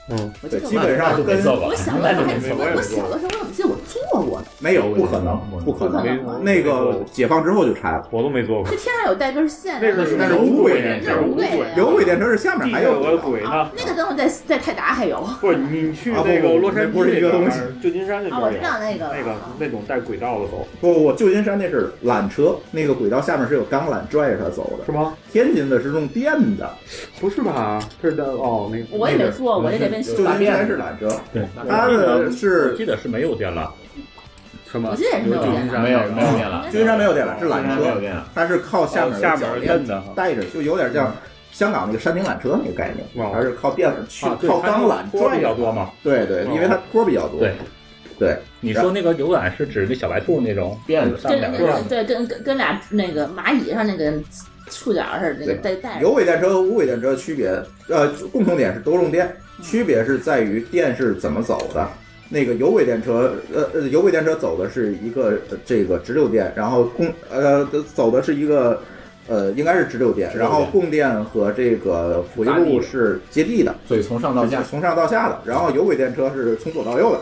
D: 我
A: 对，
D: 记得
A: 基本上
C: 就没
A: 跟
C: 坐过
D: 我小
C: 那
D: 的时
C: 就
D: 候
C: 没坐过。
D: 还我我小的时候我怎么记得我坐过呢？
A: 没有，不可能，不可
D: 不
A: 能。
D: 可能
A: 那个解放之后就拆了，
F: 我都没坐过。
D: 这天上有带根线的，
F: 那是
A: 那是
C: 无
A: 无轨
C: 轨
A: 电
C: 电
D: 那是
C: 车
D: 无，轨的，
A: 有轨电车是下面
F: 地
A: 还
F: 上有
A: 有
F: 个轨呢
D: 啊，，那个等会在在泰达还有啊，
F: 不是你去那个洛杉矶那边儿，旧金山那边
D: 哦我
F: 儿
D: 知
F: 有
D: 道那个了
F: 那个那种带轨道的走，
A: 不不，旧金山那是缆车，那个轨道下面是有钢缆拽着它走
F: 是
A: 的。
F: 吗？
A: 天津的是用电的，
F: 不是吧？这是在哦，那
D: 我也没坐过，也得问
A: 旧
D: 小
A: 金
D: 白。
A: 山是缆车，它
C: 那
A: 的
B: 我
A: 是
B: 记得是没有电缆，
F: 什么
D: 我记得也是没有电的，
C: 没有没有电缆，
A: 旧金山没有电缆，是
C: 旧
A: 缆
C: 金山没有
A: 车，
C: 电缆，
A: 它是靠下面
F: 哦
A: 有
F: 下
A: 个
F: 面
A: 脚
F: 有
A: 链
F: 蹬的哈
A: 带着，就有点像香港那个山顶缆车那个概念，
F: 哦
A: 它是靠电去
F: 啊对
A: 靠钢缆
B: 坡
A: 拽
B: 比较
A: 着。
B: 多嘛。
A: 对对，
F: 哦
A: 因为它坡比较多。
B: 对
A: 对，
B: 你说那个游览是指那小白兔那种
C: 辫子
B: 上面
D: 跟
B: 两
D: 跟
B: 个
D: 跟对跟跟跟俩那个蚂蚁上那个触角似的，那个带带着
A: 有轨电车和无轨电车区别，呃，共同点是都用电，区别是在于电是怎么走的。那个有轨电车，呃呃，有轨电车走的是一个、呃这个直流电，然后供呃走的是一个呃应该是直流电，
C: 直流
A: 然
C: 电
A: 后供电和这个回路是接地的，
C: 所以从上到
A: 就是
C: 下，
A: 从上到下的，然后有轨电车是从左到右的，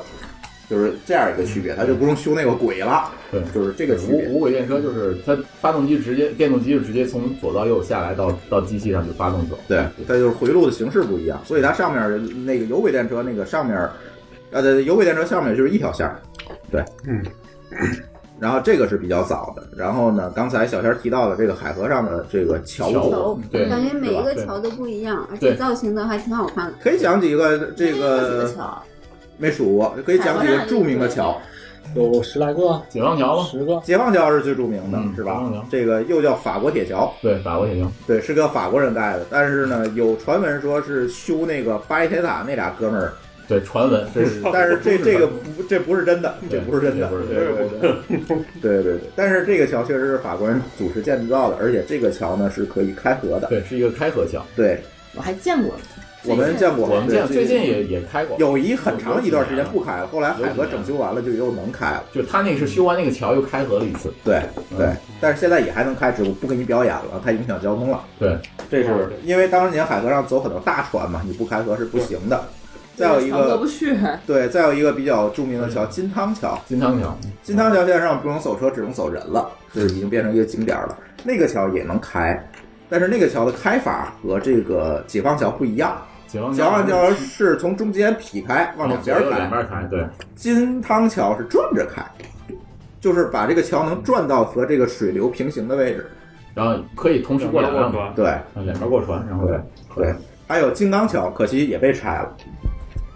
A: 就是这样一个区别，它就不用修那个轨了，
C: 对
A: 就是这个区
C: 无
A: 别。
C: 无轨电车就是它发动机直接电动机就直接从左到右下来到到机器上就发动走，
A: 对，它就是回路的形式不一样，所以它上面那个有轨电车那个上面，呃，对，有轨电车上面就是一条线儿，对，
F: 嗯。
A: 然后这个是比较早的，然后呢，刚才小仙儿提到的这个海河上的这个桥
C: 桥
A: 谷，
C: 对
E: 感觉每一个
C: 是吧
E: 桥都不一样，而
C: 对
E: 且造型的还挺好看的。
A: 可以讲几个这
D: 那
A: 个
D: 几桥
A: 没数过，可以讲几个著名的桥，
B: 有十来个，
C: 解放桥吗？
B: 十个。
A: 解放桥是最著名的，
C: 嗯解
A: 是吧
C: 放桥？
A: 这个又叫法国铁桥，
C: 对，法国也行，
A: 对，是个法国人盖的，但是呢，有传闻说是修那个巴黎铁塔那俩哥们儿，
C: 对，传闻这是
A: 但是这这个哦不这不是真的，这不是真的，
C: 不是
A: 对对对。对对对，但是这个桥确实是法国人主持建造的，而且这个桥呢是可以开合的。
C: 对，是一个开合桥，
A: 对，
D: 我还见过，
A: 我们见过，
G: 我们
A: 对
G: 见最近也也开过，
A: 有一很长一段时间不开了，后来海河整修完了就又能开了。
G: 就他那个是修完那个桥又开合了一次，
A: 对对，但是现在也还能开，只不过不给你表演了，太影响交通了。
G: 对，
A: 这
F: 哦
A: 是因为当年海河上走很多大船嘛，你不开河是不行的。再有一
D: 过
A: 个
D: 不去，
A: 对，再有一个比较著名的桥金汤桥，
G: 金汤桥，
A: 金汤桥现在上不能走车，只能走人了，就是已经变成一个景点了。那个桥也能开，但是那个桥的开法和这个解放桥不一样。
G: 解放
A: 解放桥是从中间劈开，往两边
G: 左右
A: 开
G: 两；边开，对，
A: 金汤桥是转着开，就是把这个桥能转到和这个水流平行的位置。
G: 然后可以同时过两辆
F: 船，
A: 对
G: 啊两边过船，然后对
A: 对，还有金刚桥，可惜也被拆了。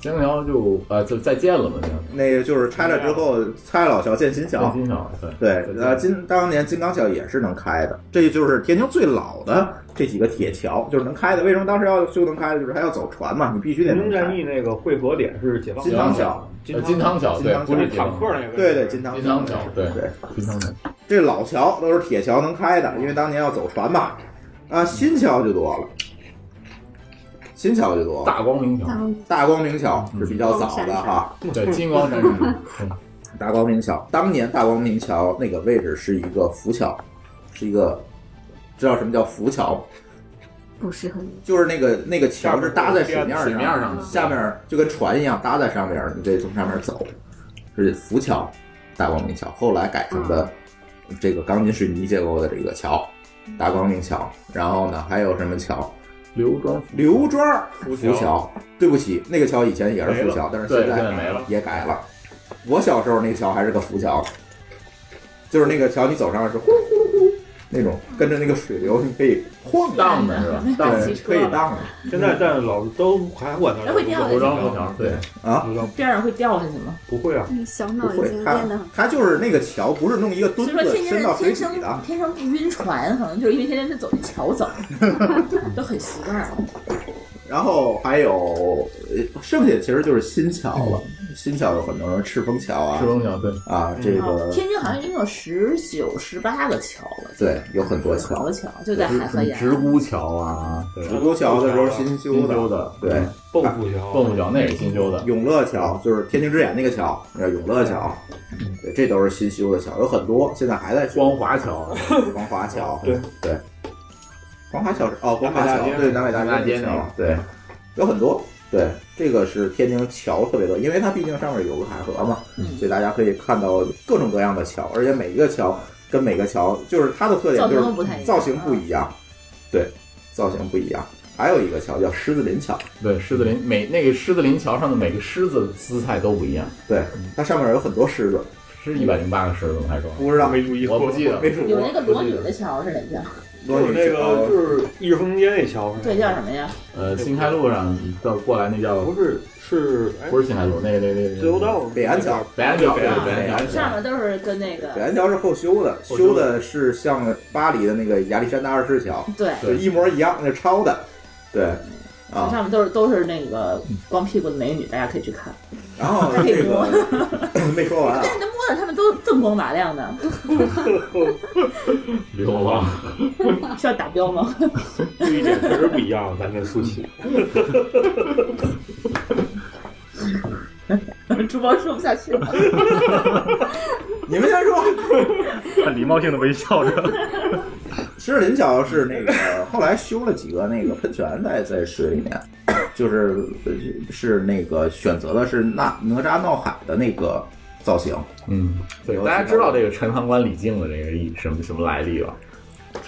G: 金汤桥就呃就再见了嘛，这样
A: 那个就是拆了之后，拆老桥建新桥。
G: 金桥对
A: 对，
G: 再见
A: 呃，金当年金刚桥也是能开的，这就是天津最老的这几个铁桥，就是能开的。为什么当时要修能开的？就是还要走船嘛，你必须得
F: 临
A: 能
F: 潼战
A: 开。
F: 役那个汇合点是解放
A: 金汤桥，
G: 呃金汤桥
A: 金
G: 对
A: 汤，桥
F: 不
G: 不
F: 是
G: 是
F: 坦克那个，
A: 对对，金汤
G: 金汤桥对
A: 对，
G: 金汤桥，
A: 这老桥都是铁桥能开的，因为当年要走船嘛。啊，新桥就多了，新桥就多了。
G: 大光明桥
E: 大，公
A: 大光明桥是比较早的哈，
G: 对，金光山上，
A: 大光明桥当年大光明桥那个位置是一个浮桥，是一个知道什么叫浮桥吗？
E: 不适合你。
A: 就是那个那个桥是搭在水面
G: 水面
A: 上，
G: 上的
A: 下面就跟船一样搭在上面，你得从上面走，是浮桥，大光明桥，后来改成的这个钢筋水泥结构的这个桥，大光明桥。然后呢，还有什么桥？
G: 刘庄
A: 刘庄
F: 浮
A: 浮
F: 桥，
A: 桥。对不起，那个桥以前也是浮桥，但是
G: 对
A: 现
G: 现
A: 在
G: 在没了，
A: 也改了。我小时候那个桥还是个浮桥，就是那个桥你走上来是呼呼呼那种，跟着那个水流你可以晃荡，
G: 荡的是吧？
D: 荡
A: 对
D: 骑车
A: 可以荡的。
F: 现在但是老都还管它
D: 哎会掉下去
G: 刘庄浮桥对，
A: 啊，
F: 刘庄
D: 边上会掉下去吗？
F: 不会啊，
E: 嗯，小
A: 不
E: 脑已
A: 会
E: 经，
A: 它
E: 练得很。
A: 它就是那个桥，不是弄一个
D: 所
A: 墩
D: 以说
A: 子
D: 天津
A: 伸
D: 人
A: 到水
D: 天
A: 底
D: 生
A: 的。
D: 天生不晕船，可能就是因为天天是走那桥走，都很习惯了。
A: 然后还有，呃剩下其实就是新桥了。新桥有很多人，赤峰桥啊
G: 赤，峰桥对，
A: 啊，这
D: 哦
A: 个
D: 天津好像已经有十九、十八个桥了，
A: 对，有很多
D: 好
A: 桥
D: 多。桥就在海河沿
G: 直沽桥啊，对
A: 独孤桥的时候新修
G: 新
A: 的，
G: 修的，嗯
A: 对，
F: 蹦浮桥，
G: 蚌埠桥那也是新修的，
A: 永乐桥就是天津之眼那个桥，叫永乐桥，对，这都是新修的桥，有很多，现在还在修。
G: 光华桥，
A: 光华
D: 哦
A: 桥，
F: 对
A: 对，光华桥是哦，光华
F: 南北
A: 桥
F: 大街
A: 对，南北大
G: 南北
A: 街
G: 大街
A: 那
G: 那
A: 桥
G: 个，
A: 对，有很多。对，这个是天津桥特别多，因为它毕竟上面有个海河嘛，
D: 嗯
A: 所以大家可以看到各种各样的桥，而且每一个桥跟每个桥就是它的特点
D: 造
A: 就
D: 型都不太
A: 是
D: 一样
A: 造型不一样，对，造型不一样。还有一个桥叫狮子林桥，
G: 对，狮子林每那个狮子林桥上的每个狮子的姿态都不一样，
A: 对，它上面有很多狮子，
G: 是一百零八个狮子吗？还是
A: 不知道
F: 没注意，
G: 我不记得
A: 没数
D: 嗯有
A: 过。
D: 那个裸女的桥是哪家？
A: 裸
F: 就是
A: 女
F: 那个
A: 桥
F: 就是意式风街那桥是吗
D: 对，叫什么呀？
G: 呃新开路上到过来那叫
F: 不是是哎
G: 不是新开路，那个那个那个
F: 自由道
A: 北安桥，
G: 北安桥
F: 对
G: 对
F: 北
G: 北
A: 安
G: 安
D: 上
G: 桥，
D: 面都是跟那个
A: 北安桥是后修的，
F: 后修
A: 修
F: 的
A: 的是像巴黎的那个亚历山大二世桥，
D: 对，
A: 就一模一样，那是抄的，对，啊，
D: 上面都是都是那个光屁股的美女，大家可以去看。
A: 然后
D: 还可以
A: 这个 没说完啊
D: 但，是能摸的他们都锃光瓦 亮的，
G: 流浪
D: 需要打标吗？
F: 这一点确实不一样，咱这苏西。
D: 主播说不下去了，
A: 你们先说。
B: 很礼貌性的微笑着。
A: 石子林桥是那个后来修了几个那个喷泉在在水里面， 就是呃是那个选择的是那哪吒闹海的那个造型，
G: 嗯，对，大家知道这个陈塘关李靖的这个意什么什么来历吧？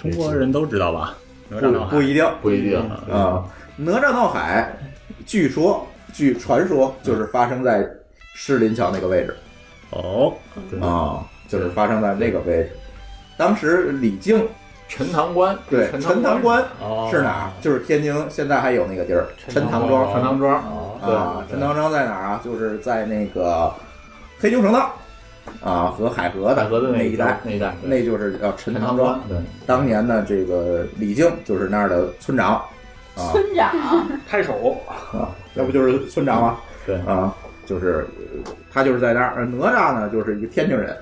B: 中国人都知道吧？哪吒
A: 不
B: 闹海嗯
A: 不一定
G: 不一定
A: 啊。哪吒闹海，据说据传说就是发生在石林桥那个位置。
B: 哦，
G: 对
A: 啊，就是发生在那个位置。当时李靖
G: 陈塘关
A: 对陈塘关
B: 哦
A: 是哪儿？就是天津现在还有那个地儿，陈塘
C: 哦
G: 庄陈
A: 庄
G: 塘庄
B: 哦
G: 对
A: 啊，陈塘庄在哪儿啊？就是在那个黑牛城道啊和海河
G: 大河的
A: 那
G: 那
A: 一带，
G: 那一带，对
A: 那就是叫陈
G: 陈
A: 塘
G: 塘
A: 庄
G: 关。对。
A: 当年呢，这个李靖就是那儿的村长啊，
D: 村长
F: 拍手，
A: 啊，要不就是村长吗？
G: 对
A: 啊，就是呃他就是在那儿，呃哪吒呢就是一个天津人，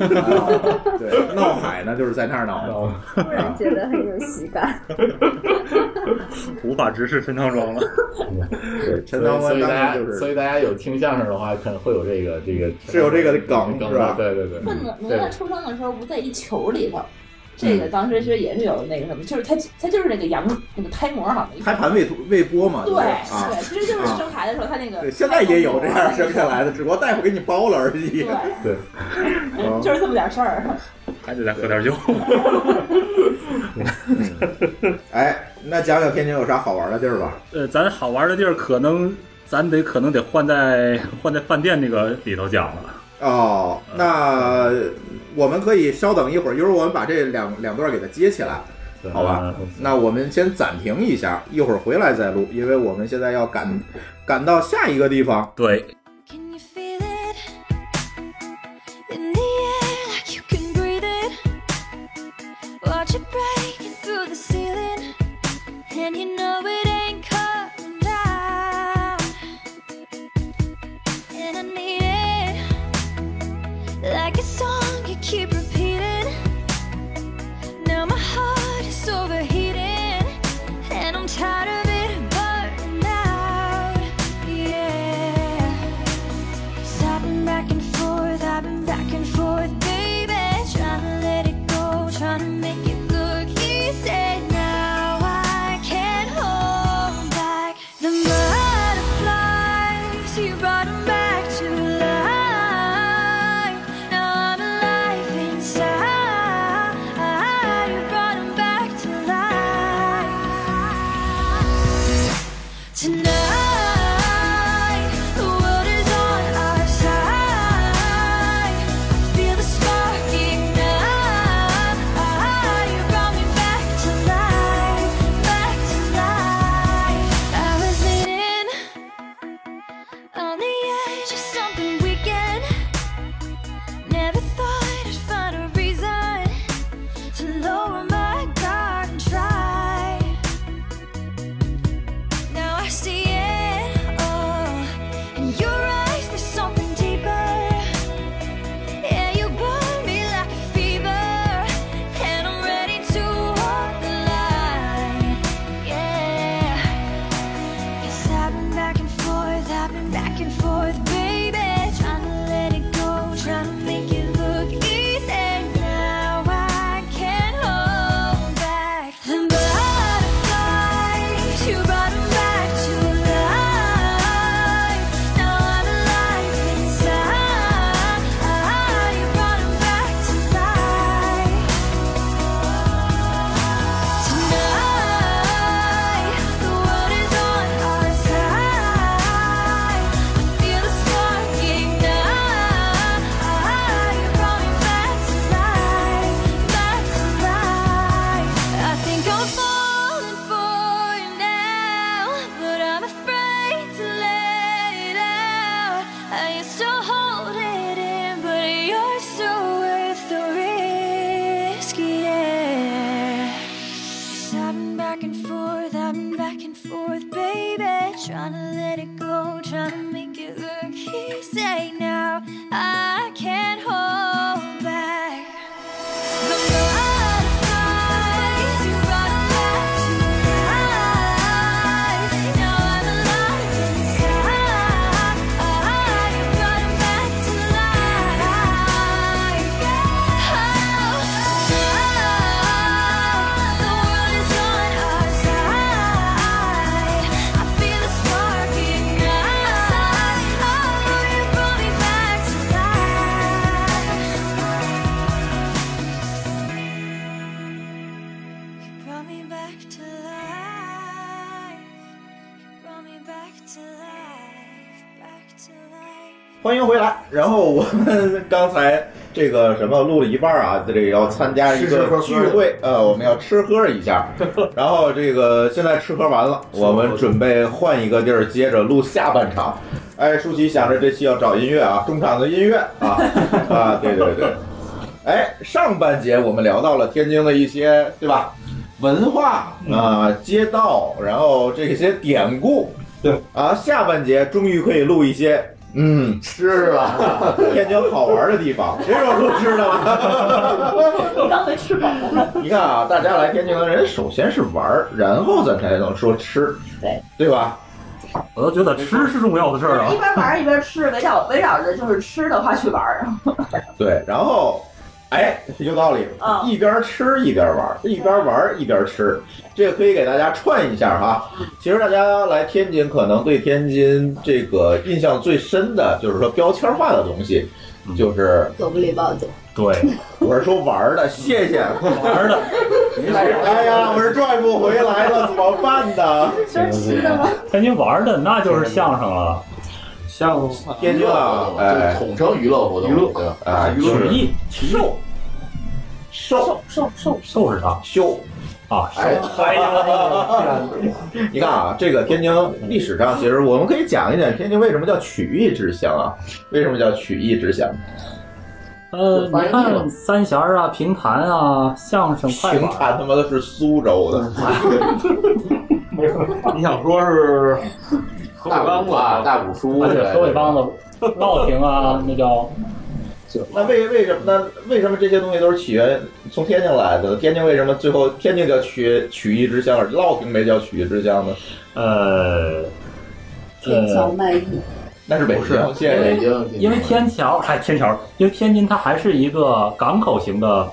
A: 啊对，闹海呢就是在那儿闹
G: 哦
A: 的。
C: 哦
E: 突然觉得很有喜感。
B: 无法直视陈长庄了。
A: 对，陈
C: 所
A: 塘
C: 以所
A: 关
C: 以
A: 当
C: 大家
A: 年就是
C: 所以大家有听相声的话，可能会有这个这个
A: 是有这个梗
C: 梗
A: 是吧
C: 对对对，
D: 不，哪哪吒
C: 对
D: 出生的时候不在一球里头，这个当时其实也是有那个什么，就是他他就是那个羊那个胎膜好像一
A: 胎盘未脱未剥嘛，
D: 对
A: 就是啊，
D: 对，其实就是生孩子的时候他那个
A: 对，现在也有这样生下来的，只不过大夫给你包了而已。
D: 对，
A: 嗯
D: 就是这么点事儿。
B: 还得再喝点酒。
A: 哎，那讲讲天津有啥好玩的地儿吧？
B: 呃，咱好玩的地儿可能咱得可能得换在换在饭店那个里头讲了。
A: 哦，那我们可以稍等一会儿，一会儿我们把这两两段给它接起来，
C: 对
A: 好吧？
B: 嗯
A: 那我们先暂停一下，一会儿回来再录，因为我们现在要赶赶到下一个地方。
B: 对，
H: Can you feel it? In the air, like you can breathe it. Watch it breaking through the ceiling. And you know it ain't coming down. And I need it. Like a song you keep repeating. Now my heart is overheating. And I'm tired of it burning out. Yeah. Cause I've been back and forth, I've been back and forth, baby. Trying to let it go, trying to make it look easy. Now I can't hold back the butterflies. You brought 'em back to life. Now I'm alive inside. You brought 'em back to life. Tonight, the world is on our side. Feel the spark ignite. You brought me back to life, back to life. I was leaning on the edge of something weekend. Never thought I'd find a reason to lower my guard and try. Now I see it all. In your eyes, there's something deeper. Yeah, you burn me like a fever. And I'm ready to hold the line. Yeah. Cause I've been back and forth, I've been back and forth, baby. Trying to let it go, trying to make it look easy. Now I can't hold back the butterflies. You brought 'em back to life. Now I'm alive inside. You brought 'em back to life. Tonight, the world is on our side. I feel the spark ignite. You brought me back to life, back to life. I think I'm falling for you now, but I'm afraid to let it out. I used to hold it in, but you're so worth the risk, yeah. Cause I've been back and forth, I've been back and forth, baby. Trying to let it go, trying to make it look easy now. I can't hold back. The butterflies, you brought 'em back to life. Now I'm alive inside. You brought 'em back to life. Oh, the world is on our side. I feel the spark ignite. Oh, you brought me back to life. You brought me back to life. You brought me back to life. Back to life.
A: 欢迎回来。然后我们刚才这个什么录了一半啊，这个要参加一
C: 吃吃喝
A: 个
C: 喝
A: 聚会，呃，我们要吃喝一 下。然后这个现在吃喝完了，我们准备换一个地儿接着录下半场。哎，舒淇想着这期要找音乐啊，中场的音乐 啊啊，对对对。哎，上半节我们聊到了天津的一些，对吧？文化啊、街道，然后这些典故，对啊。下半节终于可以录一些嗯，
C: 是吧？
A: 天津好玩的地方，谁说不知道啊？嗯
D: 我刚没吃饱呢。
A: 你看啊，大家来天津的人，首先是玩儿，然后咱才能说吃，
D: 对
A: 对吧？
B: 我都觉得吃是重要的事儿啊
D: 一。边玩儿一边吃，围绕围绕着就是吃的话去玩儿。
A: 对，然后，哎，有道理，
D: 嗯
A: 一边吃一边玩儿，一边玩儿一边吃，这个可以给大家串一下哈。其实大家来天津，可能对天津这个印象最深的就是说标签化的东西，就是
E: 狗不理
C: 呃
E: 包子，
B: 对，
A: 我是说玩儿的，谢谢。
B: 玩儿的，
A: 哎呀，我是拽不回来了，怎么办呢？
D: 这是吃的吗？
B: 天津玩儿的那就是相声了，
F: 像
A: 天津啊，
C: 就是
A: 哎
C: 统称娱乐活动，
F: 娱乐
C: 对吧？
A: 哎，
B: 曲艺、
A: 瘦瘦
D: 瘦瘦
B: 瘦是啥
A: 修。
B: 啊？
C: 哎
B: 哎呀，
A: 你看啊，这个天津历史上，其实我们可以讲一讲天津为什么叫曲艺之乡啊？为什么叫曲艺之乡？
B: 呃，你看三弦儿啊、评弹啊、相声、快
A: 评
B: 板儿，
A: 弹他妈的是苏州的，
F: 你想说 是河北
C: 大
F: 梆
C: 鼓
F: 子
C: 啊，大鼓书
B: 而
C: 之类的，
B: 且河北梆子、道亭啊，那叫
A: 那为为什么？那为什么这些东西都是起源从天津来的？天津为什么最后天津叫曲曲艺之乡，而乐平没叫曲艺之乡呢？
B: 呃。
E: 天桥卖艺，
A: 那是北京，谢谢
C: 北
A: 你。
C: 京，
B: 因为天桥，哎，天桥，因为天津它还是一个港口型的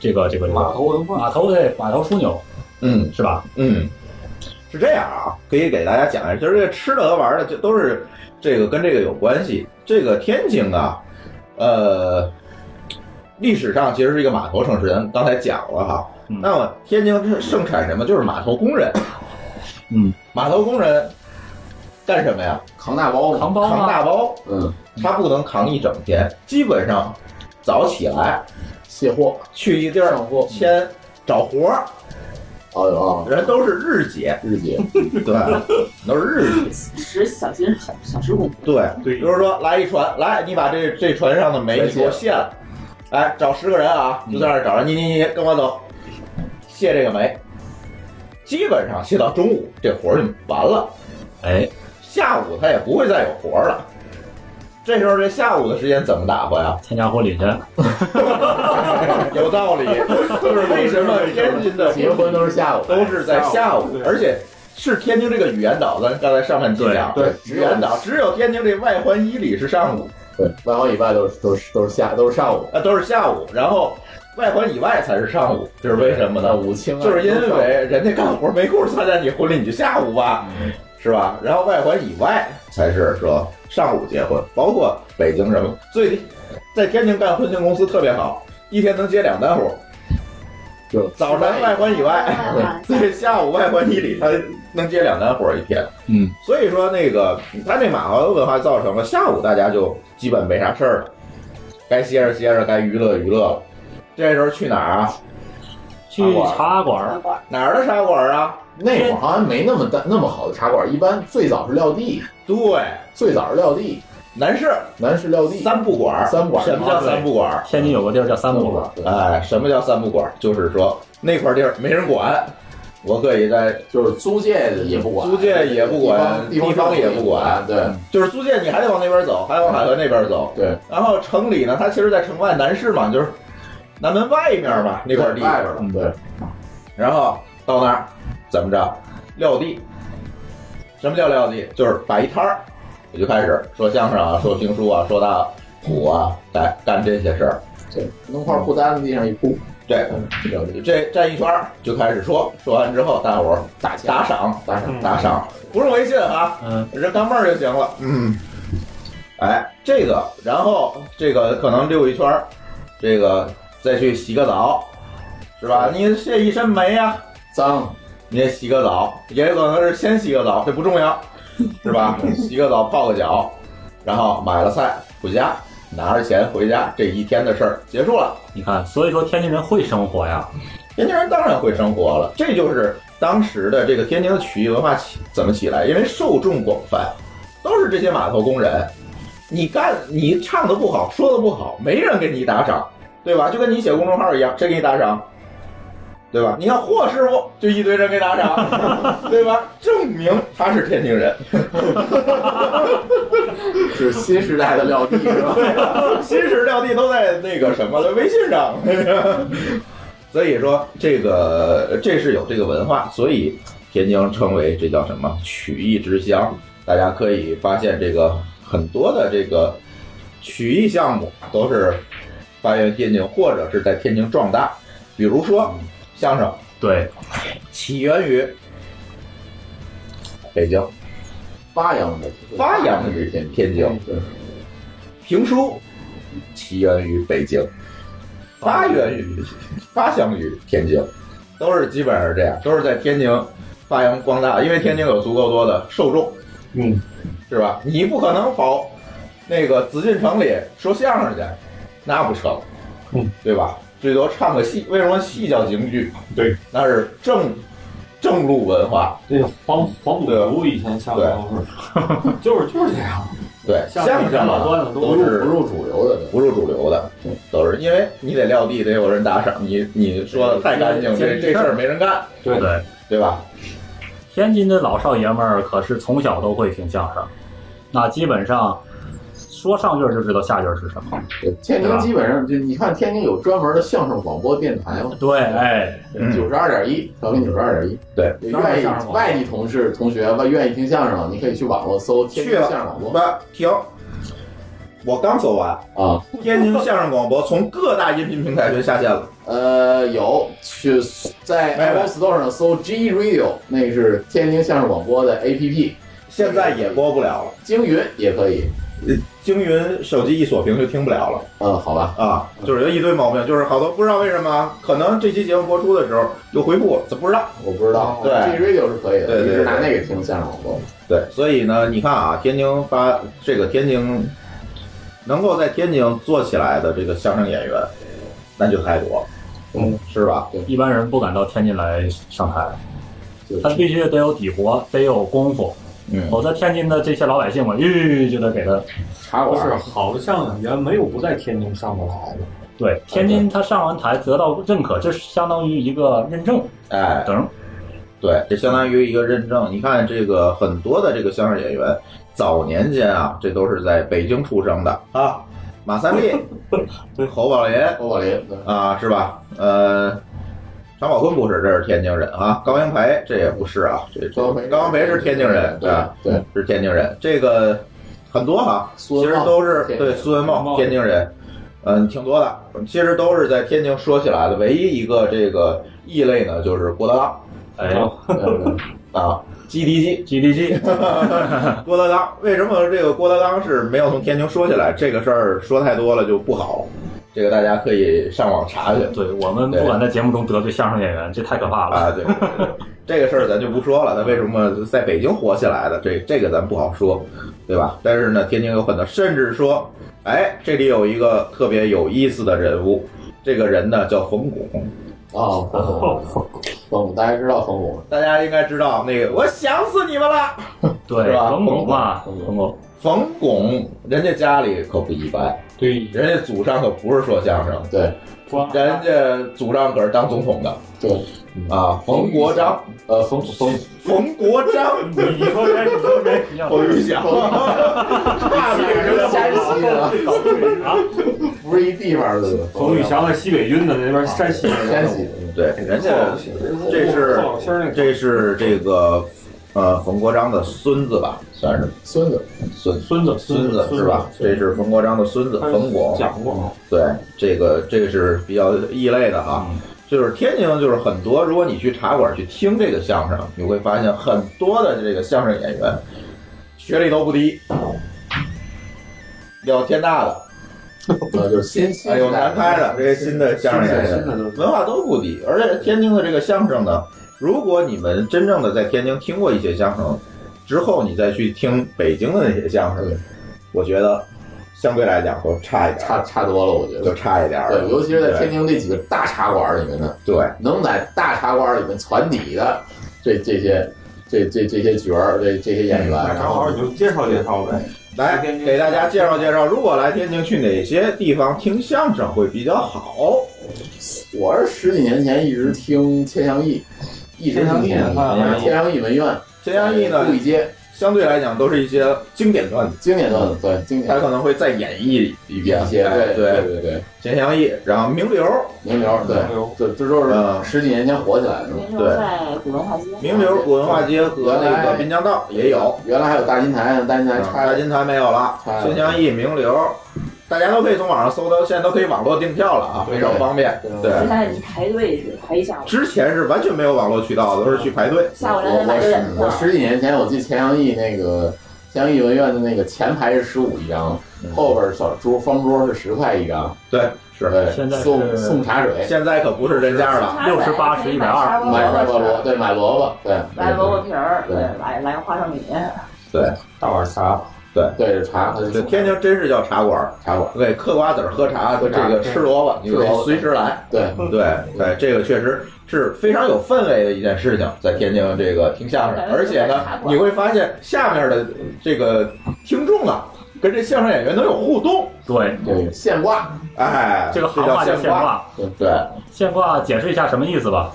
B: 这个这个这
F: 码
B: 个
F: 头文化，
B: 码头对码头枢纽
A: 嗯
B: 是吧？
A: 嗯，是这样啊，可以给大家讲一下，就是这个吃的和玩的，就都是这个跟这个有关系。这个天津啊，呃，历史上其实是一个码头城市，咱刚才讲了哈。
B: 嗯
A: 那么天津是盛产什么？就是码头工人。
B: 嗯，
A: 码头工人干什么呀？
C: 扛大包嘛，
B: 扛包
A: 扛
B: 啊，
A: 大包，
C: 嗯，
A: 他不能扛一整天，基本上早起来
C: 卸货，
A: 去一地儿
C: 上货
A: 先找活儿，
C: 哦哦，
A: 人都是日结，
C: 日 结，
A: 对，都是日结。
D: 十小心小小时工。
A: 对，
F: 对
A: 比如说来一船，来你把这这船上的煤你给我卸了，哎，找十个人啊，就在那儿找人，你你你跟我走，卸这个煤，基本上卸到中午这活儿就完了，
B: 哎，
A: 下午他也不会再有活儿了。这时候这下午的时间怎么打发呀？
B: 参加婚礼去，
A: 有道理，就是为什么天津的
C: 结婚都是下午，
A: 都是在下午
F: 对，
A: 而且是天津这个语言岛，咱刚才上半期讲，
C: 对对
A: 语言岛只有天津这外环以里是上午，
C: 对，外行以外都是都是都是下都是上午，
A: 啊都是下午，然后外环以外才是上午，这是为什么
C: 那
A: 呢？
C: 武清啊
A: 就是因为人家干活没空参加你婚礼，你就下午吧，是吧？然后外环以外才是说上午结婚，包括北京什么，所以在天津干婚庆公司特别好，一天能接两单活。
C: 就
A: 早晨外环以外，
E: 外
A: 在下午外环以里，他能接两单活一天。
B: 嗯，
A: 所以说那个他这马豪文化造成了下午大家就基本没啥事儿了，该歇着歇着，该娱乐娱乐了。这时候去哪儿啊？
B: 去茶馆儿，
A: 哪儿的茶馆啊？
C: 那会儿好像没那么大那么好的茶馆，一般最早是撂地，
A: 对，
C: 最早是撂地，
A: 南市
C: 南市撂地，
A: 三不管儿。
C: 三馆啊
A: 什么叫三不管儿？
B: 天津有个地儿叫三不馆，
C: 馆？对，
A: 哎，什么叫三不管儿？就是说那块地儿没人管，我可以在，
C: 就是租界也不管，
A: 租界也不管
C: 地方
A: 地方也不管
C: 对
A: 就是租界你还得往那边走，还得往海河那边走。
C: 对，
A: 然后城里呢，它其实，在城外南市嘛，就是南门外面嘛那块地。嗯
C: 外边了，对，
A: 然后到那儿怎么着撂地？什么叫撂地？就是摆一摊儿，我就开始说相声啊，说评书啊，说大鼓啊，干干这些事儿。
C: 对，弄块布单子地上一铺，
A: 对，
C: 撂地
A: 这站一圈儿就开始说，说完之后大伙儿
C: 打
A: 打
C: 架
A: 赏，
C: 打赏，
F: 嗯
A: 打赏，不用微信啊，
B: 嗯，
A: 人钢镚儿就行了。嗯，哎，这个，然后这个可能溜一圈儿，这个再去洗个澡，是吧？你这一身霉啊，
C: 脏
A: 你也洗个澡，也有可能是先洗个澡，这不重要，是 吧？洗个澡，泡个脚，然后买了菜回家，拿着钱回家，这一天的事儿结束了。
B: 你看，所以说天津人会生活呀，
A: 天津人当然会生活了，这就是当时的这个天津的曲艺文化起怎么起来，因为受众广泛，都是这些码头工人。你干你唱的不好，说的不好，没人给你打赏，对吧？就跟你写公众号一样，谁给你打赏？对吧？你看霍师傅就一堆人给打赏，对吧？证明他是天津人，
G: 是新时代的撂地 是吧？
A: 新时撂地都在那个什么的微信上。 所以说，这个这是有这个文化，所以天津称为这叫什么曲艺之乡。大家可以发现，这个很多的这个曲艺项目都是发源于天津，或者是在天津壮大。比如说相声，
G: 对，
A: 起源于北京，
G: 发扬的
A: 发扬的是
G: 天
A: 天津。
G: 对
A: 评书起源于北京，发源于发祥于天津，都是基本上是这样，都是在天津发扬光大，因为天津有足够多的受众，
F: 嗯，
A: 是吧？你不可能跑那个紫禁城里说相声去，那不成，
F: 嗯，
A: 对吧？最多唱个戏，为什么戏叫京剧？
F: 对，
A: 那是正正路文化，
I: 这黄黄赌毒以前下过， 就是就是这样。
A: 对，
I: 相
A: 相声
I: 声老
A: 啊
I: 段子
A: 都
I: 都
G: 不
A: 是
G: 入不入主流的。
A: 不入主流的，都是因为你得撂地，得有人打赏，你你说的太干净，这这事儿没人干，
I: 对
B: 对，
A: 对吧？
B: 天津的老少爷们儿可是从小都会听相声，那基本上说上句儿就知道下句儿是什么。
G: 对天
A: 啊
G: 津基本上就你看，天津有专门的相声广播电台嘛，
B: 对，哎，
A: 嗯
G: 九十二点一，调频九十二点一。
A: 对，
G: 愿意外地同事同学吧，愿意听相声，你可以去网络搜
A: 啊
G: 天津相声广播
A: 吧，停。我刚搜完，
G: 啊。
A: 天津相声广播从各大音频平台全下线了。
G: 呃，有去在
A: 没有
G: Apple Store 上搜 G Radio，那个是天津相声广播的 APP，
A: 现在也播不了了，
G: 京云也可以。
A: 京云手机一锁屏就听不了了
G: 嗯，好吧，
A: 啊！就是有一堆毛病，就是好多不知道为什么，可能这期节目播出的时候又回复了，怎么不知道？
G: 我不知道。
A: 对
G: ，G Radio 是可
A: 对
G: 以的，
A: 对
G: 你
A: 对
G: 是拿那个听相声广播。
A: 对，所以呢，你看啊，天津发这个天津能够在天津做起来的这个相声演员，那就太多了，
G: 嗯，
A: 是吧？
B: 一般人不敢到天津来上台
G: 对，
B: 他必须得有底活，得有功夫，
A: 嗯，
B: 否则天津的这些老百姓嘛，吁就得给他。
G: 茶
F: 不
G: 馆
F: 是好的相声演员没有不在天津上过台的，
B: 对，天津他上完台得到认可，这是相当于一个认证，
A: 哎，
B: 等
A: 对，这相当于一个认证。你看这个很多的这个相声演员，早年间啊，这都是在北京出生的啊，马三立、侯宝林
G: 侯宝林，对
A: 啊，是吧？呃，常宝坤不是，这是天津人啊。高英培这也不是啊，这这
G: 高培
A: 高英培是天津人，啊
G: 对
A: 吧？
G: 对，
A: 是天津人，这个很多哈、
G: 苏
A: 其
G: 文
A: 实
G: 茂
A: 都是
G: 天津
A: 对
G: 人
A: 苏文茂
I: 茂
A: 天津人，嗯，挺多的，其实都是在天津说起来的。唯一一个这个异类呢，就是郭德纲
B: 哎
A: 哦
G: 对对
A: 啊，GDG
B: ，GDG，
A: 郭德纲。为什么这个郭德纲是没有从天津说起来？这个事儿说太多了就不好，这个大家可以上网查去。
B: 对我们不敢在节目中得罪相声演员，这太可怕了。
A: 啊，对，对对 这个事儿咱就不说了。他为什么在北京火起来的？这这个咱不好说，对吧？但是呢，天津有很多，甚至说，哎，这里有一个特别有意思的人物，这个人呢叫冯巩，
G: 啊，冯巩，冯巩，大家知道冯巩，
A: 大家应该知道那个，我想死你们了。是
B: 对，
A: 吧
B: 冯巩嘛，
G: 冯巩
B: 冯巩，
A: 冯巩，人家家里可不一般，
I: 对，
A: 人家祖上可不是说相声，
G: 对
I: 光
A: 人家祖上可是当总统的
G: 对，
A: 啊，冯国璋，
G: 呃，冯冯
A: 冯国璋，
I: 你你说谁？你说谁？你要
A: 冯玉祥，差点儿就
G: 山西的，
I: 啊？
G: 不是一地方的。
F: 冯玉祥在西北军的那边山西人，
G: 山西的，嗯
A: 对，人家这是
F: 后老仙儿那个
A: 这是这个呃冯国璋的孙子吧，算是
G: 孙子，
A: 孙
I: 孙子
A: 孙子是吧？这是冯国璋的孙子
F: 他
A: 冯巩，
F: 讲过，
A: 对，这个这个是比较异类的哈。就是天津，就是很多，如果你去茶馆去听这个相声，你会发现很多的这个相声演员学历都不低，要天大的，
G: 呃，就是新新
A: 哎，有南开的这些新的相声演
F: 新
A: 员
F: 的，都
A: 文化都不低，而且天津的这个相声呢，如果你们真正的在天津听过一些相声之后，你再去听北京的那些相声
G: 对，
A: 我觉得相对来讲都差一点
G: 差
A: 儿，
G: 差多了，我觉
A: 就
G: 得。
A: 差一点儿了。
G: 对，尤其是在天津这几个大茶馆里面的，
A: 对对
G: 能在大茶馆里面攒底的这这些这这这些角儿，这这些
A: 嗯
G: 演员，
F: 哎
I: 正
G: 然后
I: 好你就介绍介绍呗。
A: 来给大家介绍介绍，如果来天津去哪些地方听相声会比较好？
G: 我是十几年前一直听千祥义，一直听千祥义，千祥义文苑，
A: 千祥义呢
G: 故，意街
A: 相哎对来讲都是一些经典段子，
G: 经典段子，对经典
A: 他可能会再演绎一遍
G: 一。些，
A: 哎
G: 对
A: 对，
G: 对对，
A: 钱祥义，然后名流，
G: 名流，对
F: 名流，
G: 这这都是十几年前火起来的。
D: 那时候在古文化街，
A: 名流古文化街和那个滨江道也有，
G: 原来还有大金台，大金台
A: 嗯
G: 拆
A: 大
G: 了，
A: 金台没有了
G: 拆，了
A: 钱祥义名流，大家都可以从网上搜到，现在都可以网络订票了啊，非常方便。对，
D: 现在你排队是排一下午，
A: 之前是完全没有网络渠道的，都是去排队。
D: 下午两
G: 我
D: 点半九点
G: 我我
D: 到。
G: 十几年前，我记得钱阳义那个钱阳义文苑的那个前排是十五一张，后边小桌方桌是十块一张，
A: 对，是。
G: 对，
B: 现在是
G: 送送茶水，
A: 现在可不是这价了，
B: 六十八十一百二
G: 买买萝卜，对，买萝卜，对，
D: 来萝卜皮儿，
G: 对
D: 对，来来花生米，
F: 大碗茶，
G: 对，茶，它
A: 这
G: 是
A: 天津真是叫茶馆儿，
G: 茶馆，
A: 对，嗑瓜子儿喝茶，
G: 喝
A: 这
G: 茶
A: 个吃萝卜，你
G: 吃萝卜
A: 得随时来。
G: 对，
A: 对对，这个确实是非常有氛围的一件事情，在天津这个听相声，而且呢，你会发现下面的这个听众啊，跟这相声演员能有互动，
B: 对，
G: 对，现挂，
A: 哎，
B: 这个行
A: 叫
B: 话叫
A: 现
B: 现
A: 挂，
B: 挂，
A: 对，
B: 现挂解释一下什么意思吧？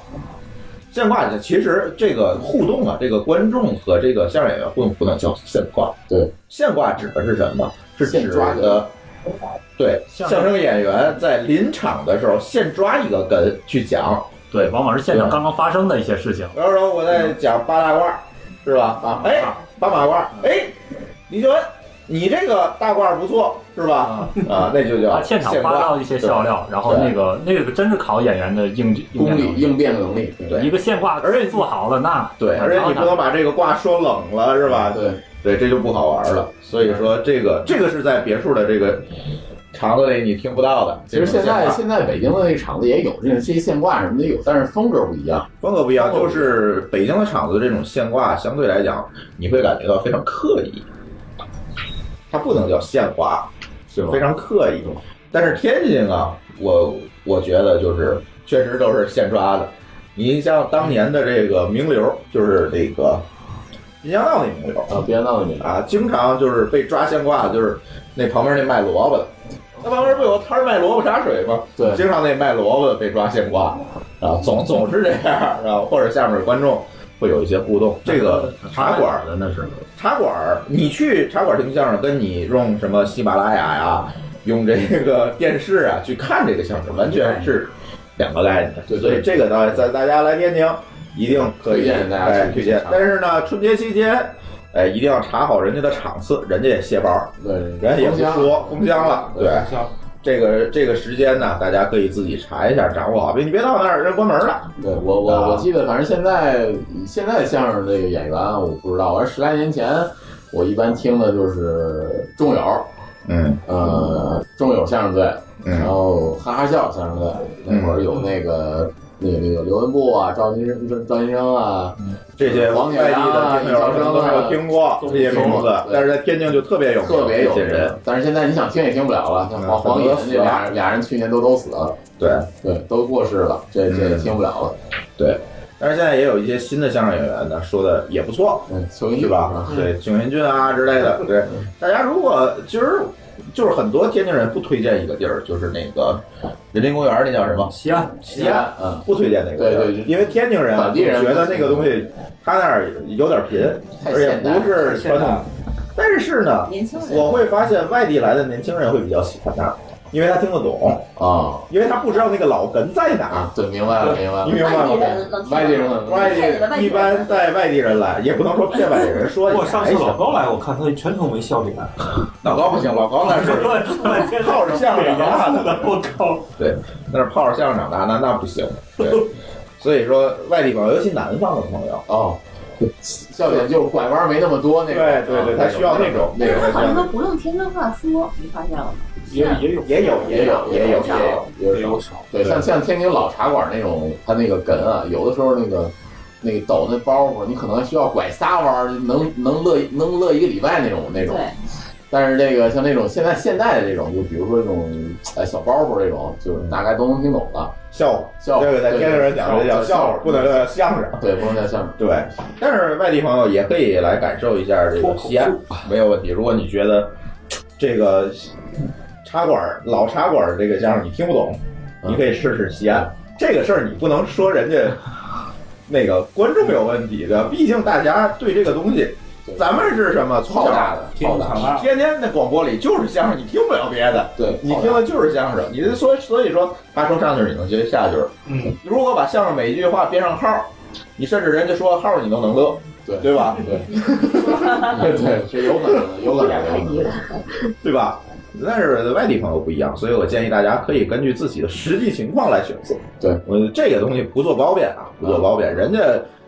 A: 现挂其实这个互动啊，这个观众和这个相声演员互动不能叫现挂，
G: 对，
A: 现挂指的是什么？是指
G: 现抓
A: 的
G: 的。
A: 对，
B: 相
A: 相
B: 声
A: 声演员在临场的时候现抓一个哏去讲，
B: 对，往往是现场刚刚发生的一些事情。
A: 比如说我在讲八大褂，是吧
G: 啊？
A: 哎
B: 啊，
A: 八马褂，哎，李秀恩，你这个大褂不错，是吧？啊，那就
B: 他
A: 叫
B: 现场
A: 现
B: 发
A: 挂。
B: 到一些笑料，然后
A: 对
B: 那个那个真是考演员的应应
G: 功
B: 变
G: 力
B: 能力。
G: 应变能力，对
A: 对啊
B: 一个现挂，
A: 而且
B: 做好了那
A: 对，而且你不能把这个褂说冷了，是吧？
G: 对，
A: 对，这就不好玩了。所以说，这个这个是在别墅的这个场子里你听不到的。
G: 其实
A: 这种
G: 现在
A: 现挂
G: 现在北京的那个厂子也有这这些现挂什么的有，但是风格不一样，
A: 风格不一样，
G: 风格
A: 就
G: 不一样
A: 是北京的场子这种现挂，相对来讲你会感觉到非常刻意，它不能叫现挂，
G: 是吗
A: 非？常刻意。但是天津啊，我我觉得就是确实都是现抓的。你像当年的这个名流，就是那个滨江道那名流
G: 啊，别闹你，
A: 啊，经常就是被抓现挂的，就是那旁边那卖萝卜的。那旁边不有个摊儿卖萝卜茶水吗？
G: 对
A: 经常那卖萝卜的被抓现挂，啊，总总是这样，啊，或者下面观众会有一些互动。这个茶馆儿
B: 的那是
A: 茶馆儿，你去茶馆儿听相声，跟你用什么喜马拉雅呀，
G: 嗯
A: 用这个电视啊去看这个相声，完全是两个概念。
G: 对
A: 所以这个呢，在大家来天津一定可以
G: 推荐大家去
A: 哎推荐
G: 茶。馆
A: 但是呢，春节期间，哎，一定要查好人家的场次，人家也卸包，
G: 对，
A: 人家也不
G: 封箱
A: 说封箱了。
G: 嗯
A: 对，
F: 像
A: 这个这个时间呢，大家可以自己查一下，掌握好，别你别到那儿人关门了。
G: 对我
A: 啊
G: 我我记得，反正现在现在相声这个演员啊我不知道，而十来年前我一般听的就是仲友，
A: 嗯
G: 呃，仲友相声队，然
A: 嗯，
G: 后哈哈笑相声队，那会儿有那个。那个那个刘文步啊，赵金生、赵金生啊，
A: 这些外
G: 王
A: 地
G: 远啊
A: 的听友可能都没有听过这些名字，但是在天津就特别有名，
G: 特别有
A: 这些人。。
G: 但是现在你想听也听不了了，
A: 嗯
G: 像黄黄
A: 都
G: 颖
A: 死
G: 这
A: 了
G: 俩人俩人去年都都死了，
A: 对，
G: 对，都过世了，这
A: 嗯
G: 这也听不了了。
A: 但是现在也有一些新的相声演员呢，说的也不错，
G: 嗯，邱云
A: 对吧？对，景云俊啊之类 的，对，大家如果其实就是很多天津人不推荐一个地儿，就是那个人民公园那叫什么
B: 西安，
A: 西安，，
G: 嗯，
A: 不推荐那个地儿
G: 对对对
A: 因为天津人啊
G: 本地人
A: 总觉得那个东西他那儿有点贫，
G: 太
A: 而且
G: 现代
A: 不
G: 了，
A: 是传统，但是呢，
D: 年轻人，
A: 我会发现外地来的年轻人会比较喜欢他，因为他听得懂，
G: 啊
A: 因为他不知道那个老哏在哪儿
G: 啊，，对，明白了，明白
A: 你
G: 了，
A: 明白
D: 外
A: 吗？
D: 地人能听
G: 外地人
D: 吗
G: 很
A: 外地人一般带外地人来，也不能说骗外地人，说
F: 我
A: 你
F: 上
A: 还
F: 次
A: 行。
F: 老高来，我看他全程没笑脸，
A: 老高不行，老高那是 泡着相声长大的，
J: 我靠！
A: 那是泡着相声长大，那那不行。对，所以说外地朋友，尤其南方的朋友，
G: 哦，笑点就是拐弯没那么多那种，啊
A: 对对对，他需要那种那
D: 但是他好像都
A: 种，
D: 不用天津话说，你发现 了吗？
J: 也也有
A: 也有也有也有也有，
G: 也有
F: 也有少，
G: 对，
A: 对
G: 像像天津老茶馆那种，他那个哏啊，有的时候那个那个抖那包袱，你可能需要拐仨弯儿，能能乐能乐一个礼拜那种那种。
D: 对，
G: 但是这个像那种现在现在的这种，就比如说这种呃小包袱这种，就是大概都能听懂了，
A: 笑话。
G: 笑话
A: 这个在天津人讲这叫笑话，不能叫相声。
G: 对，不能叫相声。
A: 对，但是外地朋友也可以来感受一下这个西安，没有问题。如果你觉得这个茶馆儿老茶馆儿这个相声你听不懂，
G: 嗯
A: 你可以试试西安。这个事儿你不能说人家那个观众有问题的，毕竟大家对这个东西，咱们是什么从
G: 浩大
A: 小
G: 的，
K: 挺
G: 浩
K: 惨
G: 大的，
K: 啊
A: 天天那广播里就是相声，你听不了别的。
G: 对，
A: 你
G: 浩
A: 听
G: 大
A: 的就是相声，你所所以说八说上句儿你能接下句儿，
K: 嗯，
A: 如果把相声每一句话编上号儿，你甚至人家说号儿你都能乐，
G: 对
A: 对吧？
G: 的，对，是有可能的，有可能的有可能的。
A: 对吧？但是外地朋友不一样，所以我建议大家可以根据自己的实际情况来选择。
G: 对，
A: 我这个东西不做褒贬啊，不做褒贬。人家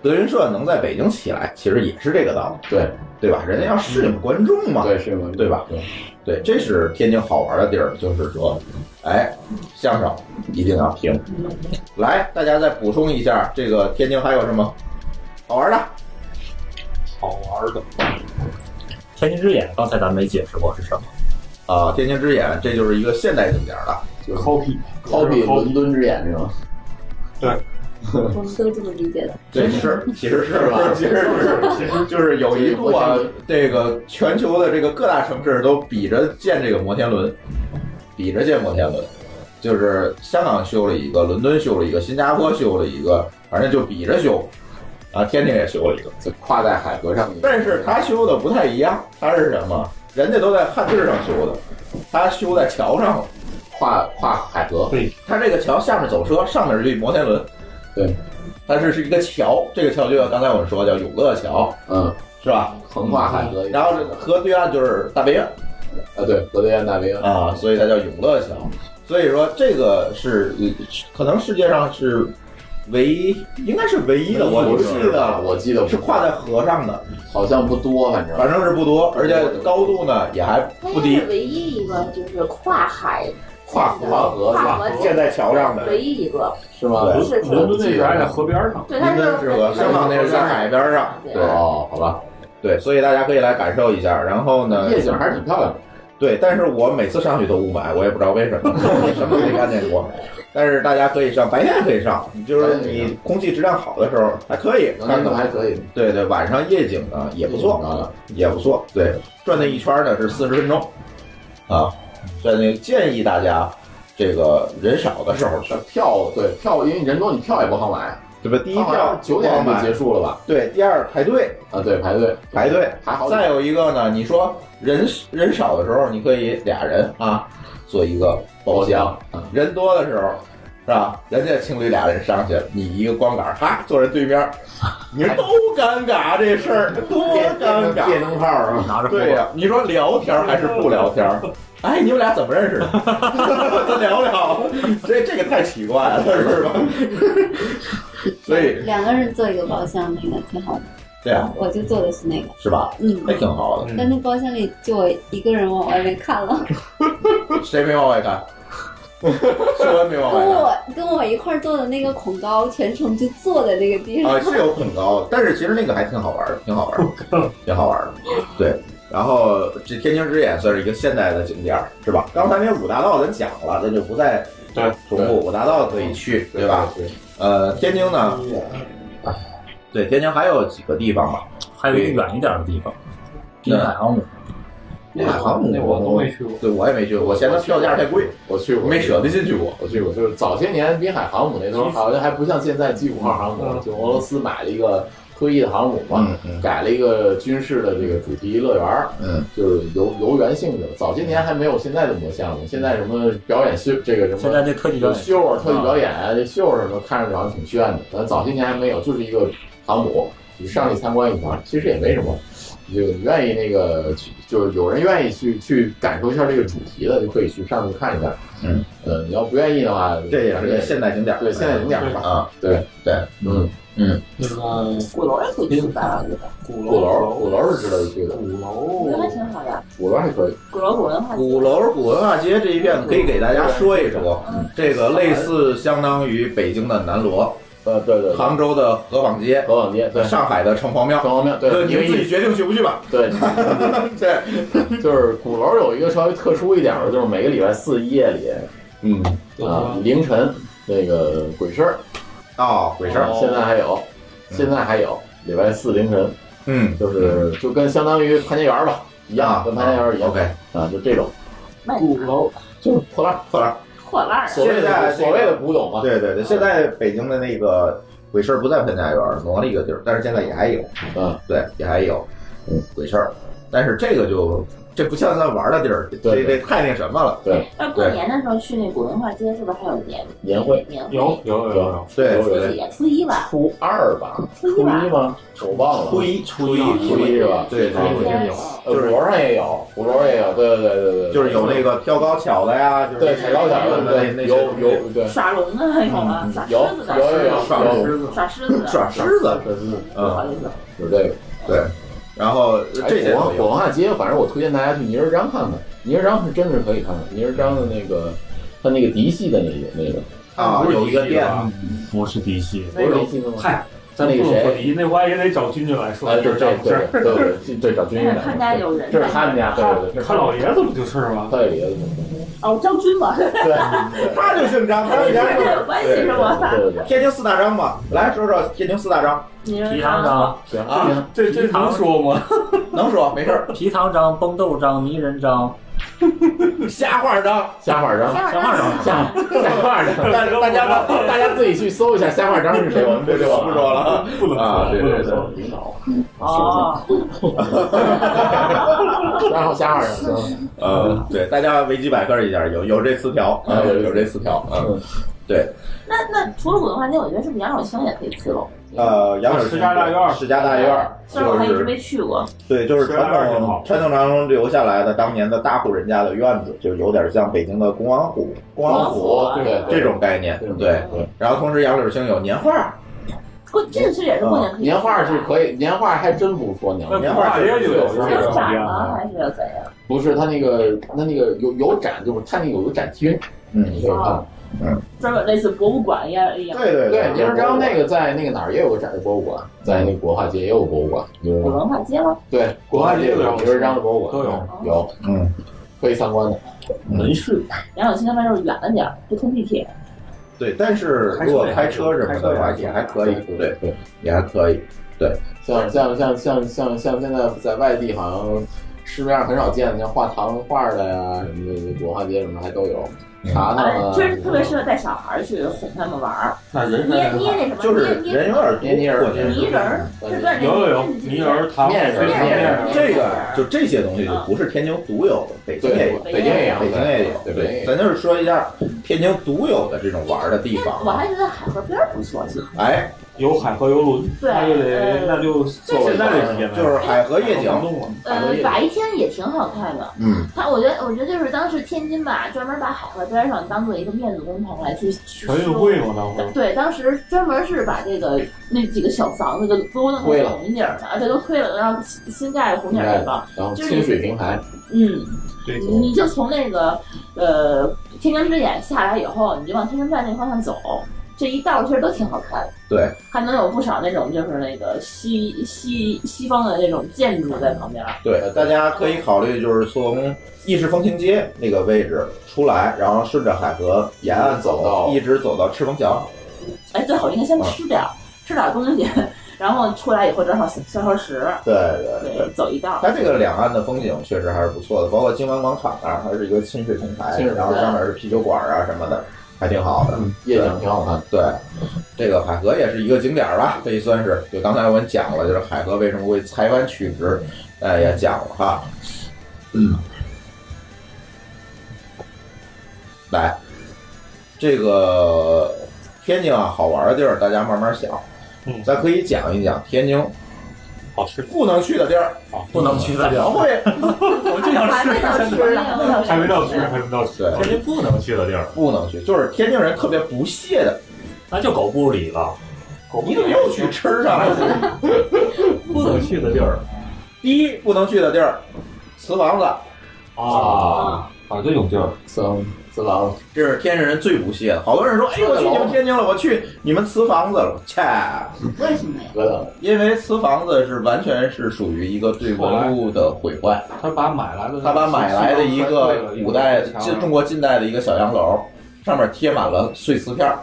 A: 德云社能在北京起来，其实也是这个道理，
G: 对
A: 对吧？人家要适应观众嘛，
G: 对，是有可能的
A: 对吧？
G: 对，
A: 对，这是天津好玩的地儿，就是说，哎，相声一定要听。来，大家再补充一下，这个天津还有什么好玩的？
K: 好玩的。
B: 天津之眼，刚才咱没解释过是什么。
A: 啊、天津之眼，这就是一个现代景点儿了。
G: 就是
K: copy，
G: copy 伦敦之眼这种，
E: 我们都这么理解的。
A: 对，是， 其实是
G: 是吧
A: 其实是。
K: 其实
A: 就是有一度啊
G: 这个摩天
A: 这
G: 轮，
A: 个全球的这个各大城市都比着建这个摩天轮，比着建摩天轮，就是香港修了一个，伦敦修了一个，新加坡修了一个，反正就比着修。啊，天津也修了一个，
G: 就跨在海河上。
A: 但是他修的不太一样，他是什么？人家都在汉地上修的，他修在桥上了。
G: 跨跨海河，
A: 他这个桥下面走车，上面是一摩天轮。
G: 对，
A: 但是是一个桥，这个桥就像刚才我们说叫永乐桥，
G: 嗯，
A: 是吧？
G: 横跨海河，
A: 嗯然后这河对岸就是大本营。
G: 啊，对，河对岸大明，
A: 啊，所以它叫永乐桥。所以说这个是呃可能世界上是唯一，应该是唯一的，嗯我
G: 不
A: 记
G: 是
A: 得
G: 我记得
A: 是跨在河上的，
G: 好像不多，反正
A: 反正是不多，而且高度呢也还不低，
D: 唯一一个就是跨海
A: 跨
G: 跨河是
D: 跨
G: 吧？
D: 河
A: 建在桥上的。
D: 唯一一个，
G: 是吗？
A: 对
D: 是
K: 伦敦那个还在河边上，
D: 对，它
A: 伦敦
D: 是
A: 是河，香港那是在海边上，
D: 对
A: 对
G: 哦，好吧，
A: 对，所以大家可以来感受一下。然后呢，
G: 夜景还是挺漂亮的。
A: 对，但是我每次上去都雾霾，我也不知道为什么， 什么都没看见过。但是大家可以上，白天也可以上，就是你空气质量好的时候还可以
G: 能
A: 看
G: 见度
A: 看。
G: 还可以，
A: 对对，晚上夜景呢也不错，
G: 啊。
A: 也不错。对，转那一圈呢是四十分钟，啊，所以那建议大家这个人少的时候去，
G: 票对票，因为你人多，你票也不好买。
A: 对吧？第一
G: 它好
A: 票
G: 像九点
A: 不好
G: 就
A: 买
G: 结束了吧？
A: 对，第二排队
G: 啊，对，排队
A: 排队。
G: 还好。
A: 再有一个呢，你说人人少的时候，你可以俩人啊做一个包厢；
G: 啊，
A: 人多的时候，是吧？人家情侣俩人上去，你一个光杆儿，哈，坐人对 面儿，你说都尴尬这事儿，多尴尬！
G: 电灯泡儿啊，
B: 拿着
A: 对呀、你说聊天儿还是不聊天儿？ 哎，你们俩怎么认识的？咱 聊聊，这这个太奇怪了，是 吧？所以，
E: 两个人做一个包厢，那个挺好的。
A: 对啊，
E: 我就做的是那个，
A: 是吧？哎
E: 嗯
C: 哎
A: 那。挺好
E: 但那包厢里就我一个人往外面看了，
A: 的，嗯谁没往外 看？秀恩没
E: 跟
A: 往外看。
E: 我跟我一块儿坐的那个恐高全程就坐在那个地上。
A: 啊，是有恐高，但是其实那个还挺好玩的，挺好玩的，挺好玩的。对，然后这天津之眼算是一个现代的景点儿，是吧？刚才那五大道咱讲了，咱就不再
K: 对
A: 重复。五大道可以去，对吧？
G: 对？
A: 呃，天津呢，对，天津还有几个地方吧？
B: 还有一个远一点的地方，滨海航母。
A: 那航母
K: 那我都没去过。
A: 对我也没去过，我嫌它票价太贵，
G: 我去过，
A: 没舍得进去过。
G: 我去过，就是早些年滨海航母那时候好像还不像现在 G 五号航母，
K: 嗯
G: 就俄罗斯买了一个退役的航母嘛，
A: 嗯
G: 改了一个军事的这个主题乐园儿，
A: 嗯，
G: 就是游游园性质。早些年还没有现在这么多项目，现在什么表演秀，这个什么
B: 现在这特技表
G: 有
B: 演，
G: 秀啊，特技表演啊，这秀什么的看着好像挺炫的。咱早些年还没有，就是一个航母，你上去参观一圈，其实也没什么。就你愿意那个去，就是有人愿意去去感受一下这个主题的，就可以去上去看一下。
A: 嗯，
G: 呃，你要不愿意的话，
A: 这也是个现代景点儿，
G: 对现代景点儿吧。
A: 啊。
G: 对
A: 对，
G: 嗯，
K: 那个
D: 鼓楼也可以去吧，我觉得
K: 鼓
G: 鼓楼，
K: 楼，
G: 鼓楼是值得去的，
K: 鼓
D: 我觉得还
K: 楼，
D: 挺好的。
G: 鼓楼还可以。
D: 鼓楼古文化街
A: 鼓楼古文化街这一片可以给大家说一说，这个类似相当于北京的南锣，
G: 呃，对对，
A: 杭州的河坊街，
G: 河坊街，对，
A: 上海的城隍
G: 城
A: 庙，
G: 隍庙，对，
A: 你们自己决定去不去吧。
G: 对，
A: 对，
G: 就是鼓楼有一个稍微特殊一点的，就是每个礼拜四夜里
A: 嗯，
G: 啊凌晨那个鬼市儿。
A: 哦，鬼事儿，
G: 现在还有，
A: 嗯
G: 现在还有，礼拜四凌晨
A: 嗯，啊
G: 就是就跟相当于潘家园吧一样，跟潘家园一样啊
A: OK，
G: 啊，就这种
D: 卖
K: 鼓楼，
G: 就是破烂儿
A: 破烂儿，
D: 破烂儿啊。
G: 所谓的所谓的古董嘛，
A: 对对对，现在北京的那个鬼市不在潘家园，挪了一个地儿，但是现在也还有，
G: 嗯，
A: 对，也还有，嗯，鬼市，但是这个就这不像咱玩的地儿，这
G: 对
A: 这太那什么了，
D: 那过年的时候去那古文化街，是不是还有年
G: 年会
D: 年会？
K: 有有有有，
A: 对
G: 有
D: 初
G: 有
D: 几啊？初一吧，
G: 初二吧，
D: 初
G: 初
D: 一吧
G: 一。吗？我忘了，
A: 初一
K: 初一
G: 初一是吧？
A: 对
K: 初一
A: 对，
K: 也有，
G: 呃，鼓楼上也有，鼓楼也有，对对对对对，
A: 就是有那个挑高巧的呀，就是
G: 对踩高点
A: 的那
G: 的，
A: 那
G: 有有对，
D: 耍龙啊的有吗？耍
G: 嗯有
D: 狮子的，
G: 有有有
A: 耍
G: 有，
K: 狮子
D: 耍狮子的，
A: 耍狮子，
G: 这是
D: 不好
A: 嗯，
D: 意思，
G: 有这个。
A: 对，然后这些
G: 哎火
A: 都
G: 火
A: 有，
G: 文化街，反正我推荐大家去泥人张看看，泥人张是真是可以看看，泥人张的那个他那个嫡系的那个那个，
A: 啊，有一个店，
B: 不是嫡系，
K: 那
G: 不
K: 个
G: 是嫡系的吗？
K: 嗨，咱不能说敌，那话也得找君君来说
G: 啊，，对
K: 就是
G: 对
K: 这样
G: 对
K: 的事儿。
G: 对对对对，找军医
D: 哎
G: 来。
D: 他们家有人
G: 这是他们家，对对对，这是
K: 看老爷子不就是吗？
G: 他爷爷
D: 哦，张军吧，
G: 对
A: 他就姓张，他们家
D: 这有
A: 是
D: 关系是吗？
G: 对对对，
A: 天津四大张吧，来说说天津四大张，
D: 你
B: 皮
D: 是
B: 糖章、
G: 行
A: 啊
K: 这这能说吗？
A: 能说没事儿，
B: 皮糖章、崩豆章、泥人章，
A: 瞎话张。
G: 瞎话章，
D: 瞎
B: 瞎话章 是吧
G: 瞎瞎话章，
A: 大大家
G: 大家自己去搜一下瞎话章是谁，我们不
A: 这我不说了啊，
K: 不能
A: 啊
K: 说，
A: 对
K: 不
A: 对
K: 能
A: 对
K: 说。
G: 领导，
D: 哦，
G: 然后瞎话章，行，
A: 呃，对，大家维基百科一下，有有这四条啊，
G: 嗯
A: 有有这四条啊，
G: 嗯，
D: 那那除了古文化街，我觉得是不是杨柳青也可以去喽？
A: 呃，杨柳青
K: 石家大院儿
A: 石家大院儿，
D: 虽然我
A: 就
D: 还一直
A: 是
D: 没去过，
A: 对，就是传
K: 石家大院儿挺好
A: 统传统当中留下来的当年的大户人家的院子，就有点像北京的恭王府、恭王府
G: 对对
A: 这种概念
G: 对，
A: 对。
G: 对。
A: 然后同时杨柳青有年画，
D: 过这个是也是过年可以去的
G: 啊年画是可以，年画还真不说年画
K: 那，古画街就有
D: 是有展
K: 有
D: 吗？还是有怎样？
G: 不是他那个，他那个有有展，就是他那个有个展厅，
A: 嗯，
G: 就是
D: 哦
G: 看。
D: 专门类似博物馆一样一样。
A: 对对
G: 对，
A: 对
G: 年章那个在那个哪儿也有个展，博物馆，在那个国画街也有博物馆，就是
D: 古文化街吗？
G: 对，国画街有刘仁章的博物馆，
K: 都有
G: 有，
A: 嗯，
G: 可以参观的。
B: 门市
D: 杨柳青那边就是远了点儿，不通地铁。
A: 对，但是如果开车什么的话，也还可以，对，
G: 对，
A: 也还可以，
G: 像像像像像像现在在外地好像市面上很少见，像画糖画的呀什么的，国画街什么还都有，茶糖
D: 啊
G: 啊，，
D: 就是特别适合带小孩儿去哄他们玩儿，
K: 那人
D: 捏
K: 山人
D: 捏
K: 海，
D: 那什么，
A: 就是
D: 捏
A: 人有点
G: 捏捏
A: 多
G: 人，
A: 过年
D: 泥人儿，这段
K: 有有有，泥人儿、糖
G: 面人
K: 水
G: 儿
K: 面人儿，
A: 嗯这个就这些东西就不是天津独有的，北京也
G: 对
A: 有，，
G: 北京也有，
A: 北京也有，
G: 对，北京
A: 对，
G: 也有。
A: 咱就是说一下天津独有的这种玩儿的地方
D: 我
A: 啊。
D: 还觉得海河边儿不错，其实
A: 哎，
K: 有海河游轮，
D: 对
K: 那就得
D: 呃
K: 那就现在这时间
A: 就是海河夜景，
K: 了。
D: 呃，白天也挺好看的。
A: 嗯，
D: 他，我觉得，我觉得就是当时天津吧，专门把海河边上当做一个面子工程来去去
K: 全运
D: 修
K: 会嘛，当时
D: 对，当时专门是把这个那几个小房子给都弄
G: 推
D: 成
G: 了
D: 红顶儿的，而且都推了，然后新新盖的红顶儿那房，
G: 然后清水平台，
D: 嗯，
K: 对
D: 你你就从那个呃天津之眼下来以后，你就往天津站那方向走，这一道其实都挺好看的，
A: 对，
D: 还能有不少那种就是那个西西西方的那种建筑在旁边儿，
A: 对，大家可以考虑就是从意式风情街那个位置出来，然后顺着海河沿岸
G: 走到
A: 走，一直走到赤峰桥。
D: 哎，最好应该先吃点儿、吃点儿东西， 然后出来以后正好消消食，
A: 对对对
D: 对，，走一道。
A: 它这个两岸的风景确实还是不错的，包括金湾广场那儿还是一个清水平台，
G: 清水平台
A: 然后上面是啤酒馆啊什么的，还挺好的。
B: 嗯
G: 夜景挺好看的。
A: 对，这个海河也是一个景点儿吧，可以算是。就刚才我讲了，就是海河为什么会台湾取直，呃，也讲了哈。嗯，来，这个天津啊，好玩的地儿大家慢慢想。
K: 嗯
A: 咱可以讲一讲天津
K: 好吃，
A: 不能去的地儿，
B: 不能去的地
A: 然
B: 儿，
A: 后也
K: 哦
B: 我就想
D: 还没到
B: 吃。
D: 吃呢，
K: 还没到吃，还没到吃。
A: 对，
B: 天津不能去的地儿，
A: 不能去，就是天津人特别不屑的，
B: 那就狗不理了。
K: 狗不
A: 你怎么又去吃上了？
B: 不能去的地儿
A: 第一不能去的地儿，瓷王子，
K: 啊啊，这种地儿，
G: 僧僧郎
A: 这是天津人最不屑的。好多人说：“哎，我去你们天津了，我去你们瓷房子了。”切，
D: 为什么呀？
G: 哥的，
A: 因为瓷房子是完全是属于一个对文物的毁坏，
K: 他把买来的
A: 他把买来的一个古代近中国近代的一个小洋楼，上面贴满了碎瓷片儿，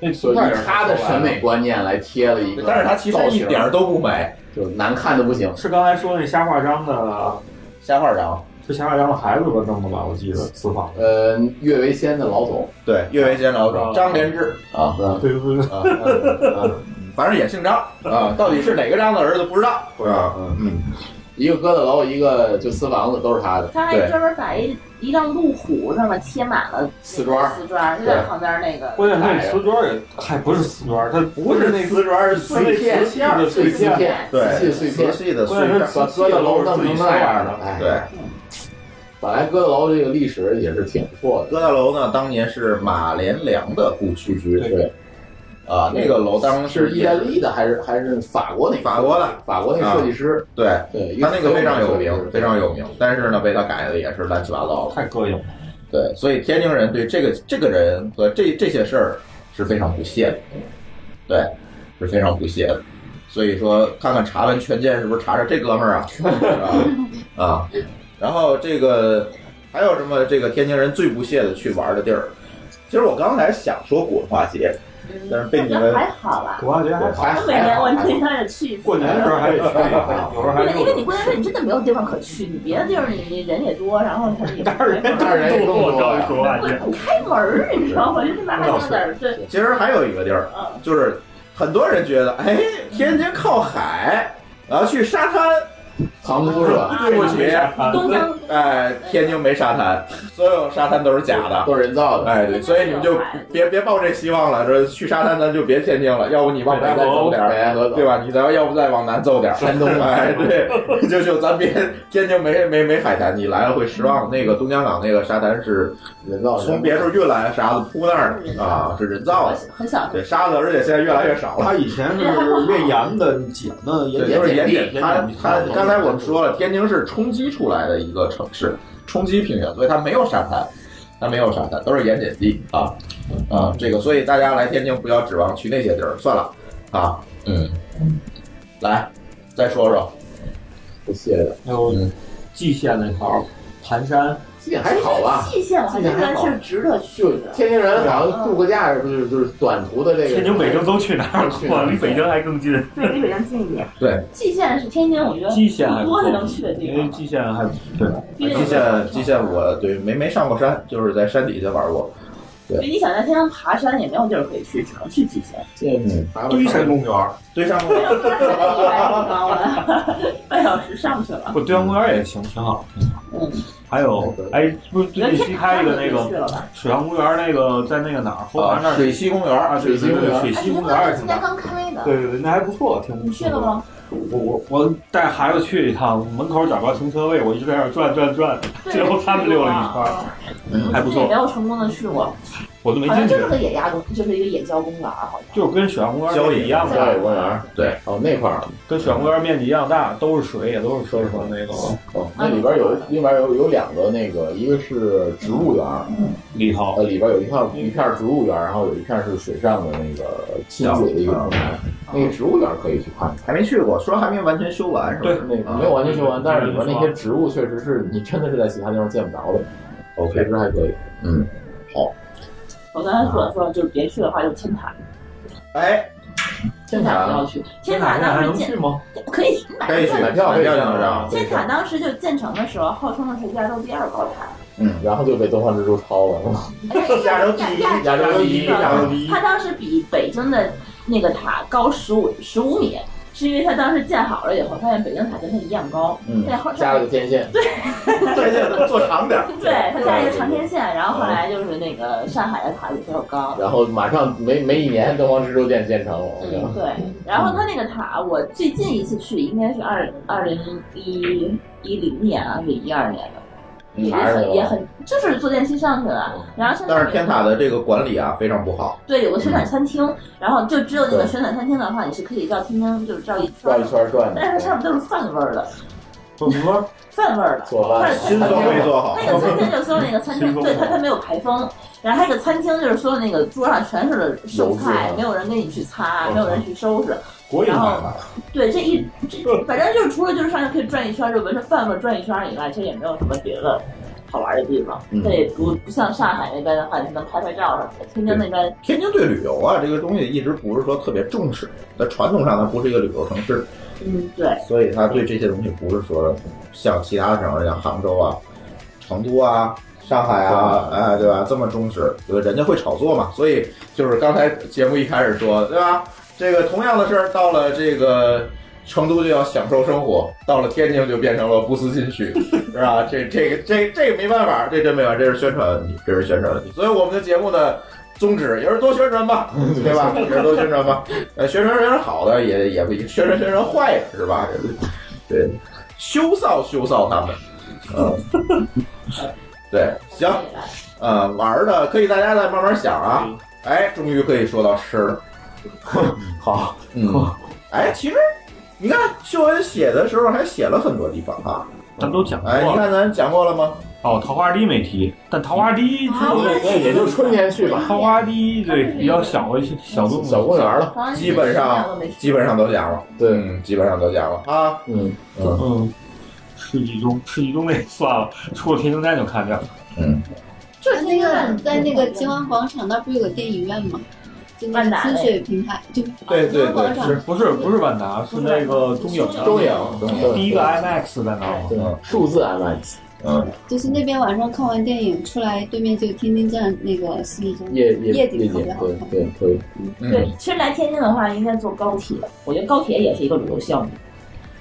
K: 那
G: 就
K: 存
G: 以
K: 在人
G: 他的审美观念来贴了一个，
A: 但是它其实一点儿都不美。
G: 就难看的不行。
K: 是刚才说那瞎话章的
A: 瞎话儿讲，
K: 是前两年让孩子吧弄的吧，我记得私访的。
G: 呃，岳维先的老总
A: 对，越为先老总
K: 啊
A: 张连志，
G: 啊，嗯
K: 对对对，
G: 啊嗯
A: 反正也姓张 啊，到底是哪个张的儿子不知道，是吧？
G: 嗯
A: 嗯，
G: 一个疙瘩楼，一个就私房子，都是他的。
D: 他还专门把一一辆路虎上面贴满了
G: 瓷砖儿
D: 瓷砖儿就在旁边那个。
K: 关键他那瓷砖也，还不是瓷砖，它
A: 不是那瓷砖，是碎片
K: 片儿
G: 碎
K: 碎
G: 片
K: 片，
D: 对
A: 对，
G: 瓷器碎片
A: 瓷器的碎
K: 关键
A: 片
K: 是
A: 儿，
G: 把疙瘩楼弄成那样的，哎，
A: 对。
G: 本来疙瘩楼这个历史也是挺不错的，
A: 疙瘩楼呢，当年是马连良的故居，
G: 对，
A: 啊，那个楼当时
G: 是意大利的还是还是法国那
A: 法国的，
G: 法国那设计师，
A: 对，
G: 对，
A: 他那个非常有名，非常
G: 有，
A: 有名，但是呢，被他改的也是乱七八糟的，
K: 太膈应了。
A: 对，所以天津人对这个这个人和这这些事儿是非常不屑的，对，是非常不屑的。所以说，看看查文权健是不是查查这哥们儿啊，是吧？啊，然后这个还有什么？这个天津人最不屑的去玩的地儿，其实我刚才想说古文化节，但是被你
D: 我觉得
A: 们
D: 还好吧。
K: 古巴节还好，
G: 还
D: 我每年我每年也去一次。
K: 过年的时候还得去一下，有时候还
D: 不是因为你
K: 溜
D: 过年时候你真的没有地方可去，你别的地儿你你人也多，然后你
K: 达人
G: 但是人也更
B: 过
G: 多
B: 招
G: 呀，
B: 国外去，
D: 不开门儿，你知道吗？就他妈还有点儿对，
A: 其实还有一个地儿，
D: 嗯，
A: 就是很多人觉得，哎，天津靠海，然后去沙滩，
G: 藏不住是吧？
A: 对不起，
B: 啊
D: 东江
A: 哎，天津没沙滩， 所有沙滩都是 假的。
G: 都是人造的，
A: 哎，对，所以你们就别别抱这希望了，说去沙滩咱就别天津了，要不你往南再走点
G: 北
A: 儿，
G: 戴河
A: 对吧？你咱要不再往南走点儿，
G: 山东
A: 哎，对，就就咱别天津没没没海滩，你来了会失望。那个东江港那个沙滩是
G: 人造的，
A: 从别处运来的沙子铺那儿的啊，是人造的，
D: 很小，
A: 对，沙子，而且现在越来越少了。
L: 他以前是越盐的碱的，也
A: 对，就是
G: 盐
A: 盐
G: 碱
A: 碱
L: 地
A: 它
L: 盐碱地
A: 它刚才我们说了，天津是冲击出来的一个城市，冲击平原，所以它没有沙滩，它没有沙滩，都是盐碱地啊啊，这个所以大家来天津不要指望去那些地儿，算了啊，嗯，来再说说，
G: 不屑的，
K: 还有蓟县那条盘山，
G: 这还好吧？
D: 蓟县我还真觉得是值得去
G: 就
D: 的。
G: 天津人好像度个假，就是就是短途的这个。
B: 天津、北京都去哪儿
G: 去
B: 了？离北京还更近。
D: 对，离北京近一点。
A: 对，
D: 蓟县是天津，我觉得
K: 蓟县还
D: 挺
K: 不
D: 多
K: 错
D: 的能去的地
K: 因为
D: 方。
K: 蓟县还对，
A: 蓟县蓟县我对没没上过山，就是在山底下玩过，
D: 对，你想在天上爬山也没有地儿可以去，只能去蓟县。
G: 嗯，
K: 堆山公园儿，
A: 对上过
D: 太厉害地方了，半小时上去了。
K: 不，堆山公园儿也行，挺好，挺好。
D: 嗯，
K: 还有，哎，不是最近新开一个那
D: 个
K: 个水上公园儿，那个在那个哪儿，后
A: 啊
K: 海那儿
A: 水西公园
K: 啊，
A: 啊，
K: 对对对，水
D: 哎
K: 西
D: 你
K: 公
D: 们
K: 园儿也
D: 现
K: 挺
D: 在
K: 大。
D: 刚开的，
K: 对对对，那还不错，挺。
D: 你去了？吗？
K: 我我我带孩子去一趟，门口找不着停车位，我一直在那儿转转转，最后他们溜了一圈儿，还不
D: 也没
K: 错，
D: 有成功的去过，
K: 我都没
D: 好像
K: 进去
D: 就，是个野鸭公，就是一个野郊公园，好像。
K: 就是跟水上公园面积一样
D: 郊
K: 大
D: 野，
G: 野公园，
A: 对，
G: 哦那块儿，
K: 跟水上公园面积一样大，都是水，也都是水和那个
G: 哦那里边有
A: 嗯
G: 里边有有两个那个，一个是植物园，
K: 里头。
G: 呃里边有一片
A: 嗯
G: 一片植物园，然后有一片是水上的那个亲水的一个平台，那个植物园可以去看。
A: 还没去过，说还没完全修完是吧？啊
K: 对
G: 那个没有完全修完，但是里边
A: 嗯
G: 那些植物确实是你真的是在其他地方见不着的，确
A: 嗯，OK，
G: 实还可以。
D: 我刚才说说，就是别去的话，就是天塔，
A: 哎，
D: 天塔不要去。天塔
K: 现在还
D: 当
K: 能
D: 时建
K: 去吗？
D: 可以买
A: 可以去
D: 票
G: 买票可以
A: 就能上，
D: 天塔当时就建成的时候，号称是全亚洲第二高 塔，
A: 嗯，
G: 然后就被东方之珠超了，
D: 嗯
A: 亚洲第一
G: 亚洲第一，亚洲第一。
D: 它当时比北京的那个塔高十五十五米，是因为它当时建好了以后，发现北京塔跟它一样高，
A: 嗯
D: 在后
G: 加了个天线，
D: 嗯
A: 再见，做长点儿，
D: 对它加了一个长天线，然后后来就是那个上海的塔比它又高。
G: 然后马上没没一年，东方之珠店建成了，我
D: 嗯，
G: 靠
D: 对。然后它那个塔，我最近一次去应该是二二零一一零年啊，还是一二年的，也
G: 还是啊那
D: 很
G: 个
D: 也很，就是坐电梯上去了。然后现在
A: 但是天塔的这个管理啊非常不好，
D: 对，有个旋转餐厅，然后就只有那个旋转餐厅的话，你是可以绕天津，就是绕一圈
G: 绕一
D: 儿，
G: 圈转
D: 但是它上
G: 的，
D: 面都是饭味儿的，
K: 不什么？
D: 饭味儿的。
G: 做饭，
A: 新
D: 新
A: 风
D: 风
A: 没
G: 没
A: 做好，
D: 那个餐 厅就是所有那个餐厅，对它它没有排风，然后它那个餐厅就是所有那个桌上全是剩
A: 啊
D: 菜，没有人给你去擦，没有人去收拾。
K: 国营
D: 然
K: 买
D: 后
K: 的，
D: 对这一这 反正就是除了就是上去可以转一圈，就闻着饭味儿转一圈儿以外，其实也没有什么别的。好玩的地方，
A: 嗯
D: 这也不不像上海那边的话，你能拍拍照什么的。天津那边
A: 天津对旅游啊这个东西一直不是说特别重视，在传统上它不是一个旅游城市，
D: 嗯，对，
A: 所以它对这些东西不是说像其他的城市，像杭州啊，成都啊、上海啊，哎，对吧？这么忠实，呃，人家会炒作嘛，所以就是刚才节目一开始说，对吧？这个同样的事儿，到了这个成都就要享受生活，到了天津就变成了不思进取， 是吧？这这个这这个没办法，这真没办法，这是宣传问题，这是宣传问题。所以我们的节目呢。宗旨也是多宣传吧，对吧？也是多宣传吧。呃，宣传宣传好的也也不行，宣传宣传坏的是吧？对，羞臊羞臊他们，嗯，对，行，呃，玩儿的可以大家再慢慢想啊。哎，终于可以说到吃了，好，嗯，哎，其实你看秀恩写的时候还写了很多地方啊，
B: 咱都讲过
A: 哎，你看
B: 了。
A: 咱讲过了吗？
B: 哦，桃花堤没提，但桃花堤之后
G: 那也就春天去吧。
B: 桃花堤对比较小一些，小动物
G: 嗯小公园了，
A: 基本上基本上都讲了，
G: 对
A: 嗯，基本上都讲了啊，
G: 嗯，
A: 嗯，
B: 嗯，世纪中，世纪中那算了，出了天津站就看掉了。
E: 就是那个在那个金湾广场那儿不是有个电影院吗？就那
D: 万
E: 个
D: 达
E: 清
D: 那
E: 水平台，就
A: 对对
E: 金湾广
A: 对，
E: 场
A: 是，
B: 不是不是万达，是那个中影的，
G: 中影，中影
B: 第一个 IMAX 在那儿
G: 对，数字 IMAX
A: 嗯，
E: 就是那边晚上看完电影出来，对面就天津站那个西丽江
G: 夜夜
E: 夜景
G: 夜
E: 特
G: 景
E: 别，好
G: 对
E: 看。
G: 对可以。
A: 嗯
D: 对，其实来天津的话，应该坐高铁。我觉得高铁也是一个旅游项目。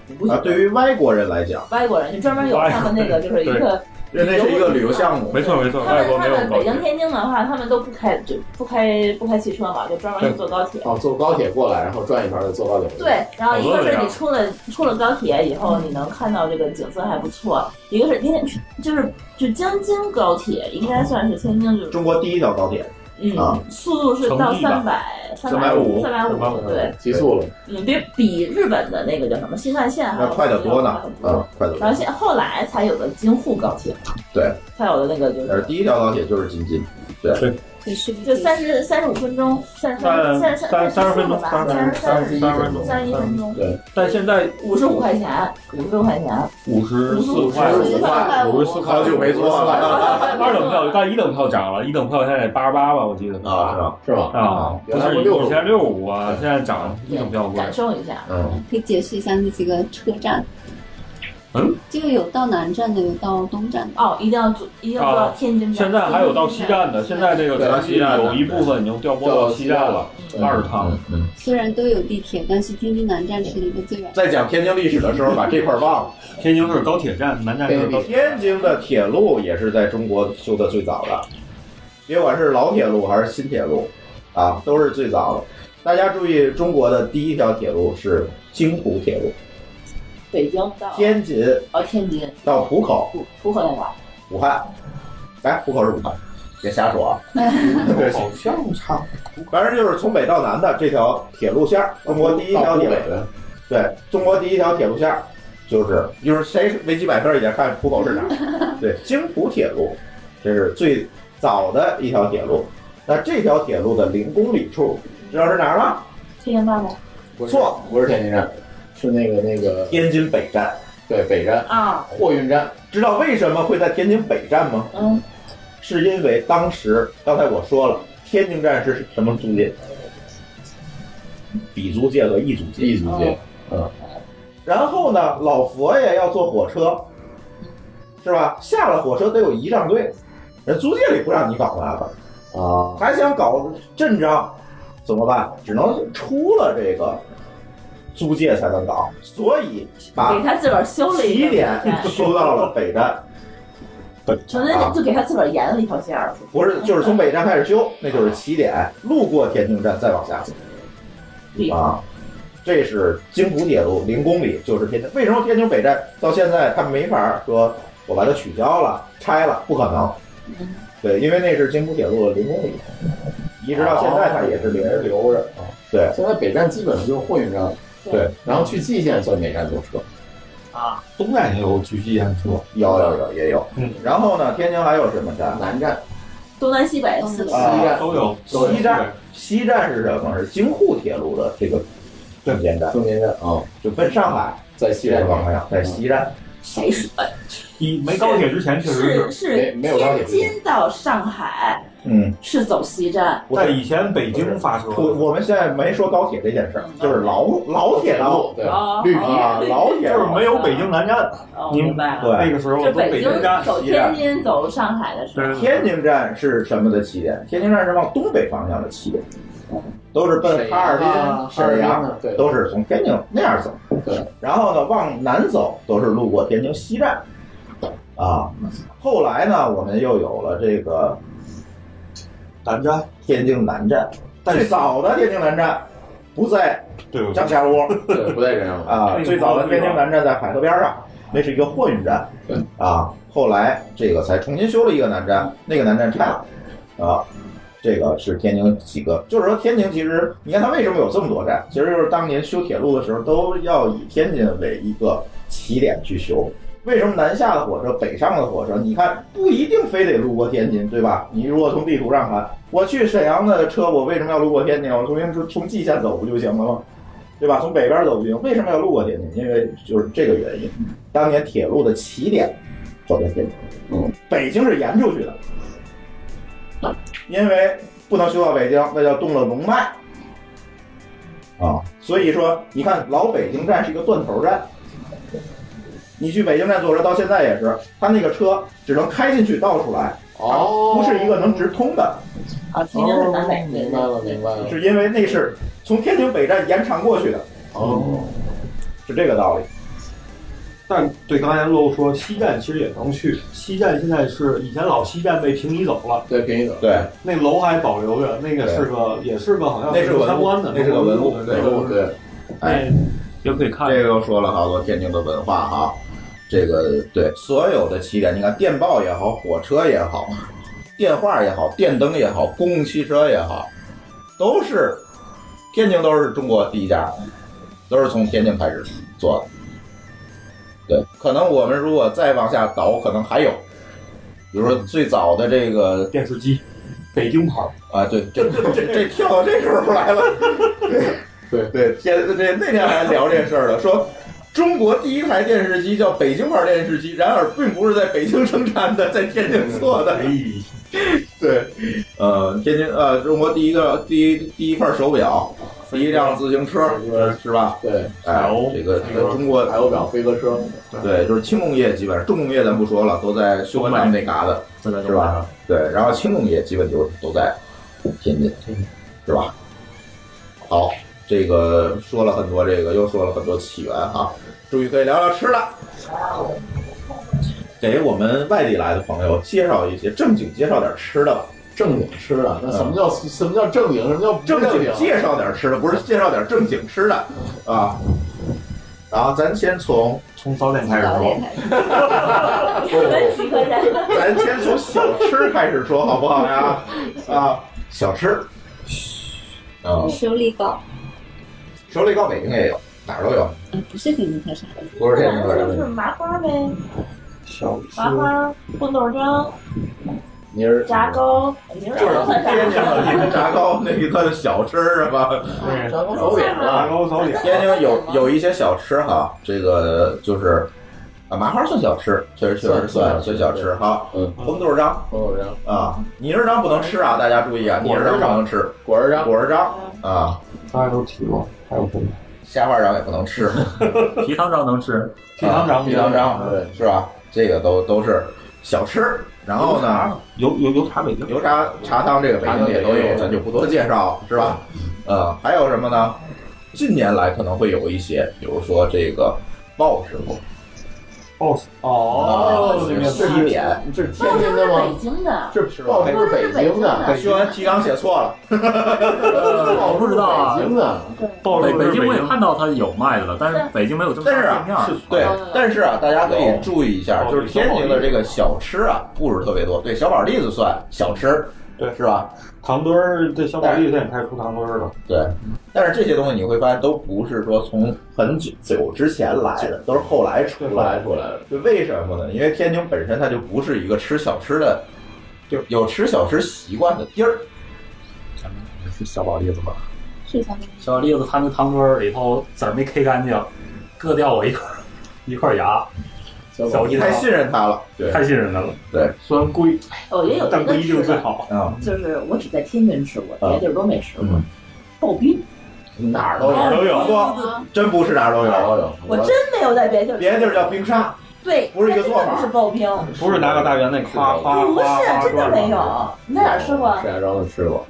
D: 你不觉
A: 啊，
D: 得
A: 对于外国人来讲，
D: 外国人就专门有他们那个，就是一个
A: 这那是一个旅游项目，
B: 没错没错，
D: 他
B: 外
D: 们
B: 国没
D: 他
B: 有
D: 们
B: 高
D: 北
B: 铁
D: 京。天津的话，他们都不开就不开不开汽车嘛，就专门去坐高铁。
G: 哦，坐高铁过来，然后转一圈再坐高铁。，
D: 对，然后一
B: 好多
D: 个
B: 人
D: 是
B: 啊
D: 你出了出了高铁以后，你能看到这个景色还不错；一个是天津，就是就京津高铁，应该算是天津就是
A: 中国第一条高铁，啊
D: 嗯，速度是到
B: 乘一吧
D: 三百三
A: 350
D: 三百
B: 350
D: 五，对，
G: 极速了。
D: 嗯，比比日本的那个叫什么新干线还
A: 那
D: 要
A: 快得多呢
D: 快得，多
A: 啊，快得
D: 然
A: 多
D: 后。现后来才有的京沪高铁，
A: 对，
D: 才有的那个就
A: 但是
D: 是
A: 第一条高铁就是京津，
E: 对，是不？
D: 就是三十三十五分钟，三十
B: 三
D: 三十
B: 三三十分钟，
D: 吧，
B: 三
D: 三
B: 十
D: 十
B: 三
D: 三
B: 十
D: 十
B: 三十分钟，嗯
D: 三十一分钟，
B: 但现在
D: 五十五块钱，五十六块钱，
B: 五十四块
G: 五十四块
B: 五十四块
A: 好久没坐了
B: 二等票，但一等票涨了，一等票现在八十八吧，我记得
A: 啊，是吧？
G: 是吧？
B: 啊，不
G: 原来
B: 是
G: 是六
B: 以前六五啊，现在涨一等票贵
D: 感。受一下。
G: 嗯，
E: 可以解释一下那几个车站。
B: 嗯，
E: 这个有到南站的，有到东站的。
D: 哦，一定要坐，一定要坐到天津站。
B: 啊现在还有到西站的，现在这个咱有一部分已经调拨到西站了，二趟。
G: 嗯，
E: 虽然都有地铁，但是天津南站是离得最远。
A: 在讲天津历史的时候，把这块儿忘了。
B: 天津市高铁站，南站就是高铁。
A: 天津的铁路也是在中国修的最早的，别管是老铁路还是新铁路，啊，都是最早的。大家注意，中国的第一条铁路是京浦铁路，
D: 北京到
A: 天津
D: 哦天津
A: 到浦口，
D: 浦浦口在哪儿？
A: 武汉，哎，浦口是武汉，别瞎说啊。
G: 好像差
A: 反正就是从北到南的这条铁路线儿，中国第一条铁路，
G: 的，
A: 对，中国第一条铁路线儿就是就是谁维基百科也看浦口是哪儿，对，京浦铁路，这是最早的一条铁路。那这条铁路的零公里处，知道是哪儿吗？
D: 天津到吗？
A: 错，
G: 不是天津站，是那个那个
A: 天津北站。
G: 对北站
D: 啊，
G: 货运站。
A: 知道为什么会在天津北站吗？
D: 嗯，
A: 是因为当时刚才我说了，天津站是什么租界？比租界和异租界。
G: 地租界，
A: 然后呢，老佛爷要坐火车，是吧？下了火车得有仪仗队，人租界里不让你搞那个，
G: 啊，
A: 还想搞阵仗，怎么办？只能出了这个租界才能搞，所以
D: 给
A: 把
D: 他自个儿修了一
A: 起
D: 个
A: 点修到 了北站，
D: 纯粹就给他自个儿沿了一条线儿。
A: 不是就是从北站开始修，那就是起点，路过天津站再往下走
D: 厉害
A: 啊。这是京浦铁路零公里，就是天津。为什么天津北站到现在他没法说我把它取消了、拆了？不可能。对，因为那是京浦铁路的零公里，一直到现在它也是零。
G: 留着。
A: 对
G: 啊现在北站基本上就是货运站，
A: 对，
G: 然后去蓟县算哪站坐车？
F: 东站也有巨济验车，
A: 有有有也有。
B: 嗯。
A: 然后呢，天津还有什么站？
G: 南站、
D: 东南西北四个
G: 西
A: 啊
G: 站、
B: 都有
A: 西站，西站是什么？是京沪铁路的这个中间站，
G: 中间站啊，
A: 就奔上海，
G: 在西站
A: 往上，在西站。
D: 谁说？
B: 一没高铁之前确实是
D: 是是
G: 没没有高铁
D: 天津到上海，
F: 嗯，
D: 是走西站，
F: 在以前北京发车，
A: 我我们现在没说高铁这件事儿，就是老老铁道，
F: 对
D: 哦
F: 绿皮
A: 啊，嗯老铁
F: 就是没有北京南站，
D: 哦，
A: 您
D: 明白了。
A: 对
F: 那个时候
D: 就
F: 都
D: 北
F: 北京站
D: 走天津、走上海的时候，
A: 天津站是什么的起点？天津站是往东北方向的起点，都是奔啊哈尔滨、沈
G: 啊沈阳
A: 阳
G: 啊对，
A: 都是从天津那样走。
G: 对，
A: 然后呢，往南走都是路过天津西站，啊，后来呢，我们又有了这个南站，天津南站，最早的天津南站不在
F: 对
A: 张家窝，
G: 对，不在这样
A: 啊，最早的天津南站在海河边上，那是一个货运站，啊，后来这个才重新修了一个南站，那个南站拆了，啊，这个是天津几个，就是说天津其实，你看它为什么有这么多站，其实就是当年修铁路的时候都要以天津为一个起点去修。为什么南下的火车、北上的火车，你看不一定非得路过天津，对吧？你如果从地图上看，我去沈阳的车，我为什么要路过天津？我从从从蓟县走不就行了吗？对吧？从北边走不行，为什么要路过天津？因为就是这个原因。当年铁路的起点走在天津，嗯，北京是延出去的，因为不能修到北京，那叫动了龙脉啊。所以说，你看老北京站是一个断头站，你去北京站坐车到现在也是，它那个车只能开进去倒出来，
G: 哦，
A: 不是一个能直通的。
D: 啊，天津是南北
G: 明白了，明白了。
A: 是因为那是从天津北站延长过去的。
G: 哦，
A: 是这个道理。
F: 但对刚才露说西站其实也能去，西站现在是以前老西站被平移走了，
G: 对平移走，
A: 对，
F: 那楼还保留着，那个是个也是个好像个参观的，
A: 对。哎，
B: 就可以看。
A: 这个又说了好多天津的文化哈，这个对所有的起点，你看电报也好，火车也好，电话也好，电灯也好，公共汽车也好，都是天津都是中国第一家，都是从天津开始做的。对，可能我们如果再往下倒，可能还有，比如说最早的这个
F: 电视机，北京牌
A: 啊，对，这这这这跳到这时候来了。 对对，天这那天还聊这事儿了，说中国第一台电视机叫北京牌电视机，然而并不是在北京生产的，在天津做的。
F: 哎
A: 对，呃，天津呃，中国第一个第一第一块手表，第一辆自行车是吧？
G: 对，
A: 哎，这个这个中国
G: 海油表、飞鸽车，
A: 对，就是轻工业基本上，重工业咱不说了，都在修文他们那嘎达，是吧？对，然后轻工业基本就是都在天津，是吧？好，这个说了很多，这个又说了很多起源啊，注意可以聊聊吃的，给我们外地来的朋友介绍一些正经介绍点吃的吧。
G: 正经吃的，那什么叫什么叫嗯正经？什么叫不
A: 正经
G: 经？
A: 介绍点吃的，不是介绍点正经吃的啊。然后咱先从
F: 从早点开始
A: 说，
D: 文体可言。
A: 咱先从小吃开始说，好不好呀？啊，小吃，啊，
E: 手里搞
A: 手里糕北京也有，哎哪儿都有，
E: 呃不是天津特产的，
A: 不是天津特产
D: 就是麻花呗，
F: 小
D: 麻花炖豆浆、
G: 你是
D: 炸糕，你
A: 就是
D: 都很炸
A: 天津的那个炸糕，那个算小吃是吧？
F: 对，
G: 炸糕
A: 早点
G: 了
F: 糕早 点
A: 天津有有一些小吃哈，这个就是啊，麻花算小吃，确实确实算算小吃哈。
G: 嗯，
A: 红豆浆，
G: 红豆浆
A: 啊，泥人张不能吃啊，大家注意啊，泥人张不能吃，
G: 果仁张
A: 果仁张啊，
F: 刚才都提过，还有什么？
A: 虾花瓤也不能吃，啊
B: 皮糖瓤能吃，
A: 皮糖瓤皮糖瓤对是吧？这个都都是小吃。然后呢，
F: 油油油茶北京，
A: 油茶茶汤这个北京也都有，咱就不多介绍，是吧？呃，还有什么呢？近年来可能会有一些，比如说这个鲍师傅，
F: boss
A: 哦
G: 这
A: 这是一点，
G: 这是天津的
D: 都是
G: 吗
D: 北？京的，
G: 这是报是北京的，哦
A: 学完提纲写错了，
G: 我
B: 不知道啊
G: 呃北京的，
B: 北北京我也看到它有卖的了，但是北京没有这么
A: 但是
B: 大面
A: 啊，
B: 儿。
A: 对，但是啊，大家可以注意一下，就是天津的这个小吃啊，不是特别多。对，小宝栗子算小吃，
F: 对，
A: 是吧？
F: 糖墩儿，这小宝栗子也开始出糖墩儿了。
A: 对，但是这些东西你会发现都不是说从很久久之前来的，都是后来出来
G: 出来的。
A: 就为什么呢？因为天津本身它就不是一个吃小吃的，就有吃小吃习惯的地儿。
B: 是小宝栗子吧？
E: 是小米
B: 小栗子摊在汤墩儿里头，籽儿没 K 干净，硌掉我一块一块牙。
F: 小
D: 啊
F: 樱桃
A: 太信任他了，
G: 对，
F: 太信任他了，
A: 对，
F: 酸龟，
D: 我觉得 有一个
F: 但不一定
D: 是
F: 最 好
A: 啊。
D: 就是我只在天津吃过，别的地儿都没吃过。刨冰，
A: 哪儿
D: 都有哪儿都有
E: 啊
A: 不，真不是哪儿都有，都
G: 有。
D: 我真没有在别的地儿吃过。
A: 别的地儿叫冰沙，
D: 对，
A: 不是一个做法
D: 但真的不是刨冰，
F: 不是拿个大圆那夸夸
D: 不
F: 夸
D: 是，
F: 夸
D: 真的
F: 转
D: 没有。你在哪儿吃过？
G: 石家庄的吃过，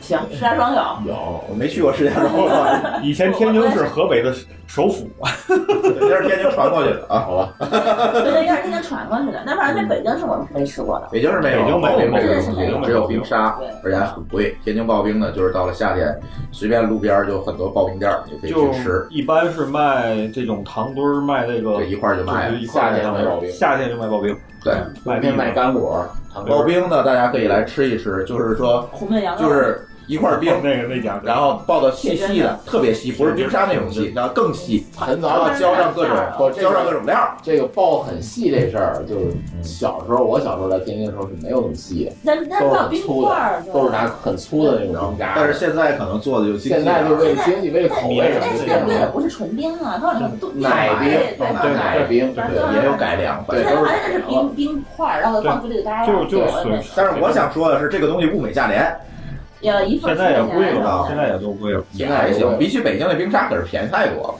D: 行，石家庄有。
G: 有，
A: 我没去过石家 庄。
F: 以前天津是河北的首府，
A: 这是天津传过去的啊，
G: 好吧。
D: 对对，应该是天传过去的。但反
G: 嗯
D: 正在北京是我没吃过的。
A: 北京是没有，
D: 北京没有
A: 没
D: 真是没有
A: 只有冰沙，而且还很贵。天津刨冰呢，就是到了夏天，随便路边儿就很多刨冰店儿，你就可以
F: 就
A: 去吃。
F: 一般是卖这种糖墩儿，卖这个
A: 一块儿就卖
F: 一块儿
A: 夏天卖刨冰
F: 夏天就卖刨冰，
A: 对，
F: 卖冰
G: 干果、
A: 刨冰呢，大家可以来吃一吃，就是说
D: 红焖羊肉
A: 就是一块冰，
F: 那个那家，
A: 然后刨的细细
G: 铁
A: 的
G: 针，
A: 特别细，不是冰沙那种细，然后更细，
G: 很
A: 然
G: 早
A: 后浇上各种
G: 不这个
A: 浇上各种料。
G: 这个爆很细这事儿，就是小时候我小时候来天津的时候是没有那么细的，
D: 那那
G: 都是
D: 叫
G: 很
D: 冰
G: 粗
D: 块儿呢
G: 的，都是拿很粗的那种渣。
A: 但是现在可能做的就精细
G: 现在就为了经济，为了口味什
D: 但
G: 么
D: 是
G: 的
D: 那。贵的不是纯冰啊，都是那个冻
G: 奶冰
D: 对对
G: 对奶冰
D: 对
G: 对呃
A: 也有改良，
D: 对，
A: 反正
D: 它
A: 都是
D: 还是冰冰块儿，然后放嘴里嘎嘎。
A: 但是我想说的是，这个东西物美价廉，
D: 要一份儿吃下来
A: 啊，
F: 现在也都贵了，
A: 也还
F: 现在也
A: 行，
F: 贵
A: 比起北京的冰沙可是便宜太多了。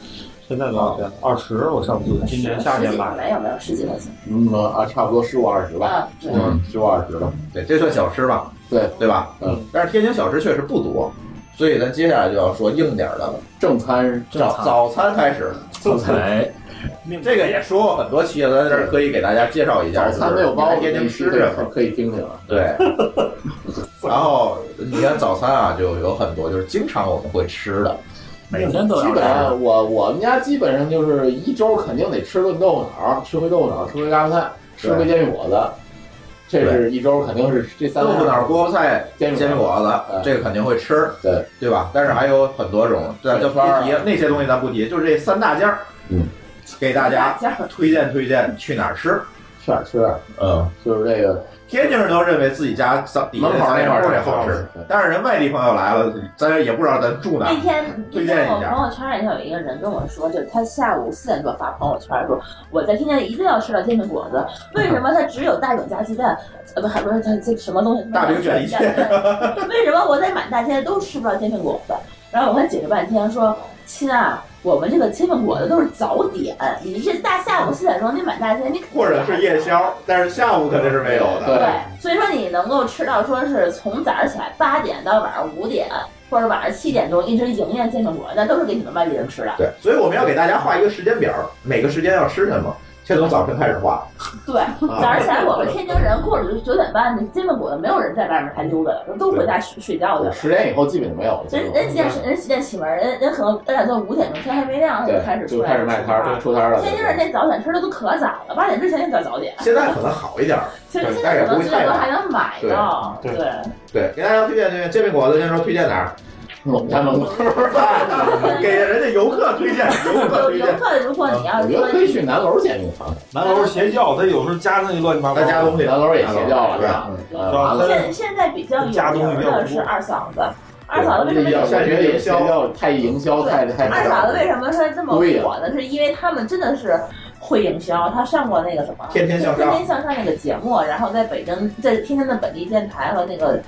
F: 现在多少钱？二十，我上次今年夏天买
D: 没有没有十几块钱，啊
G: 嗯啊，差不多十五二十吧，嗯，十五二十吧，
A: 对，这算小吃吧？
G: 对，
A: 对吧？
G: 嗯，
A: 但是天津小吃确实不多，所以咱接下来就要说硬点儿的了。
G: 正餐
A: 早早餐开始，
G: 正餐
A: 哎，
F: 嗯
A: 这个也说过很多期了，咱在这儿可以给大家介绍一下。
G: 早餐没有包
A: 就是来天津吃什么？
G: 可以听听啊。
A: 对，然后你看早餐啊，就有很多，就是经常我们会吃的，每
G: 基本上我我们家基本上就是一周肯定得吃顿豆腐脑，吃回豆腐脑，吃回疙瘩菜，吃回煎饼果子，这是一周肯定是这三
A: 豆腐脑、锅包菜、
G: 煎
A: 煎
G: 饼
A: 饼果子，这个肯定会吃，嗯对对吧？但是还有很多种，咱就不提那些东西，咱不提，就是这三大家，
G: 嗯，
A: 给大 家推荐推荐去哪儿吃，
G: 去哪儿吃？
A: 嗯，
G: 就是这个。
A: 天津人都认为自己家早
G: 门口那
A: 那
G: 块儿
A: 也好吃，但是人外地朋友来了，咱也不知道咱住哪
D: 那
A: 儿。
D: 天
A: 推
D: 那
A: 荐
D: 天我
A: 一下
D: 朋友圈里头有一个人跟我说，就是他下午四点多发朋友圈说，我在天津一定要吃到煎饼果子，为什么他只有大饼加鸡蛋，呃不还不是他这什么东西？
A: 大饼卷一
D: 切。 为什么我在满大街都吃不到煎饼果子？然后我跟他解释半天说，亲啊。我们这个煎饼果子都是早点，你这大下午四点钟你满大街，你
A: 或者是夜宵，但是下午肯定是没有的。
D: 对，所以说你能够吃到说是从早上起来八点到晚上五点，或者晚上七点钟一直营业煎饼果，那都是给你们外地人吃的。
A: 对，所以我们要给大家画一个时间表，每个时间要吃什么，先从早晨开始画。啊
D: 对，
G: 啊
D: 早上起来我们天津人过了九点半，那煎饼果子没有人在外面还溜达了，都回家睡睡觉去了。
G: 十点以后基本就没有了。
D: 人人几点睡？人几点起门？人人可能大家都五点钟天还没亮，他就开
G: 对，
D: 始
G: 就
D: 出
G: 开
D: 来
G: 始卖摊儿，出摊儿了。
D: 天津人那早点吃的都可早了，八点之前就叫早点。
A: 现在可能好一点儿，
D: 现在现
A: 但
D: 在
A: 也
D: 可
A: 不
D: 能
A: 会
D: 这
A: 太
D: 都
A: 晚
D: 还能买到，对。
A: 对，给大家推荐推荐煎饼果子，先说推荐哪儿？
D: 嗯
G: 我们家门
A: 口，给人家游客推荐，游客推
D: 有游
A: 荐。
D: 客，如果你
G: 啊
D: 要是说
G: 去南楼煎饼尝尝。
M: 南楼是邪教，他有时候加那一乱七八糟。
G: 他加东西南楼也邪教了是吧
M: 对
G: 嗯
M: 吧
D: 现现在比较有名的是二嫂子，二嫂子为什么
G: 要
D: 这么
G: 感觉也邪教太营销太太。
D: 二嫂子为什么说这么火呢？是因为他们真的是会营销，她上过那个什么《
G: 天天向
D: 天
G: 上
D: 天向上》那个节目，然后在北京，在天津的本地电台和那个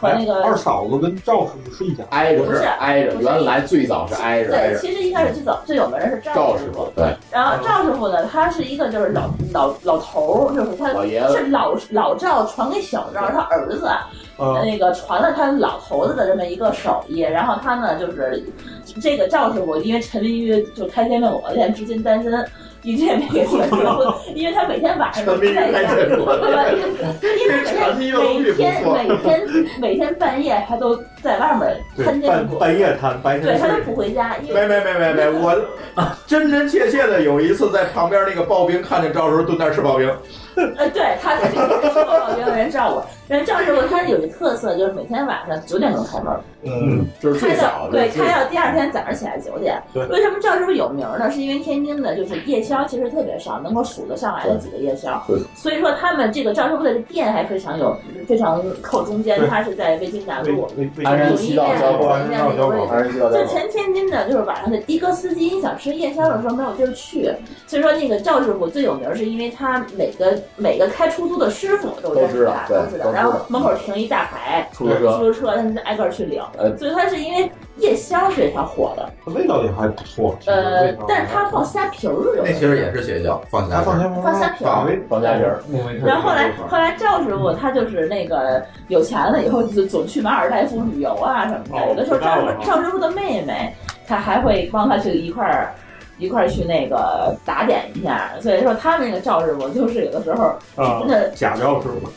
D: 和那个
M: 二嫂子跟赵师傅是一家，
G: 挨
D: 着不是挨着不是原来
G: 最早是挨
D: 对，其实一开始最早最有名的是赵
G: 赵
D: 师
G: 师
D: 傅。
G: 傅对。
D: 然后赵师傅呢，他是一个就是老老老头儿，就是他
G: 老爷子
D: 是老老赵传给小赵，他儿子啊
G: 嗯
D: 那个传了他老头子的这么一个手艺。然后他呢，就是这个赵师傅因为沉迷于就开煎饼果子店，至今单身。一直也没给结婚，因为他每天晚上都在家，
N: 沉迷于开煎饼果子
D: 对因为每天每天每天每天半夜他都在外面
M: 对
D: 摊，煎饼
M: 半
D: 果子，
M: 半夜摊，白
D: 对
M: 天
D: 他都
M: 睡。
D: 不回家，因为
A: 没没没没没，我啊真真切切的有一次在旁边那个刨冰看见赵叔蹲那儿吃刨冰，
D: 呃，对，他肯定是受到别人照顾。人赵师傅他是有一特色，就是每天晚上九点钟开门，
G: 嗯，就是
D: 开
G: 最
D: 到
G: 早
D: 对开到第二天早上起来九点。
G: 对
D: 为什么赵师傅有名呢？是因为天津的就是夜宵其实特别少，能够数得上来的几个夜宵
G: 对。
D: 所以说他们这个赵师傅的店还非常有非常靠中间，
G: 对
D: 他是在北京南路。
G: 哎，鞍山西到交口，鞍山西到交口，鞍山西到交
D: 就
G: 口。
D: 前天津的，就是晚上的的哥斯基，你想吃夜宵的时候没有地儿去，所以说那个赵志虎最有名，是因为他每个每个开出租的师傅都认识他，都知
G: 都知道对都知道
D: 道。然后门口停一大排
G: 出租车
D: 出租车，他们就挨个儿去领
G: 哎。
D: 所以他是因为夜宵是一条火的，
F: 味道也还不错。
D: 呃，但是他放虾皮儿有。
A: 那其实也是邪教，放下哎放
D: 放虾皮儿
G: 放虾皮儿，
D: 然后后来，后来赵师傅他就是那个有钱了以后，就总去马尔代夫旅游啊什么的。
O: 哦
D: 有的时候
O: 知道
D: 赵
O: 了
D: 赵师傅的妹妹，她还会帮他去一块儿一块儿去那个打点一下。所以说他们那个赵师傅就是有的时候
B: 啊
D: 真的，
B: 假药是吗？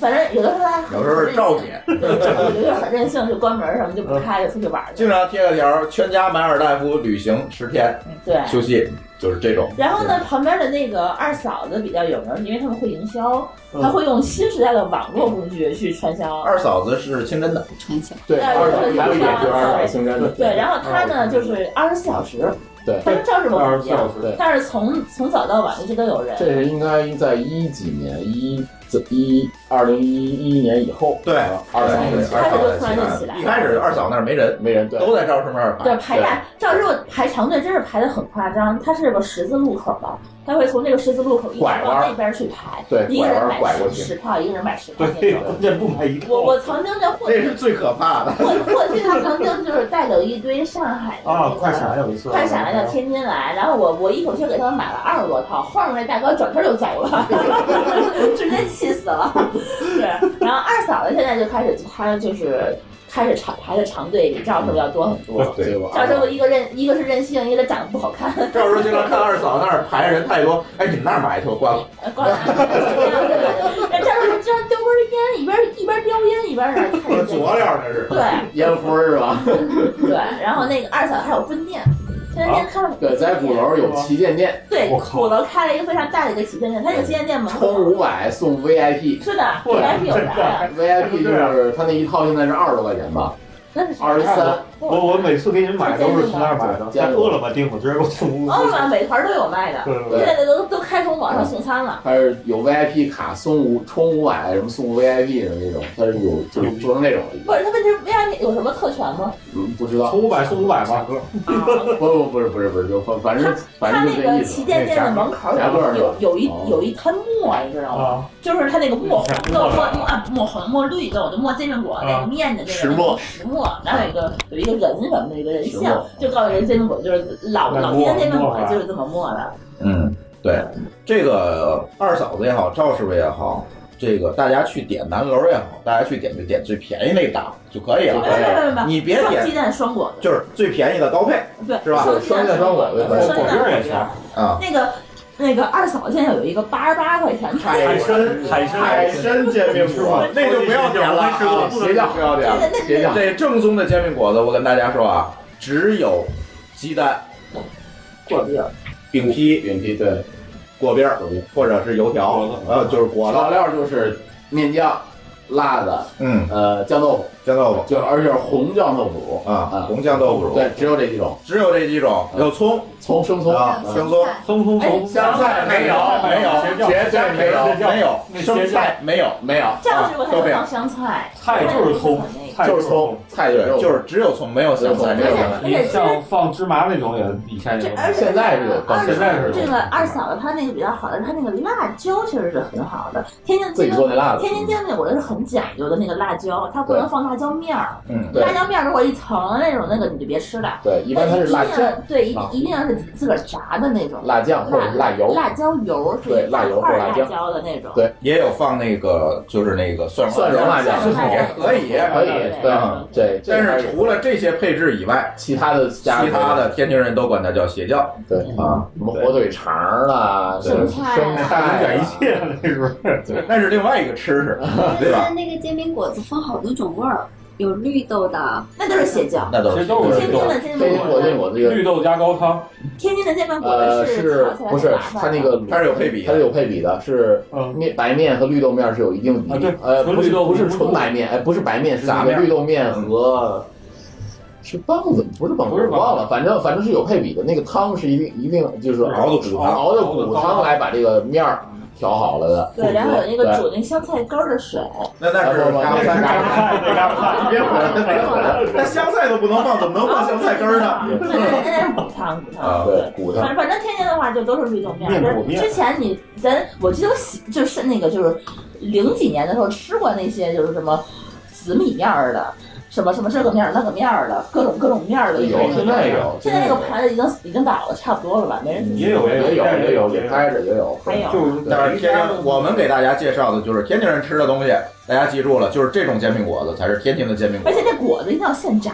D: 反正有的时候他
A: 有时候是赵姐，
D: 有的很任性，就关门什么就不开，就出去玩去。
A: 经常贴个条儿，全家马尔代夫旅行十天，
D: 嗯对
A: 休息，就是这种。
D: 然后呢，旁边的那个二嫂子比较有名，因为他们会营销，
A: 嗯
D: 他会用新时代的网络工具去传销。
A: 二嫂子是清真的，
E: 传销
G: 对
D: 哎二嫂子还有一点就是二嫂
G: 清真的
D: 对，然后他呢就是二十四小时，
G: 对，
D: 他跟赵世
G: 二
D: 博
G: 十
D: 一
G: 四
D: 样
G: 小时对，
D: 但是从从早到晚一直都有人。
G: 这是应该在一几年一。一二零一一年以后，啊
A: 对，
G: 二嫂子起来
D: 他这就突然就起来了
A: 一开始二嫂那儿没人，
G: 没人，对，
A: 都在赵师妹那儿
D: 对，排大赵师傅排长队真是排的很夸张，他是个十字路口吧，他会从这个十字路口一直
G: 拐弯
D: 往那边去排，
G: 对
D: 一个人
G: 拐弯拐
D: 买
G: 过
D: 十
G: 去
D: 十票，一个人买十票那
G: 对
D: 种。，
G: 键不买一
D: 我我曾经就获
A: 这是最可怕的。
D: 过过去他曾经就是带有一堆上海的那
F: 啊
D: 个，
F: 快闪有一次，啊
D: 快闪来到天津来，然后我我一口气给他们买了二十多套，晃着那大哥转身就走了， 直接气死了。对，然后二嫂子现在就开始，她就是开始长排的长队比赵师傅要多很多。
G: 对，我
D: 赵师傅一个任一个是任性，一个长得不好看，
A: 赵师傅经常看二嫂那儿排人太多，哎，你们那儿买去，我 关了。
D: 光着膀子这样对吧？然后赵师傅这样叼根烟，一边一边叼烟一边在那看。
A: 佐料那是，
D: 对，
G: 烟灰儿是吧？
D: 对，然后那个二嫂还有分店，现在店开了很多
G: 啊对，在鼓楼有旗舰店，
D: 对，鼓楼开了一个非常大的一个旗舰店，它那个旗舰店门口
G: 充五百送 VIP，
D: 是的，VIP 有啥呀？
G: VIP 就是它那一套现在是二十多块钱吧，
D: 那是
G: 二十三。
F: 我我每次给你们买都是从那儿买的，在饿了么订的，直接给我送公司。
D: 奥
A: 哦
D: 特曼美哦啊团都有卖的，
G: 对对
D: 现在都都开通网上送餐了。
G: 它是有 VIP 卡送五充五百什么送 VIP 的那种，它是有就是做成那种，
D: 不是，他问题是 VIP 有什么特权吗？
G: 嗯，不知道。充五百送五百吧，哥。不不不是不是不是，就反反正啊反
D: 他
G: 正就
D: 那
G: 这
D: 个
G: 意思。
D: 旗舰店的门口
G: 夹克
D: 有
G: 是吧
D: 有有一
G: 哦
D: 有一摊墨，
A: 哦
D: 你知道吗
G: 啊？
D: 就是他那个墨红的
G: 墨
D: 墨墨啊墨红墨绿的，我的墨煎饼果那个面的那个
G: 石墨
D: 石墨，然后有一个有一个人什么的一个人
A: 石
D: 像
A: 墨，
D: 就告诉人煎饼果就是老
A: 那
D: 老年
A: 墨
D: 煎饼果
A: 墨啊
D: 就是这么墨的。
A: 嗯，对，这个二嫂子也好，赵师傅也好，这个大家去点南楼也好，大家去点就点最便宜那档就可以了。
D: 没没没没，
A: 你别
D: 双
A: 点
D: 鸡蛋双果子，
A: 就是最便宜的高配，
D: 对，
A: 是吧？
D: 双鸡蛋双果子，对双鸡蛋双果子。
A: 啊，
D: 那个那个二嫂现在有一个八十八块钱的
A: 海参
B: 海参
A: 海参煎饼果子，那就不要点了啊，邪教不要点了，邪教。这正宗的煎饼果子，我跟大家说啊，只有鸡蛋、
D: 果篦、
A: 饼坯、
G: 饼坯对，
A: 果篦儿或者是油条，呃，就是果
G: 调料就是面酱、辣子，
A: 嗯，
G: 呃，酱豆腐，
A: 酱豆腐，
G: 就而且是红酱豆腐乳
A: 啊，红酱豆腐乳
G: 对，只有这几种，
A: 只有这几种，有葱，
G: 葱生葱
A: 啊，生葱，
F: 生葱
A: 葱，香菜没有，没有，茄菜没有，没有，生菜没有，没有，
D: 酱师傅他
A: 都
D: 就
A: 没有
D: 放。香菜，
A: 就是葱，菜对，就是只有葱，没有香菜，没有香菜。
B: 你像放芝麻那种也以前也有
D: 而且
B: 放现在是
D: 这个二嫂子她那个比较好的，她那个辣椒其实是很好的。天津
G: 自己做那辣的
D: 天津煎饼果子是很讲究的那个辣椒，它不能放辣椒面儿。
A: 嗯
G: 对
D: 辣椒面儿如果一层那种，那个你就别吃了。
G: 对一般它是辣
D: 但一定要
G: 酱
D: 对，一
G: 啊
D: 一定要是自个儿炸的那种。
G: 辣酱或者是辣油
D: 辣椒油是
A: 对辣油或
D: 一大块
A: 辣
D: 辣
A: 椒
D: 椒的那种。
A: 对，也有放那个，就是那个蒜
G: 蒜
A: 蓉
G: 蓉辣椒
A: 也可以，
G: 也可以对
A: 嗯
G: 对这
A: 但
G: 还
A: 是
G: 是
A: 除了这些配置以外，
G: 其他的
A: 其
G: 加入
A: 他的天津人都管它叫邪教，
G: 对
A: 啊，
G: 什么火腿肠儿啦，
A: 对
G: 生
E: 菜啊
G: 生
A: 大
G: 菜
A: 卷
G: 啊
A: 一切
B: 那是，
A: 对，那是另外一个吃食，啊对
E: 它
A: 吧？
E: 那个煎饼果子分好多种味儿，有绿豆
A: 啊
E: 的，
D: 那都是邪教
A: 那都
B: 其实都是
D: 天津的煎饼果子，
G: 我这个
B: 绿豆加高汤，
D: 天津的煎饼果
G: 呃，
D: 子
G: 是
D: 炒起来
G: 不
D: 很
G: 是
D: 麻烦
G: 它那个
A: 它是有配比，
G: 它是有配比的，是面白面和绿豆面是有一定比例，呃，
B: 纯
G: 不是
B: 绿豆
G: 不是
B: 不
G: 嗯纯
B: 是
G: 白面，哎，不是白面，是
B: 杂
G: 那个
B: 面
G: 绿豆面
A: 嗯
G: 和是棒子，不是棒子，我忘了，反正反正是有配比的，那个汤是一定一定就是
A: 熬的骨汤
G: 熬的骨汤来把这个面儿调好了的。
D: 对，然后有那个
G: 对
D: 煮那香菜根儿的水，
A: 那那是嘎巴菜，嘎巴菜，嘎巴菜，别混了，别混了，那香菜都不能放，怎么能放香菜根儿
D: 对，
A: 呢？
D: 那那补汤补汤，
A: 对，骨头
D: 反正反正天津的话就都是绿豆面儿。
A: 面骨
D: 就
A: 面
D: 是之前你咱我记得我喜就是那个就是零几年的时候吃过那些就是什么紫米面儿的。什么什么这个面儿那个面儿的，各种各种面儿的。
G: 有现在也有
D: 现在那个牌子已经已经倒了，差不多了吧？没人
G: 也有也有也有也开着也有，
D: 还有
G: 就是
A: 但是天津，我们给大家介绍的就是天津人吃的东西，大家记住了，就是这种煎饼果子才是天津的煎饼果
D: 而
A: 子。
D: 且这果子一定要现炸，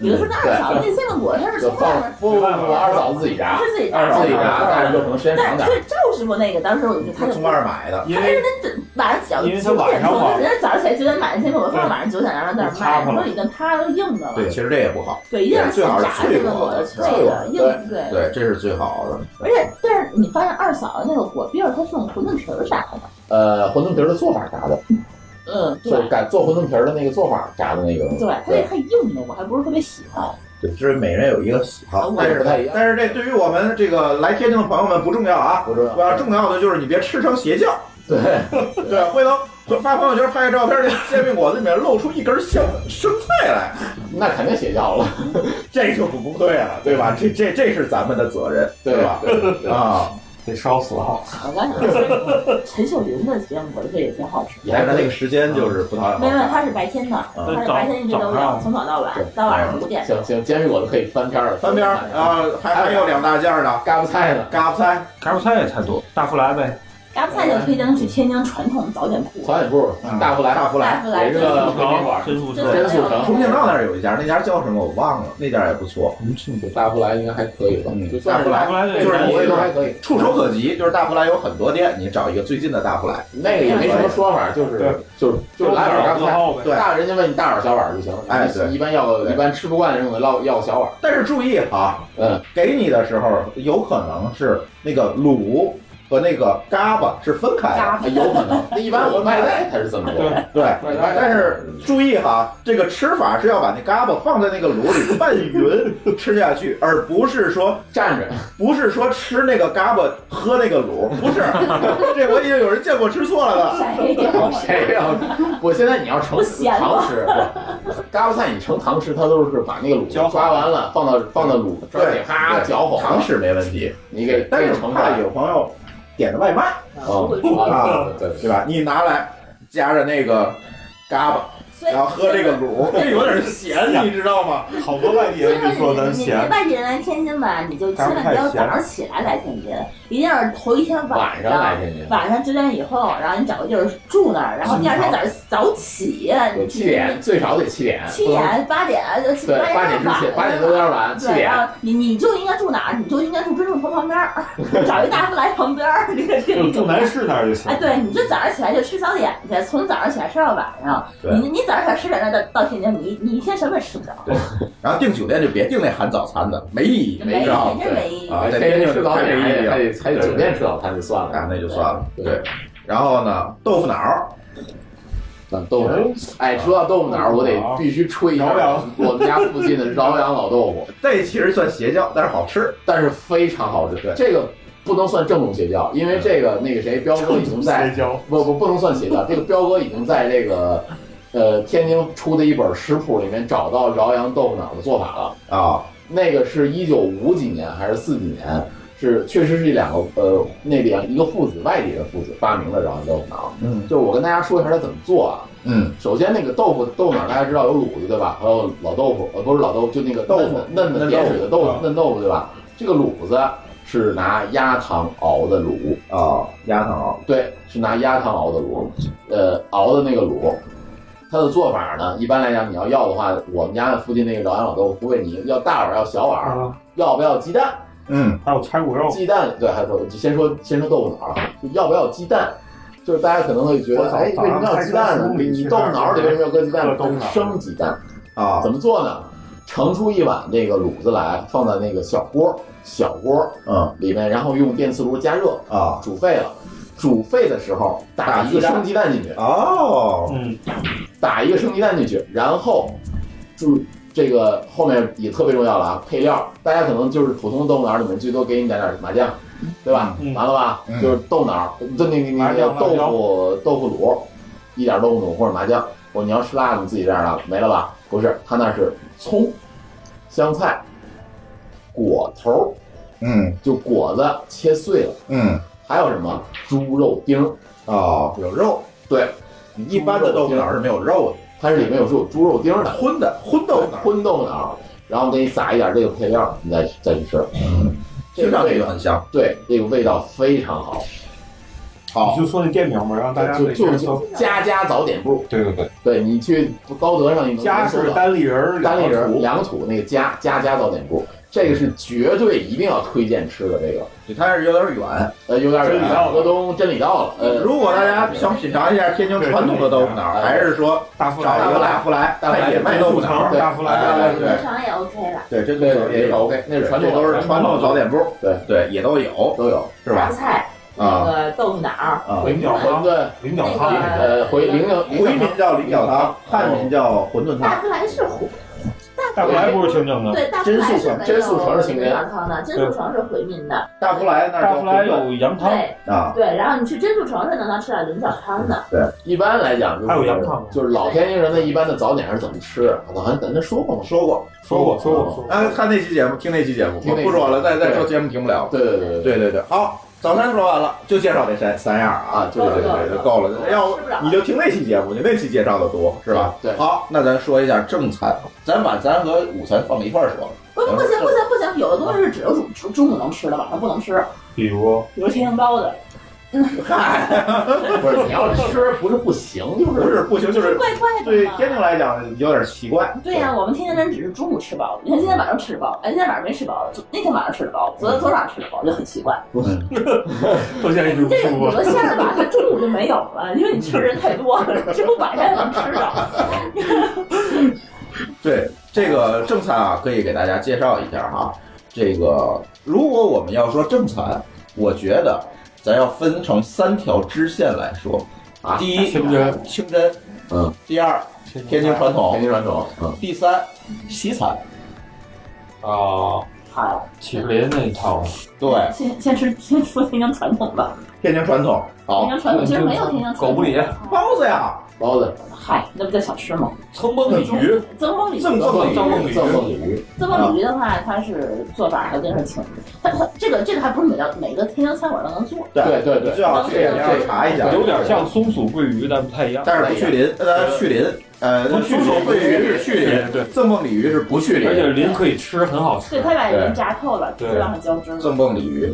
D: 有的时候那二嫂
A: 嗯
D: 子那煎饼果子它是
A: 就
D: 从外面
A: 放不不不二嫂子自己炸
D: 是自己
A: 二嫂自己炸但是
G: 就可能时间长点
D: 但是赵师傅那个当时我就他就
A: 哎从外面买的
D: 他是那晚上小
A: 因为他
D: 九
A: 晚
D: 点
A: 上
D: 钟
A: 嘛，
D: 人家早上起来九点买的煎饼果子，放到晚上九点然后在那儿卖，
A: 就塌了
D: 都已经塌了都硬的了。
A: 对，其实这也不好。
D: 对一定要
A: 最好是
D: 先炸
A: 脆
D: 这个
A: 果
D: 果
A: 子
D: 子，这个硬对
A: 对，这是最好的。
D: 而且但是你发现二嫂子那个果篦儿，它是用馄饨皮儿炸的。
G: 呃，馄饨皮儿的做法炸的，
D: 嗯，对
G: 就是改做馄饨皮儿的那个做法炸的那个东西
D: 对，它那太硬了，我还不是特别喜欢。
A: 对，这是每人有一个喜好，但是
G: 不太一样
A: 但是这对于我们这个来天津的朋友们不重要啊，不重要。重要的就是你别吃成邪教。
G: 对
A: 对，回头发朋友圈拍个照片，这煎饼果子里面露出一根香生菜来，
G: 那肯定邪教了，
A: 这就不对了，对吧？这这这是咱们的责任，
G: 对
A: 吧
G: 对对？对
A: 啊，得烧死啊！
D: 我刚想说，陈秀林的煎饼果子这也挺好吃。
A: 你看他那个时间就是不太
D: 没有，他是白天的，
G: 嗯
D: 他是白天一直都有，从早到晚，到晚上五点。
G: 行行，煎饼果子可以翻篇了，
A: 翻边儿啊，还还有两大件儿呢，
G: 嘎巴菜呢，
A: 嘎巴菜，
B: 嘎巴菜也太多，大福来呗。
D: 嘎巴菜就推荐去天津传统早点铺。
G: 早点铺，大福来，
A: 啊大福
D: 来大福来也是个真
G: 面馆
B: 真
D: 福真福城
A: 重庆道那儿有一家，那家叫什么我忘了，那家也不错。
G: 大福来应该还可以吧？就
A: 嗯大
G: 算
A: 福
G: 是
A: 来就是
G: 口味都还可以，
A: 触手可及。就是大福来有很多店，你找一个最近的大福来，
G: 那个也没什么说法，就是就是就是来碗干菜，大人家问你大碗小碗就行。
A: 哎对
G: 一般要一般吃不惯的人我要要小碗。
A: 但是注意啊，
G: 嗯，
A: 给你的时候有可能是那个卤和那个嘎巴是分开的，
G: 啊有可能。那一般我卖菜才是这么做。
A: 对，但是注意哈，这个吃法是要把那嘎巴放在那个炉里拌匀吃下去，而不是说
G: 站着，
A: 不是说吃那个嘎巴喝那个卤，不是， 这我已经有人见过吃错了的。
D: 谁 呀
G: 谁呀？我现在你要盛
A: 不咸吗
G: 糖吃，不是嘎巴菜你盛糖吃，它都是把那个卤抓完了，放到放到卤抓里，哈
A: 对
G: 搅好了。
A: 糖是没问题，
G: 你给
A: 但是
G: 给盛
A: 怕
G: 饭
A: 有朋友点的外卖，
G: 哦
A: 啊
G: 啊，对对
A: 对吧？你拿来夹着那个嘎巴，然后喝这个卤，这有点咸，你知道吗？
F: 好多外地
D: 所以 你你外地人来天津吧，你就千万不要早上起来来天津，一定要是头一天
G: 晚上来天津
D: 晚上九点以后，然后你找个地儿住那儿，然后第二天早上早起，
G: 对
D: 你
G: 七点最少得七点，
D: 七点八点呃
G: 对八点之
D: 晚
G: 前八点都有点晚，七
D: 对，
G: 点
D: 然后你你就应该住哪儿？你就应该住真正头旁边 儿，找一大福来旁边儿， 这个这个。
F: 市那儿就行
D: 哎，对，你就早上起来就吃早点去，从早上起来吃到晚上。
A: 对
D: 你你早上起来十点钟到到天津，你你一天什么也吃不着。
A: 对，然后订酒店就别订那含早餐的，没意义，
D: 没意义
A: 你知道吗
D: 真没意义
A: 啊，在
G: 天
A: 天
G: 津
A: 津
G: 吃早
A: 太
G: 点
A: 没
G: 还
A: 意义
G: 得
A: 了，
G: 还得还得酒店吃早餐就算了
A: 啊，那就算了，
G: 对
A: 对。然后呢，豆腐脑儿，
G: 豆腐脑儿，哎，说到豆腐脑儿，我得必须吹一下
A: 啊饶阳
G: 我们家附近的饶阳老豆腐。
A: 这其实算邪教，但是好吃，
G: 但是非常好吃。
A: 对
G: 这个不能算正宗邪教，因为这个那个谁，彪哥已经在
A: 嗯
G: 不不不能算邪 教，这个彪哥已经在这个呃天津出的一本食谱里面找到饶阳豆腐脑的做法了
A: 啊、
G: 那个是一九五几年还是四几年？是，确实是两个呃，那两一个父子，外地的父子发明了饶阳豆腐脑。
A: 嗯
G: 就是我跟大家说一下它怎么做啊。
A: 嗯，
G: 首先，那个豆腐豆腐脑大家知道有卤子对吧？还有老豆腐，呃，不是老豆腐，就那个豆腐嫩的
A: 嫩
G: 点
A: 豆腐啊
G: 水的豆腐，嫩豆腐对吧？这个卤子是拿鸭汤熬的卤
A: 啊，鸭汤熬，
G: 对，是拿鸭汤熬的卤，呃，熬的那个卤。它的做法呢，一般来讲，你要要的话，我们家的附近那个饶阳老豆腐不给你要大碗，要小碗，
A: 啊
F: 啊
G: 要不要鸡蛋？
A: 嗯，
G: 还有柴骨肉，鸡蛋对，还有豆腐先说先说豆腐脑儿，啊就要不要鸡蛋？就是大家可能会觉
A: 我
G: 得，
A: 操
G: 哎，为什么要鸡蛋呢？你你豆腐脑儿里为什么要搁鸡蛋呢？
A: 豆腐脑儿
G: 生鸡蛋
A: 啊？
G: 怎么做呢？盛出一碗这个卤子来，放在那个小锅小锅
A: 嗯
G: 里面，然后用电磁炉加热
A: 啊，
G: 煮沸了。煮沸的时候打
A: 打
G: 一
A: 鸡
G: 个
A: 蛋
G: 生鸡蛋进去
A: 哦，
G: 嗯，打一个生鸡蛋进去，然后煮这个后面也特别重要了啊，配料，大家可能就是普通豆腐脑里面最多给你点点麻酱，对吧？完了吧，就是豆脑，就那个那个
A: 嗯麻酱
G: 豆
A: 麻
G: 腐豆腐卤，一点豆腐卤或者麻酱。我你要吃辣的，你自己这样辣没了吧？不是，他那是葱、香菜、果头，
A: 嗯
G: 就果子切碎了，
A: 嗯，
G: 还有什么猪肉丁
A: 哦，
G: 有肉，对，一般的豆腐脑是没有肉的，它是里面有是有猪肉丁的，
A: 荤啊的荤
G: 豆腐脑，荤豆腐脑，啊然后给你撒一点这个配料，你再再去吃，
A: 听
G: 个
A: 上去
G: 味
A: 就
G: 道
A: 很香。
G: 对，这个味道非常好。
A: 好，
G: 你就说那店名吧，让
F: 大家
G: 就
F: 每个
G: 就
F: 人
G: 就
F: 搜
G: 家家早点部，
F: 对对对，
G: 对你去高德上你能
F: 家
G: 能搜
F: 是
G: 到
F: 单立人儿
G: 单立人儿
F: 两个土
G: 两个土那个家家家早点部，这个是绝对一定要推荐吃的这个。
A: 对，它是有点远，
G: 呃，有点
A: 真理到
G: 远，
A: 了
G: 河东真理到了。呃，
A: 如果大家想品尝一下天津传统的豆腐脑，还是说
F: 大
A: 福来
G: 大福来
A: 大福来，
G: 大福来
A: 也卖豆腐脑，
G: 对
A: 大福来，对
E: 肠也 OK 了。
A: 对，这
G: 对
A: 都
G: 也
A: 也
G: 有 OK，那是传统
A: 这都是传统早点部，
G: 对嗯
A: 对，也都有
G: 都有，
A: 是吧？
D: 菜，那
A: 啊，
D: 个豆腐脑儿，
A: 菱角
G: 馄饨、
A: 菱
D: 角汤呃
G: 回菱角
A: 回民叫菱角汤，
G: 嗯
A: 汉民叫馄饨
D: 大
A: 汤。
D: 福来是火，
A: 大
D: 福来
A: 不是清蒸
D: 对，大福
A: 真
D: 来
A: 素
D: 是
A: 城
D: 没，
A: 真素城
D: 有
A: 是清
D: 没有
A: 蒸。
D: 汤的，真
A: 对
D: 素城是回民的。
A: 大福来那儿叫大福来有
P: 羊
A: 汤啊
D: 对，然后你去真素城是能能吃到菱角汤的。
A: 对，
G: 一般来讲就是
P: 还有羊汤
G: 就是老天津人的一般的早点是怎么吃？我好像咱咱说过吗？
A: 说过，
G: 说过，说
A: 过。啊，看那期节目，听那期节目，
G: 听
A: 我
G: 那期
A: 不说了，再再说
G: 对
A: 节目停不了。
G: 对对对
A: 对对对，好，早餐说完了，就介绍这三三样啊，
G: 对对对
A: 对
G: 对
A: 就够了。要不你就听那期节目，你那期介绍的多是吧？
G: 对
A: 好，那咱说一下正餐，啊咱晚餐和午餐放在一块儿说。
D: 不不行不行不行，有的东西是只有中中午能吃的，晚上不能吃，
A: 比如
D: 比如天津包子。
G: 不是你要吃不是不行，就是
A: 不是不行，就是
D: 怪怪的
A: 对
D: 嘛
A: 天津来讲有点奇怪。
D: 对呀、我们天津人只是中午吃包子，你看今天晚上吃包子，哎，今天晚上没吃包子，那天晚上吃的包子，昨天昨天晚上吃的包子就很奇怪。
P: 都现在一直不
D: 这个
P: 舒
D: 有
P: 服
D: 的。馅儿吧，它中午就没有了，因为你吃的人太多了，只有晚上才能吃到。
A: 对这个正餐啊，可以给大家介绍一下哈。这个如果我们要说正餐，我觉得咱要分成三条支线来说
G: 啊
A: 第一，
G: 清真
A: 清真；
G: 嗯，
A: 第二，天津传统；
G: 天津传统，嗯，
A: 第三，西餐。
P: 啊，
D: 嗨，
P: 起士林那一套，
A: 对，
D: 先先吃，先说天津传统吧。
A: 天津传统，好
D: 天津传统其实没有天津传统
P: 狗不理，
A: 包子呀，
G: 包子，
D: 嗨，那不叫小吃吗？
P: 蹭蹦鲤鱼，
D: 曾蹦鲤鱼，
P: 赠赠蹦鲤
G: 赠蹦鲤鱼，
D: 自蹦鲤鱼的话，它是做法还真是挺，它它这个这个还不是每家每个天津餐馆都能做。
A: 对对对最好去也要查一下
P: 有点像松鼠桂鱼，但不太一样，
A: 但是不去鳞，呃，去鳞，呃，
P: 不
A: 去
P: 去鳞
A: 鳞桂鱼是去
P: 对
A: 鳞，
P: 对
A: 赠蹦鲤鱼是不去鳞，
P: 而且鳞可以吃，很好吃。
D: 对，它把人
A: 对
D: 炸透了，
A: 对
D: 滋让它交汁。
A: 赠蹦鲤鱼。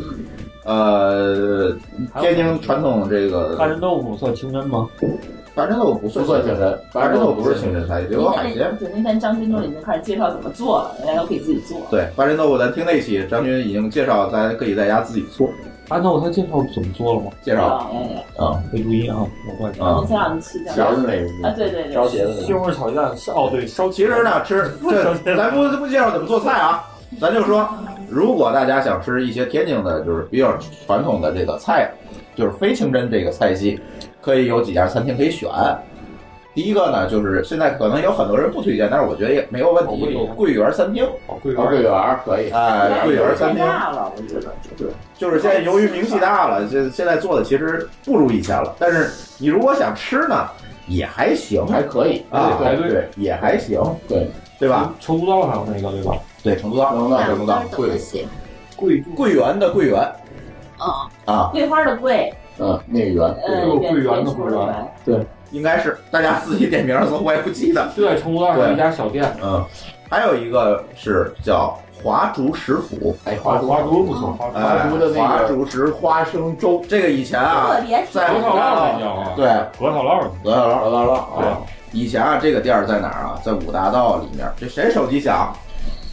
A: 呃，天津传统这个
P: 八珍豆腐算清真吗？
A: 八珍豆腐不算
G: 不算清真
A: 八珍豆腐不是清真菜，留个海鲜。
D: 对，那天张军都已经开始介绍怎么做了，人家都可以自己做。
A: 对，八珍豆腐咱听那期张军已经介绍，咱可以在家自己做。
P: 八珍豆腐他介绍怎么做了吗？
A: 介绍了
D: 嗯
A: 啊，
P: 没注意啊，我怪你
D: 我先让你吃掉。啊，对对对，
P: 西红柿炒鸡蛋，哦对，烧
A: 其实呢，吃这咱不不介绍怎么做菜啊，咱就说，如果大家想吃一些天津的，就是比较传统的这个菜，就是非清真这个菜系，可以有几家餐厅可以选。第一个呢，就是现在可能有很多人不推荐，但是我觉得也没有问题。有桂园餐厅，
P: 桂
G: 园桂园可以
A: 哎，桂园餐厅
D: 太大了，我觉得就是。
A: 就是现在由于名气大了，现现在做的其实不如以前了。但是你如果想吃呢，也还行，
G: 还可以
A: 啊，
G: 还可以
A: 对，也还行，
G: 对
A: 对吧？
P: 成都刀还有那个对吧？
A: 对，成都刀，成都
E: 那
A: 成都刀
E: 字，怎
A: 桂
E: 么写？
P: 桂
A: 桂园的桂园
E: 嗯，
A: 啊，
D: 桂花的桂，
G: 嗯，那个圆，
D: 呃，
P: 桂
D: 圆
P: 圆
D: 的
P: 的
D: 桂
P: 桂圆
D: 圆，
G: 对，
A: 应该是大家自己点名儿搜，我也不记得。
P: 对，成都道有一家小店，
A: 嗯，还有一个是叫华竹食府，
G: 哎，
P: 华华竹不错，
A: 华
G: 华竹的那个
A: 华竹食
G: 花生粥，
A: 这个以前啊
D: 特别，
A: 在
P: 核桃烙那叫啊
A: 对，
P: 核桃烙，
A: 核桃烙，
G: 核桃烙
A: 啊。以前啊，这个店儿在哪儿啊？在五大道里面。这谁手机响？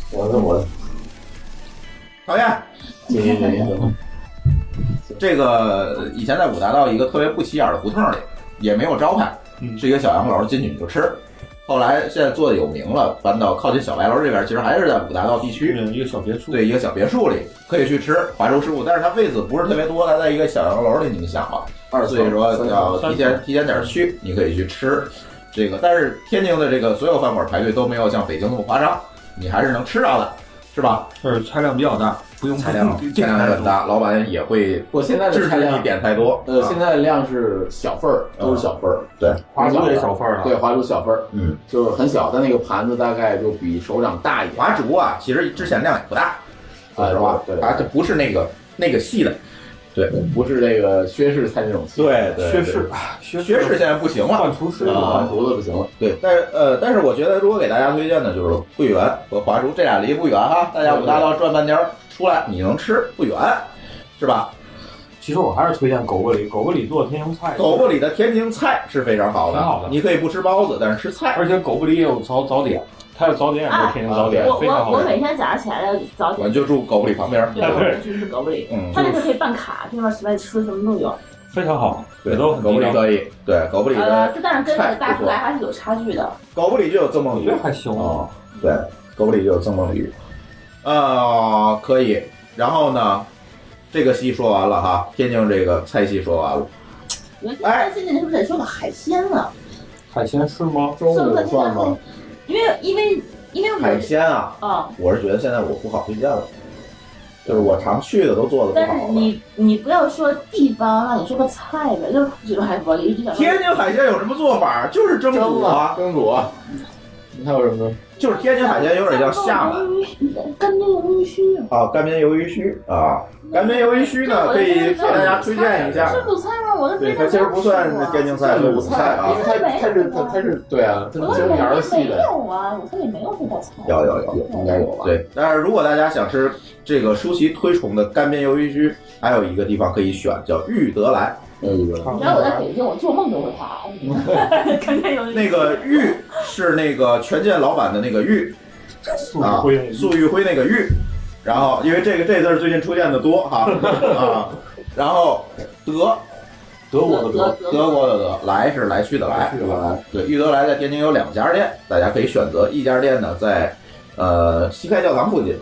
G: 我的我的，
A: 讨厌。这个以前在五大道一个特别不起眼的胡同里，也没有招牌，
G: 嗯
A: 是一个小洋楼，进去你就吃。后来现在做的有名了，搬到靠近小白楼这边，其实还是在五大道地
G: 嗯
A: 区，
P: 一个小别墅，
A: 对，一个小别墅里可以去吃华州师傅，但是它位子不是特别多，它在一个小洋楼里，你们想吧，
G: 二层
A: 所以说
G: 三层
A: 要
G: 三层
A: 提前提前点去，你可以去吃。这个，但是天津的这个所有饭馆排队都没有像北京那么夸张，你还是能吃到的，是吧？
K: 是菜量比较大，不
G: 嗯
K: 用
A: 菜量菜量很大，老板也会
G: 我现在的
A: 制
G: 菜
A: 止
G: 量
A: 你点太多。
G: 呃，
A: 啊
G: 现在的量是小份儿，都是小份儿，
A: 对，
G: 华
A: 竹
G: 竹
A: 也
G: 也
A: 小份儿啊
G: 对，华竹小份儿，
A: 嗯，
G: 就是很小，但那个盘子大概就比手掌大一点。
A: 华竹啊，其实之前量也不大，说实话，
G: 啊对，
A: 它这不是那个那个细的，对，
G: 不是这个薛氏菜那种细，对
A: 薛氏
G: 薛
A: 学士现在不行了，换
L: 厨
G: 师换厨子不行了。
A: 对，但是呃，但是我觉得如果给大家推荐的就是桂圆和华叔这俩离不远哈，大家五大道转半天儿出来你能吃不远，是吧？
L: 其实我还是推荐狗不理，狗不理做天津菜，
A: 狗不理的天津菜是非常好的，
L: 挺好的
A: 你可以不吃包子，但是吃菜，
L: 而且狗不理也有
A: 早早点，
K: 它有早点
D: 啊，我我我每天早上起来的早
A: 我
D: 点，
A: 就住狗不理旁边儿，
D: 对，我们去吃狗不理
A: 嗯，
D: 他那个可以办卡，这块随便吃什么都有。
A: 非常好，对，狗不理可以，对，狗不理
D: 呃
A: 的，
D: 但是跟那个大
A: 不
D: 福
A: 错
D: 来还是有差距的。
A: 狗不理就有曾梦雨，这还行啊、对，狗不理就有曾梦雨，呃，可以。然后呢，这个戏说完了哈，天津这个菜系说完了，
D: 我现
A: 哎
D: 在现在是不是得说个海鲜呢？
A: 海鲜是吗？
G: 中
D: 算不
A: 午
D: 算吗？因为因为因为我
A: 海鲜啊，
D: 啊，
A: 我是觉得现在我不好推荐了，就是我常去的都做的
D: 但
A: 不好
D: 是。你你不要说地方，啊那你说个菜呗，就是这还我一直想说
A: 天津海鲜有什么做法？就是蒸煮啊，
G: 蒸煮。还有什么？
A: 就是天津海鲜有点像厦门
D: 干煸鱿鱼须
A: 啊，干煸鱿鱼须啊，干煸鱿鱼须呢，可以给大家推荐一下。
D: 是鲁菜吗？我的
A: 对，它其实不算
D: 啊
A: 是天津菜，
G: 算
A: 鲁
G: 鲁菜
A: 啊
G: 因。为它它是它它是对啊，它是苗儿细
D: 没
G: 的。
D: 有啊，我这里没有这道菜。
A: 有有有，应该有吧？对，但是如果大家想吃这个舒淇推崇的干煸鱿鱼须，还有一个地方可以选，叫玉德来。嗯，
D: 你知道我在北京，我做梦都会它。干煸鱿鱼
A: 那个玉是那个权健老板的那个玉，啊，粟裕辉那个玉。然后，因为这个这字儿最近出现的多 哈啊，然后德德
L: 国的德德
A: 德国的德来是来去的来，是吧？对，玉德来在天津有两家店，大家可以选择。一家店呢在呃西开教堂附近，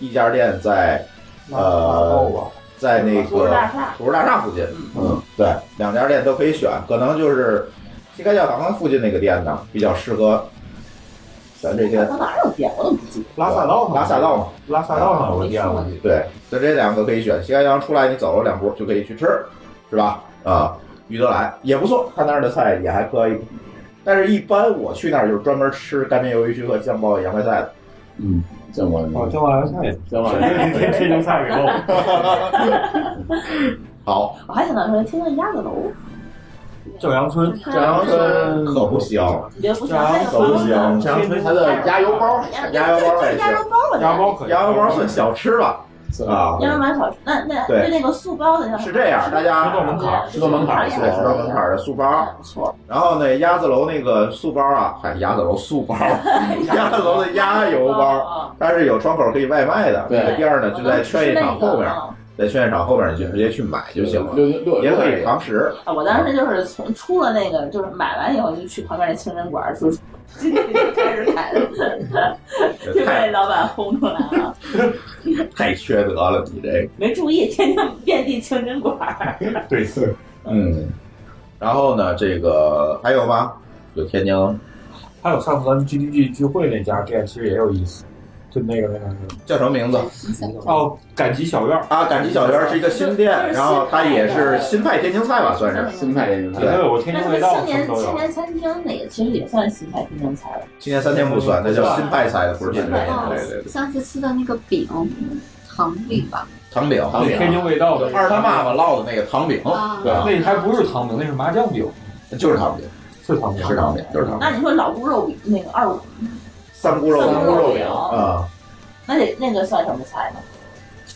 A: 一家店在呃在那个
D: 图书大厦
A: 图书大厦附近。嗯，对，两家店都可以选，可能就是西开教堂附近那个店呢比较适合咱这些。
D: 它哪有店？我都不记得。
A: 拉萨道拉萨道嘛，
L: 拉萨道上有个店嘛
A: 对，就这两个可以选。西开阳出来，你走了两步就可以去吃，是吧？啊，于德来也不错，他那儿的菜也还可以。但是，一般我去那儿就是专门吃干煸鱿鱼须和酱爆洋白菜的。
G: 嗯，酱爆
L: 哦，酱爆洋菜，
G: 酱
A: 爆洋菜
L: 天天津菜以后，
A: 好，
D: 我还想到说天津鸭子楼，
L: 正阳村，
A: 嗯
D: 正阳村
A: 可不香，
D: 你觉得不行？
A: 鸭子楼香，正阳村它的
G: 鸭油包，
A: 鸭油包也行，
D: 鸭肉包我觉得
A: 鸭油包算小吃吧，啊，
D: 鸭肉蛮好吃。那那
A: 对
D: 就那个素包的那
A: 是这样，大家石头门槛儿，啊对，石头门槛儿的素包，然后呢，鸭子楼那个素包啊，哎，鸭子楼素 包，鸭子楼的鸭油包，它是有窗口可以外卖的。那个店儿呢就在劝业场后面，在劝业场后面你就直接去买就行了，也可以堂食。
D: 啊，我当时就是从出了那个，就是买完以后就去旁边那清真馆，就是就开始改了，就 被老板轰出来了，
A: 太缺德了，你这个。
D: 没注意，天天遍地清真馆儿。
A: 对，嗯。然后呢，这个还有吗？有天津
L: 还有上次咱们 GDG 聚会那家店，其实也有意思，就那个那个
A: 叫什么名字？
L: 哦，赶集小院儿
A: 啊，赶集小院儿是一个新店，然后它也是新派天津菜吧，算是新派天津
L: 菜对我天
D: 那什么青年青年餐厅那个其实也算新派青年菜了。
A: 今年三天不算，那叫新派菜的，不是天津菜。对对对，
Q: 上次吃的那个饼，糖饼吧，
A: 糖饼，
L: 天津味道的
A: 二他妈妈烙的那个糖饼，
Q: 啊
L: 对，那还不是糖饼，那是麻酱饼，
A: 就是糖饼，
L: 是糖饼，
A: 是糖饼，就是糖饼。
D: 那你说老姑肉饼那个二五，
A: 三菇肉饼，
D: 三菇肉饼
A: 啊，
D: 那得那个算什么菜呢？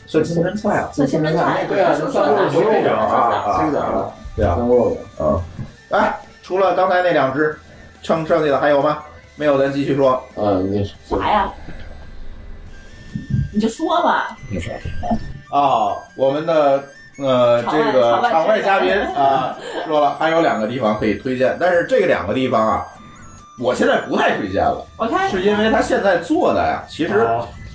A: 算清真菜啊，
D: 算清真菜
A: 对啊，
D: 说
A: 三
D: 说
A: 锅
D: 说
A: 牛肉饼啊，
G: 清真
A: 啊，对啊，三锅肉饼啊。哎，除了刚才那两只，剩剩下的还有吗？没有，咱继续说。
G: 嗯，你
D: 啥呀？你就说吧。
A: 没事。啊，我们的呃
D: 场外
A: 这个
D: 场外
A: 场外嘉宾
D: 嘉宾
A: 啊，说了还有两个地方可以推荐，但是这个两个地方啊，我现在不太推荐了，
D: 我看
A: 是因为他现在做的呀，其实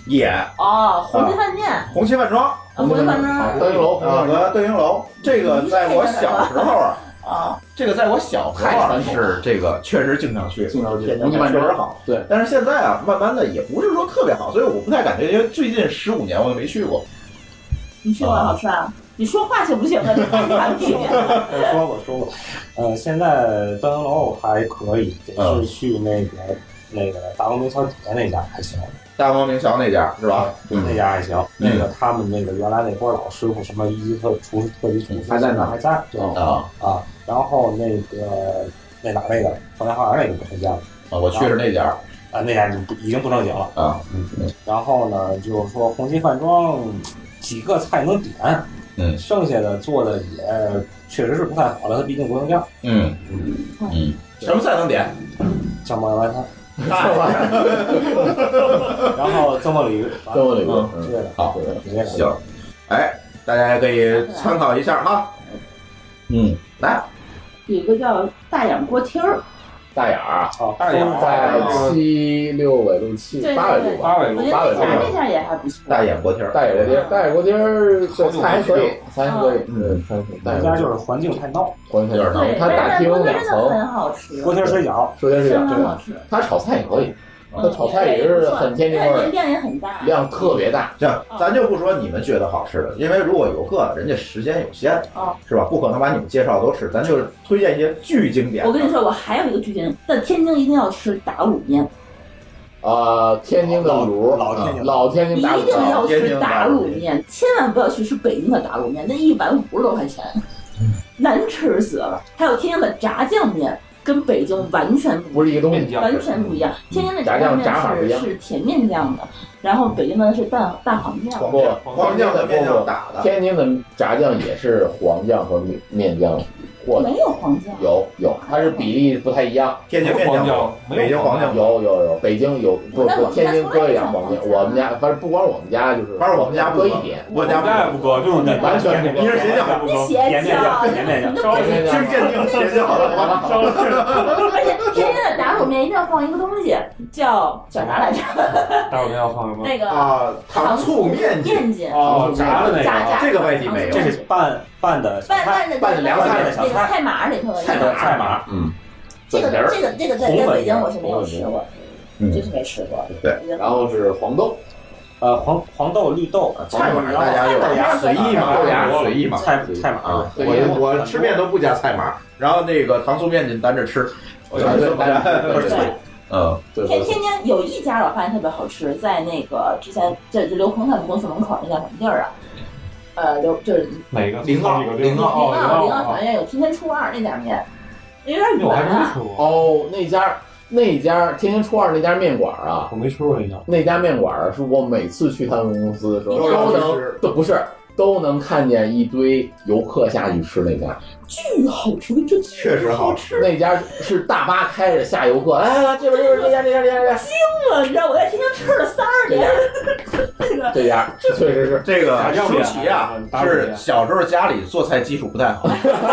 A: 也
D: 哦，红旗饭店，
A: 红旗饭庄，
D: 红旗饭庄
A: 啊，和邓云楼，这个在我小时候啊，
D: 啊，
A: 这个在我小时
G: 太
A: 候啊
G: 传统了
A: 是这个确实经常去，经常
G: 去
A: 天津
G: 红旗
A: 还
G: 漫
A: 确
G: 桌
A: 实好。对，但是现在啊，慢慢的也不是说特别好，所以我不太感觉，因为最近十五年我也没去过。
D: 你去过
A: 啊
D: 好吃啊？你说话行不行啊？你看你看你
A: 哎
P: 我说过说过，呃，现在登云楼还可以，
A: 嗯
P: 得是去那个、那个大光明桥底下那家还行。
A: 大光明桥那家是吧？
P: 那家还行。
A: 嗯
P: 那个他们那个原来那波老师傅什么一级特厨师特级厨师
A: 还在那儿
P: 还在对
A: 啊
P: 啊。然后那个那哪儿那个后来花园那个不推荐了
A: 啊我去是那家
P: 啊，那家就不已经不正经了嗯
A: 啊。
P: 然后呢，就是说红旗饭庄几个菜能点，
A: 嗯，
P: 剩下的做的也确实是不太好了，它毕竟不能这样。
A: 嗯嗯，什么菜能点？
P: 酱爆 白菜。然后蒸爆鲤鱼，
A: 蒸爆鲤鱼
P: 嗯
A: 嗯
P: 之类的。
A: 好
P: 之类的，
A: 行，哎，大家也可以参考一下哈。嗯，来，
D: 有一个叫大眼锅贴儿，
G: 大眼儿，
A: 大眼儿
G: 在七六纬路七
D: 对
G: 八纬
D: 对
G: 路
D: 对，
G: 吧，
D: 我觉
G: 八纬
D: 得那家那
G: 路吧。
D: 家也还不错。
A: 大眼锅贴儿，
G: 大眼锅
D: 嗯
G: 贴儿，大眼锅贴儿这菜还可以，菜还可以，嗯，大眼
P: 家就是环境太闹，
G: 环境太闹
D: 对，
G: 它打
D: 但是
G: 厅
D: 锅贴
G: 两
D: 真的很
G: 层，
D: 好吃。
P: 锅贴水饺，
G: 首先是
D: 真的好
G: 饺
D: 吃，
G: 它炒菜也可以，它炒菜也
D: 哦也
G: 是
D: 不错
G: 很天津味
D: 但
G: 儿
D: 是。量也很大。
A: 量特别大。这样，咱就不说你们觉得好吃的，因为如果游客人家时间有限，
D: 啊，
A: 是吧？不可能把你们介绍都吃，咱就是推荐一些巨经典的。
D: 我跟你说，我还有一个巨星，在天津一定要吃打卤面，
G: 啊，天津的卤，老天津，老天津
D: 一
G: 打卤，啊
D: 定要吃打卤面，千万不要去吃北京的打卤面，那一碗五十多块钱，
G: 嗯
D: 难吃死了。还有天津的炸酱面。跟北京完全
G: 不是一个东西
D: 完全不一样。天津的
G: 嗯炸
D: 酱
G: 酱
D: 面
G: 炸法不一
D: 是
G: 样嗯
D: 是甜面酱的，然后北京的是蛋蛋黄酱。
G: 不，黄酱的面酱打的。天津的炸酱也是黄酱和面酱和的
D: 没。有黄酱，
G: 有有，它是比例不太一样。
A: 天津面酱有北京黄酱
G: 有有有，北京有
D: 哦
G: 不
A: 那我
G: 不，
A: 们家
G: 天津搁一点
A: 从来
G: 黄
A: 不
G: 酱，我们家反正不光我们家就是，
A: 反正我们家不
G: 搁一
A: 搁
G: 点，
A: 我家不搁
G: 不搁，就是
A: 你
G: 完全不搁，
A: 你是谁家不搁你邪教你
G: 稍微
A: 你是鉴定邪教的吗稍微
D: 而且天津的打卤面一定要放一个东西，叫叫啥来着？
R: 待会儿要放什么？
D: 那个
A: 啊，
D: 糖醋面筋面筋哦炸的那个炸炸这个外地没有
P: 这是拌拌的
D: 拌拌的
P: 拌的
D: 那
P: 小
D: 个
P: 菜，
D: 菜码儿里头的
P: 菜码菜码，
A: 嗯，
D: 这个
G: 粉皮儿
D: 这个这个在
G: 红
D: 在
G: 粉
D: 北京
G: 皮儿
D: 我是没有吃过，
G: 嗯
D: 就是没吃过。
G: 对，然后是黄豆，
P: 呃，黄黄豆、绿豆，
A: 菜码大家有随意嘛，大家随意嘛，
P: 菜菜码
D: 嗯
A: 啊，我我吃面都不加菜码，然后那个糖醋面筋咱这吃，我觉得不是脆，嗯，对
D: 天天津有一家我发现特别好吃，在那个之前这这刘鹏他们公司门口那叫什么地儿啊？呃，刘就是
R: 哪个？零二零
D: 零
R: 二
D: 二零二
R: 零
D: 好
R: 二。
D: 像有天天初二那家面，有点远啊。
G: 哦，那家那家天津初二那家面馆啊，我
R: 没吃过那家。
G: 那家面馆儿是我每次去他们公司的时候
D: 都要
G: 都
D: 去
G: 能都不是都能看见一堆游客下去吃那家，
D: 巨好吃，这
G: 确
D: 实好
G: 吃。那家是大巴开着下游客，来来来，这边这边这家这家这家这家，
D: 惊了，你知道我在天津吃了三十年，那个
G: 这家确实是
A: 这个舒淇啊，
G: 嗯
A: 是小时候家里做菜基础不太好，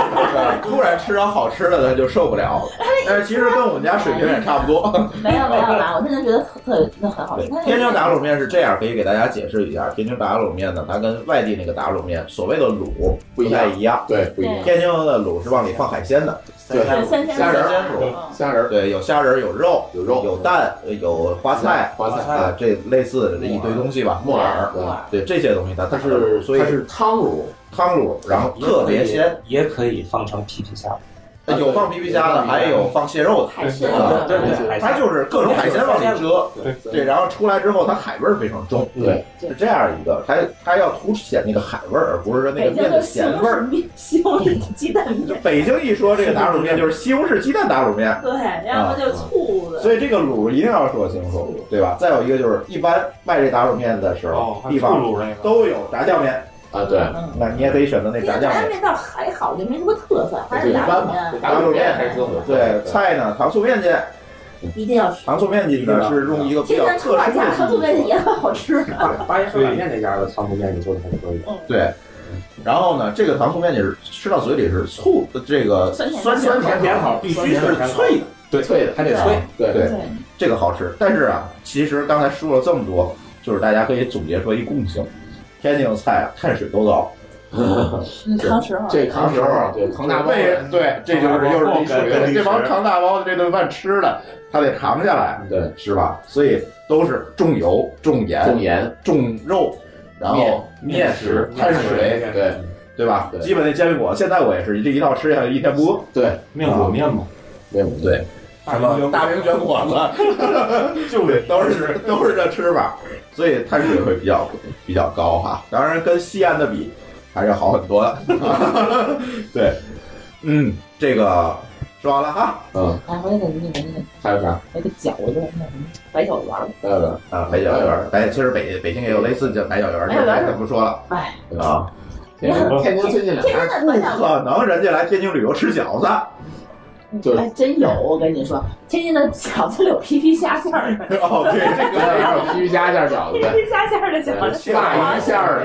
A: 突然吃上好吃的他就受不了
G: 哎
A: 了。但是其实跟我们家水平也差不 多。
D: 没有没有啦，我真的觉得特特那很好吃。它那个
A: 天津打卤面是这样，可以给大家解释一下，天津打卤面呢，它跟外地那个打卤面所谓的卤不太一样，
G: 对，
D: 不一样
A: 天津的卤是往里放海鲜的，
G: 对
D: 三鲜卤
A: 虾仁儿
D: 对
G: 虾仁儿，
A: 对，有虾仁儿，有肉，有肉，有蛋，有花菜，
G: 花菜
A: 啊，这类似的一堆东西吧，木耳
G: 木耳，
A: 对这些东西它它
G: 是
A: 所以
G: 它是汤卤，
A: 汤卤，然后特别鲜，
P: 也可以放成皮皮虾。
A: 呃有放皮皮虾的，还有放蟹肉的，
P: 海鲜
A: 啊
P: 对对对
A: 它就是各种海鲜往里搁，
P: 对
A: 对，然后出来之后它海味儿非常重，
G: 对，
A: 是这样一个，它它要凸显那个海味儿，而不是说那个
D: 北京
A: 面
D: 的
A: 的
D: 西
A: 咸味
D: 红
A: 儿。
D: 柿面西红柿鸡蛋面，
A: 北京一说这个打卤面就是西红柿鸡蛋打卤面，
D: 对，然后就醋的，
A: 所以这个卤一定要说清楚，对哦吧？再有一个就是，一般卖这打卤面的时
F: 哦
A: 候，地方都有炸酱面
G: 啊，对，
A: 那你也可以选择那
D: 这
A: 炸
D: 个
A: 酱
D: 炸
A: 面。
D: 面倒还好，就没什么特色，还是打卤面，
A: 对菜呢，糖醋面筋，
D: 一定要吃。
A: 糖醋面筋呢是用一个比
D: 天
A: 较
D: 津
A: 特殊
D: 初二家
A: 的
D: 糖醋面也很好吃，
P: 八爷烧烤店那家的糖醋面筋做的还可以，
A: 对。然后呢，这个糖醋面筋是吃到嘴里是醋，这个
D: 酸甜
A: 酸
D: 酸
A: 甜
D: 甜
A: 甜
D: 甜
A: 口
D: 口
A: 必须是脆的，对
G: 脆的还得
D: 脆
A: 对
D: 对
A: 这个好吃。但是啊，其实刚才说了这么多，就是大家可以总结出一共性：天津菜啊，碳水都高，
D: 嗯扛时候
G: 这扛时候啊，对扛大包的，对，这就是又是历史原因这帮扛大包的这顿饭吃的，
A: 他得扛下来，
G: 对，
A: 是吧？所以都是重油、重盐、
G: 重盐、
A: 重肉，然后
G: 面
A: 面食、
G: 面食
A: 碳水，
G: 对
A: 对吧
G: 对？
A: 基本那煎饼果，现在我也是这一道吃下来一天不饿。
G: 对，
A: 面果面嘛，
G: 面
A: 果对，什么大饼卷果子， 就都是都是这吃法，所以碳水会比较比较高哈。当然跟西安的比还是好很多 的。对，嗯，这个说完了哈，
G: 嗯，
D: 哎，回来给那个那个
G: 还有啥？
D: 那个饺子，那什么白饺子丸儿，
G: 还有啥？
A: 啊，白饺圆儿，白其实北北京也有类似的白饺圆儿，
D: 白饺圆儿
A: 这不说了
D: 哎，
A: 啊。
D: 天津天津最近两年天津的白饺
A: 不可能，人家来天津旅游吃饺子，
D: 哎，真有，我跟你说，天津的饺子里有皮皮虾馅儿的。
A: 哦， 对，这
G: 个还有皮皮虾馅儿饺子
D: 皮皮虾馅儿的饺
G: 哎
D: 子，
G: 鲅鱼馅儿的，鲅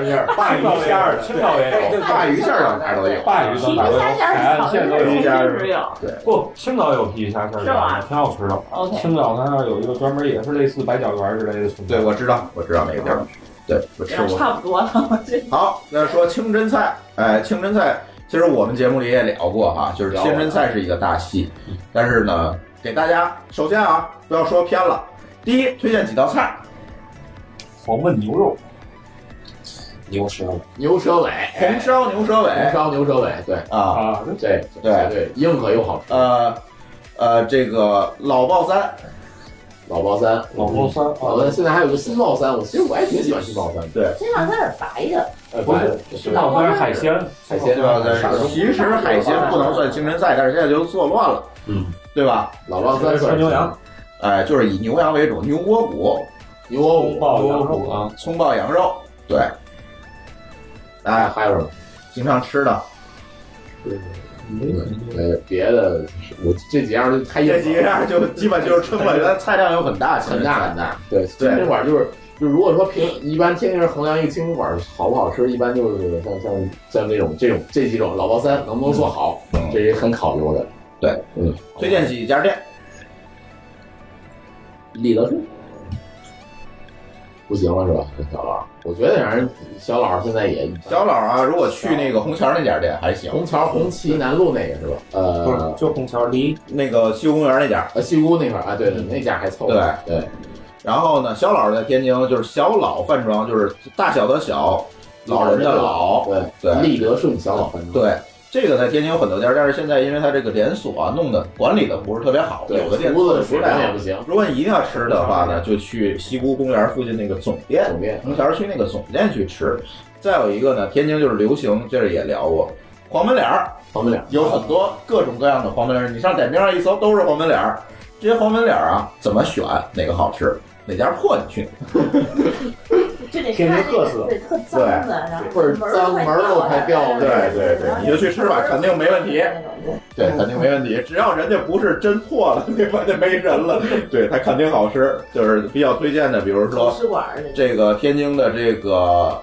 G: 鱼馅儿的，
F: 青岛也有
G: 对，鲅鱼馅儿的哪儿都有，
F: 鲅鱼都哪儿都有海岸线都有对，不，青岛有皮皮虾馅儿
D: 是吧哦
F: 的，挺好吃的。
D: OK
F: 青岛它那儿有一个专门也是类似白饺圆之类的。
A: 对，我知道，我知道那个地儿，对，我吃过。
D: 差不多了。
A: 好，那说清真菜，哎，清真菜，其实我们节目里也聊过哈，就是清真菜是一个大戏，但是呢，给大家首先啊，不要说偏了，第一推荐几道菜，
F: 黄焖牛肉，
P: 牛舌尾，
G: 牛舌尾，
A: 红烧牛舌尾，
G: 红烧牛舌尾，对
A: 啊，
G: 对
A: 对
G: 对，硬核又好吃。
A: 呃呃，这个老爆三，
G: 老爆三，
P: 哦
F: 老爆三，
G: 老爆三，现在还有个新爆三，我其实我也挺喜欢新爆三的。
A: 对，
D: 身上它是白的，
G: 呃，
F: 不是新
D: 哦
F: 爆三是海鲜
G: 海鲜
A: 对吧？但是其实海鲜啊不能算清真菜，但是现在就做乱了，
G: 嗯，
A: 对吧？
G: 老爆三算是牛羊，
A: 哎，就是以牛羊为主，牛窝骨，
G: 牛窝骨，
F: 爆羊肉啊，
A: 葱爆羊肉，对。哎，
G: 还有什么？
A: 经常吃的，
G: 呃，别的我这几样就太硬了
A: 这几样就基本就是撑了但菜量又很大
G: 很大很大。对，
A: 对
G: 清真馆就是。就如果说平一般天津人衡量一个清真馆好不好吃，一般就是像像像这种这种这几种老包三能不能做好，这也很考究的。
A: 对，
G: 嗯，
A: 推荐几家店，
G: 李德顺不行了是吧？这小老，我觉得反正小老现在也
A: 小老啊，如果去那个红桥那家店还行，
G: 红桥红旗南路那个是吧？呃，
A: 不是
G: 就红桥离
A: 那个西湖公园那家，
G: 呃西湖那块儿啊，对对，那家还凑合。
A: 对
G: 对。
A: 然后呢，小老在天津就是小老饭庄，就是大小的小，老人的老，
G: 对
A: 对，
G: 立哦德顺小老饭庄。
A: 对，这个在天津有很多家，但是现在因为它这个连锁啊，弄的管理的不是特别好，
G: 对
A: 有的店
G: 厨子
A: 做的
G: 水
A: 不太
G: 平也
A: 好
G: 不行
A: 如果你一定要吃的话呢，就去西湖公园附近那个总店，
G: 总店
A: 红桥区那个总店去吃。再有一个呢，天津就是流行，这也聊过。黄焖脸儿，
G: 黄焖脸儿
A: 有很多各种各样的黄焖脸儿，你上点评上一搜都是黄焖脸儿。这些黄焖脸儿啊，怎么选哪个好吃，哪家破你去哪儿。
D: 这得
A: 天津
D: 看
A: 特
D: 那
A: 色
D: 个对特脏的，然后门儿啊都快掉
A: 对对对，你就去吃吧，肯定没问题。对，肯定没问题。只要人家不是真破了， 那关键没人了，对它肯定好吃。就是比较推荐的，比如说
D: 图书馆儿那个啊
A: 这个天津的这个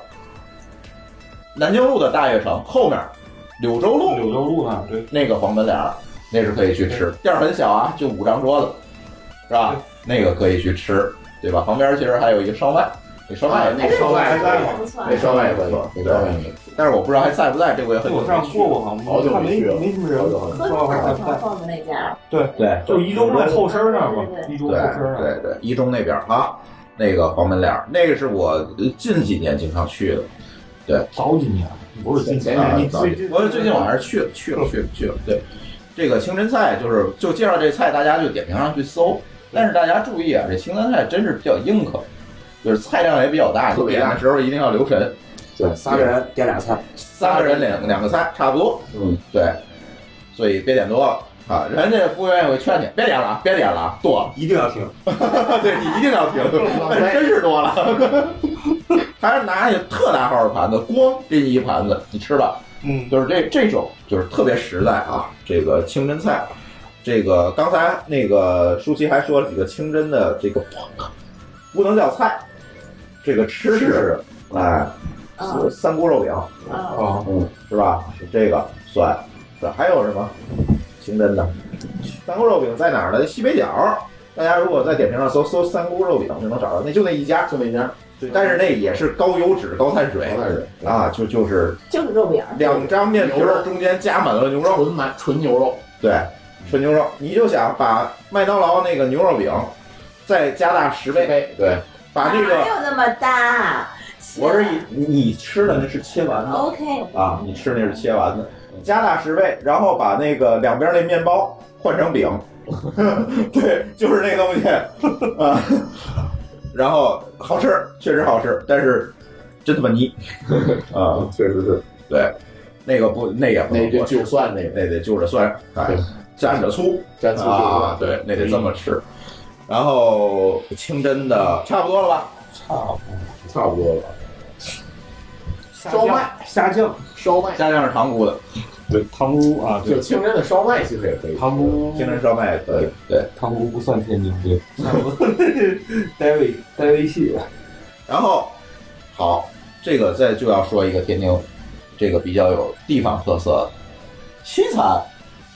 A: 南京路的大悦城后面，柳州路，
F: 柳州路那对
A: 那个黄焖脸儿，那是可以去吃。店儿很小啊，就五张桌子，是吧？那个可以去吃，对吧？旁边其实还有一个烧麦，那烧麦
G: 啊那烧麦还在吗那烧麦也不错那烧麦也不
A: 对。但是我不知道还在不在，这我也很久
F: 我上
A: 去过
F: 过好像好久没去了没什么人
G: 啊
D: 科技馆放的那家，
F: 对
A: 对，
F: 就是一中路后身那儿嘛，
D: 对
F: 一中
A: 对
F: 后身那儿。
A: 对对，一中那边儿啊，那个黄焖脸儿，那个是我呃近几年经常去的，对，
F: 早几年不是近几年
A: 啊
F: 你
A: 早几
F: 最近
A: 我最近我还是去了去了去了去了，对，这个清真菜就是就介绍这菜，大家就点评上去搜，但是大家注意啊，这清真菜真是比较硬核，就是菜量也比较大，
G: 特
A: 你
G: 别
A: 点
G: 大
A: 的时候一定要留神，
G: 对，仨人点俩菜，
A: 三个人两两个菜差不多，
G: 嗯，
A: 对，所以别点多了啊！人家服务员也会劝你，别点了啊，别点了啊，多了一定要停，啊对你一定要停，真是多了。还是拿那个特大号的盘子，咣给你一盘子，你吃吧。
F: 嗯，
A: 就是这这种就是特别实在啊，这个清真菜。这个刚才那个舒淇还说了几个清真的这个不能叫菜，这个吃食，哎，
D: 嗯
A: 三菇肉饼，
D: 啊，
F: 啊，
A: 嗯，是吧？这个算，对，还有什么清真的？三菇肉饼在哪儿呢？西北角。大家如果在点评上搜搜三菇肉饼，就能找到，那就那一家，
G: 就那一家。
A: 但是那也是高油脂、高碳水
G: 高碳水
A: 啊，就就是
D: 就是肉饼儿，
A: 两张面皮儿中间加满了牛肉，纯
G: 满纯牛肉，
A: 对，纯牛肉。你就想把麦当劳那个牛肉饼再加大十倍，
G: 对，
A: 把那
D: 哪
A: 个
D: 有那么大啊
A: 我是以你你吃的那是切完
D: 哦
A: 的
D: ？OK，
A: 啊，你吃那是切完的，加大十倍，然后把那个两边那面包换成饼， 对，就是那东西啊，然后好吃，确实好吃，但是真他妈腻啊，
G: 确实是，
A: 对，那个不，那也不
G: 那得就
A: 蒜那那得就着蒜，哎，蘸着醋，
G: 蘸醋
A: 啊，
G: 就
A: 对，那得
G: 嗯
A: 这么吃，然后清真的差不多了吧？
G: 差不多
A: 差不多了。
G: 烧麦
A: 虾酱、
G: 烧麦，
A: 虾酱是塘沽的，
S: 对，塘沽啊，对
G: 就清真的烧麦其实也可以，
S: 塘沽
A: 清真烧麦也可以，对，
S: 塘沽不算天津，对，
A: 待微待微细吧。然后，好，这个再就要说一个天津，这个比较有地方特色的西餐。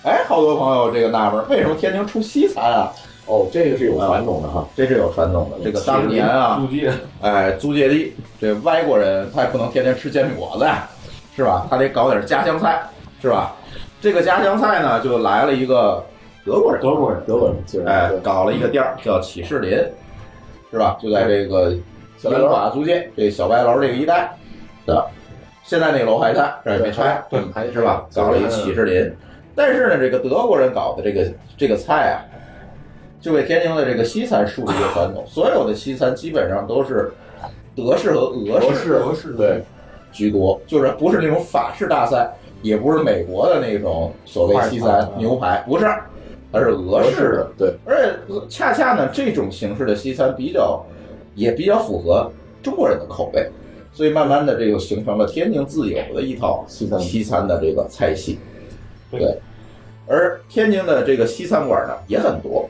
A: 哎，好多朋友这个纳闷儿，为什么天津出西餐啊？
G: 哦，这个是有传统的哈，
A: 这是有传统的。这个当年啊，
G: 租界
A: 哎，租界地，这外国人他也不能天天吃煎饼果子呀，是吧？他得搞点家乡菜，是吧？这个家乡菜呢，就来了一个德国人，德国人，德国人，哎，搞了一个店儿叫启士林，是吧？就在这个英法租界这小白楼这个一带的，现在那个楼还在，这也没拆，
G: 对还
A: 是吧？搞了一启士林，但是呢，这个德国人搞的这个这个菜啊，就为天津的这个西餐树立一个传 统，所有的西餐基本上都是德式和俄式
G: 俄式对
A: 居多，就是不是那种法式大餐，也不是美国的那种所谓西
G: 快
A: 餐啊
G: 餐
A: 牛排，不是，而是俄式的。
G: 对，
A: 而且恰恰呢，这种形式的西餐比较也比较符合中国人的口味，所以慢慢的这就形成了天津自有的一套西餐西餐的这个菜系。对，而天津的这个西餐馆呢也很多，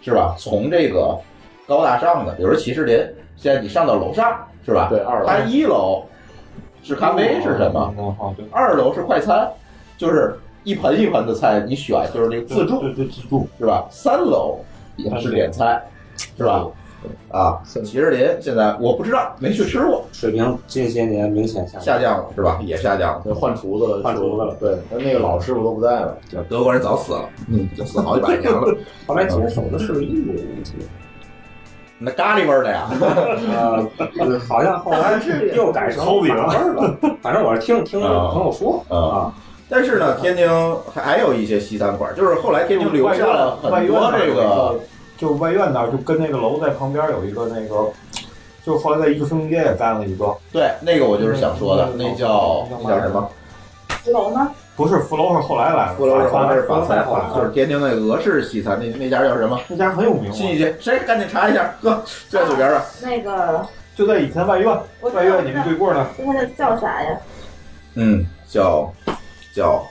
A: 是吧？从这个高大上的，比如骑士林，现在你上到楼上是吧？对，二
G: 楼
A: 它一楼是咖啡是什么？二楼是快餐，就是一盆一盆的菜你选，就是那个自助，对对自助是吧？三楼也是点菜，是吧？啊，骑士林现在我不知道，没去吃过，
P: 水平近些年明显下
A: 下降了是吧？也下降了，
G: 换厨子了，
P: 换厨子了，
G: 对，那那个老师傅都不在了，
A: 德国人早死了，嗯，就死好几百年 了。
P: 后来接手的是印度人，
A: 那咖喱味儿的呀，
P: 呃，好像后来又改成法味了， 反正我是听听朋友说
A: 啊。但是呢，天津还有一些西餐馆，就是后来天津留下了很多这个，
F: 就外院那儿，就跟那个楼在旁边有一个那个，就后来在一个生街也干了一个。
A: 对，那个我就是想说的，那叫那叫什么？
D: 石楼吗？
F: 不是福楼是后来来的，
A: 佛罗伦萨是法
F: 法
A: 餐，就是天津那个俄式西餐，那那家叫什么？
F: 那家很有名。
A: 新一街，谁赶紧查一下，哥，就在左边吧。啊
D: 那个
F: 就在以前外院，
D: 我知道
F: 外院你们对过 呢。
D: 就它那叫啥呀？
A: 嗯，叫叫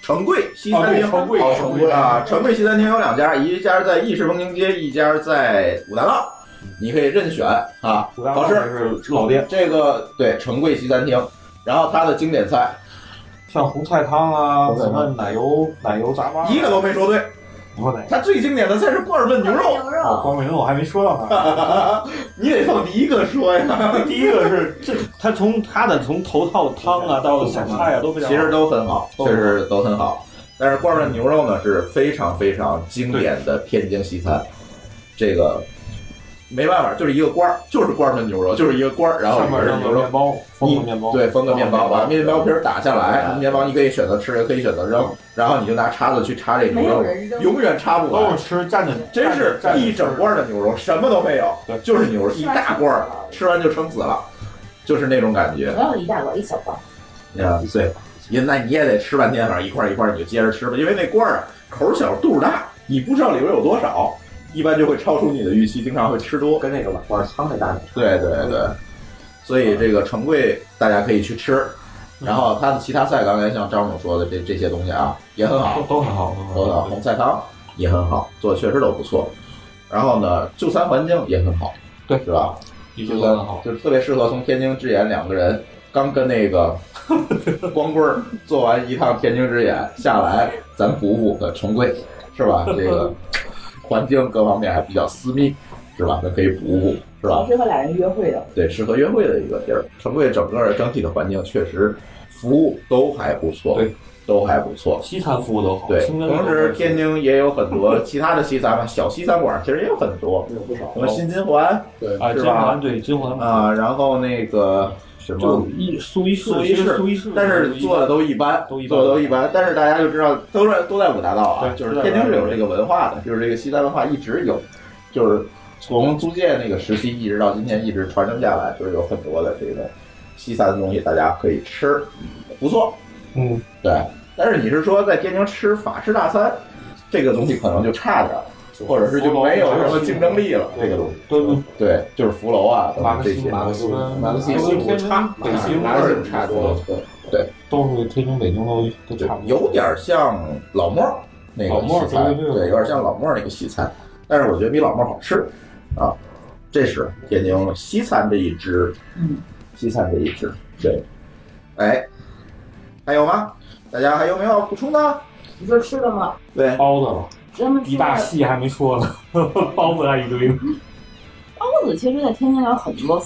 A: 成贵西餐厅，
F: 哦对成贵
A: 哦
F: 成
A: 成
F: 贵
A: 贵啊，成贵西餐厅有两家，一家在意式风情街，一家在五大道，
F: 嗯
A: 你可以任选啊，好吃
F: 是老店。
A: 这个对成贵西餐厅，然后它的经典菜
F: 像红菜汤啊，什么奶油奶油杂巴，
A: 一个都没说对。
F: 你说哪
A: 它最经典的菜是罐焖牛肉，
F: 个？光明我还没说到呢。
A: 你得放第一个说呀。
S: 第一个是这，他从他的从头套汤啊到小菜啊都非常好，
A: 其实都很好，确
F: 哦
A: 实都很好。但是罐焖牛肉呢是非常非常经典的天津西餐，这个没办法，就是一个罐儿，就是罐焖牛肉，就是一个罐儿，然后
F: 上面
A: 里边是
F: 弄个
A: 牛肉
F: 面哦包，封个面包，
A: 对，封个面包，把面包皮儿打下来，
F: 对
A: 面包你可以选择吃，也可以选择
F: 嗯
A: 扔，然后你就拿叉子去插这
F: 没
A: 牛
F: 有
A: 肉
F: 人，扔
A: 永远插不完。
F: 都是吃蘸着，
A: 真是
F: 哦蘸着
A: 一整罐的牛肉，什么都没有，就是牛肉，一
D: 吃完
A: 大罐儿，吃完就撑死了，就是那种感觉
D: 没。有一大碗，一小罐。
A: 啊，对，也那你也得吃半天，反正一块儿一块儿你就接着吃吧，因为那罐儿啊口儿小肚儿大，你不知道里边有多少，一般就会超出你的预期，经常会吃多。
P: 跟那个碗罐汤那大
A: 对对对，所以这个成贵大家可以去吃，然后它的其他菜，刚才像张总说的这这些东西啊，也很好，
F: 都很好，
A: 都很好，红菜汤也很好，做的确实都不错。然后呢，就餐环境也很好，对，是吧？
F: 就
A: 餐好，就是特别适合从天津之眼两个人刚跟那 个光棍儿做完一趟天津之眼下来，咱补补个成贵， 是吧？这个环境各方面还比较私密，是吧？咱可以补补，是吧？
D: 适合俩人约会的。
A: 对，适合约会的一个地儿。成贵整个整体的环境确实服务都还不错，对，都还不错。
B: 西餐服务都好
A: 对，
B: 清真都好
A: 同时天津也有很多其他的西餐吧，小西餐馆其实也有很多，有不少，什么新金环，
G: 对
B: 啊，
A: 是
B: 金
A: 吧
B: 环？对金环
A: 啊，然后那个什么
B: 就一苏伊士，
A: 苏
B: 其
A: 伊
B: 实
A: 士，
B: 苏伊士，
A: 但是做的都一般，
B: 都一般
A: 做的都一般。但是大家就知道，都在都在五大道啊，
B: 对
A: 就是
B: 都在
A: 天津
B: 五大
A: 是
B: 道
A: 有这个文化的，就是这个西单文化一直有，就是从租界那个时期一直到今天一直传承下来，就是有很多的这个西餐的东西，大家可以吃，不错。
B: 嗯，
A: 对。但是你是说在天津吃法式大餐，这个东西可能就差点儿。或者是就没有什么竞争力了，这个东西，对对，就是福楼啊，等等这些，嗯
F: 马克西
A: 马克西
F: 西
A: 不差，
F: 北西
A: 马克西差多了，对对，
F: 都是天津、北京都都差不多，
A: 有点像老莫儿那
F: 老
A: 个
F: 莫儿
A: 西餐，
F: 对对对
A: 对，有点像老莫儿那个西餐，但是我觉得比老莫儿好吃啊。这是天津西餐这一支，
D: 嗯，
A: 西餐这一支，对。哎，还有吗？大家还有没有要补充的？
D: 你说吃的吗？
A: 对，
F: 包子了，
D: 咱们
F: 一大戏还没说呢， 包子还一堆呢。
D: 包子，其实，在天津有很多，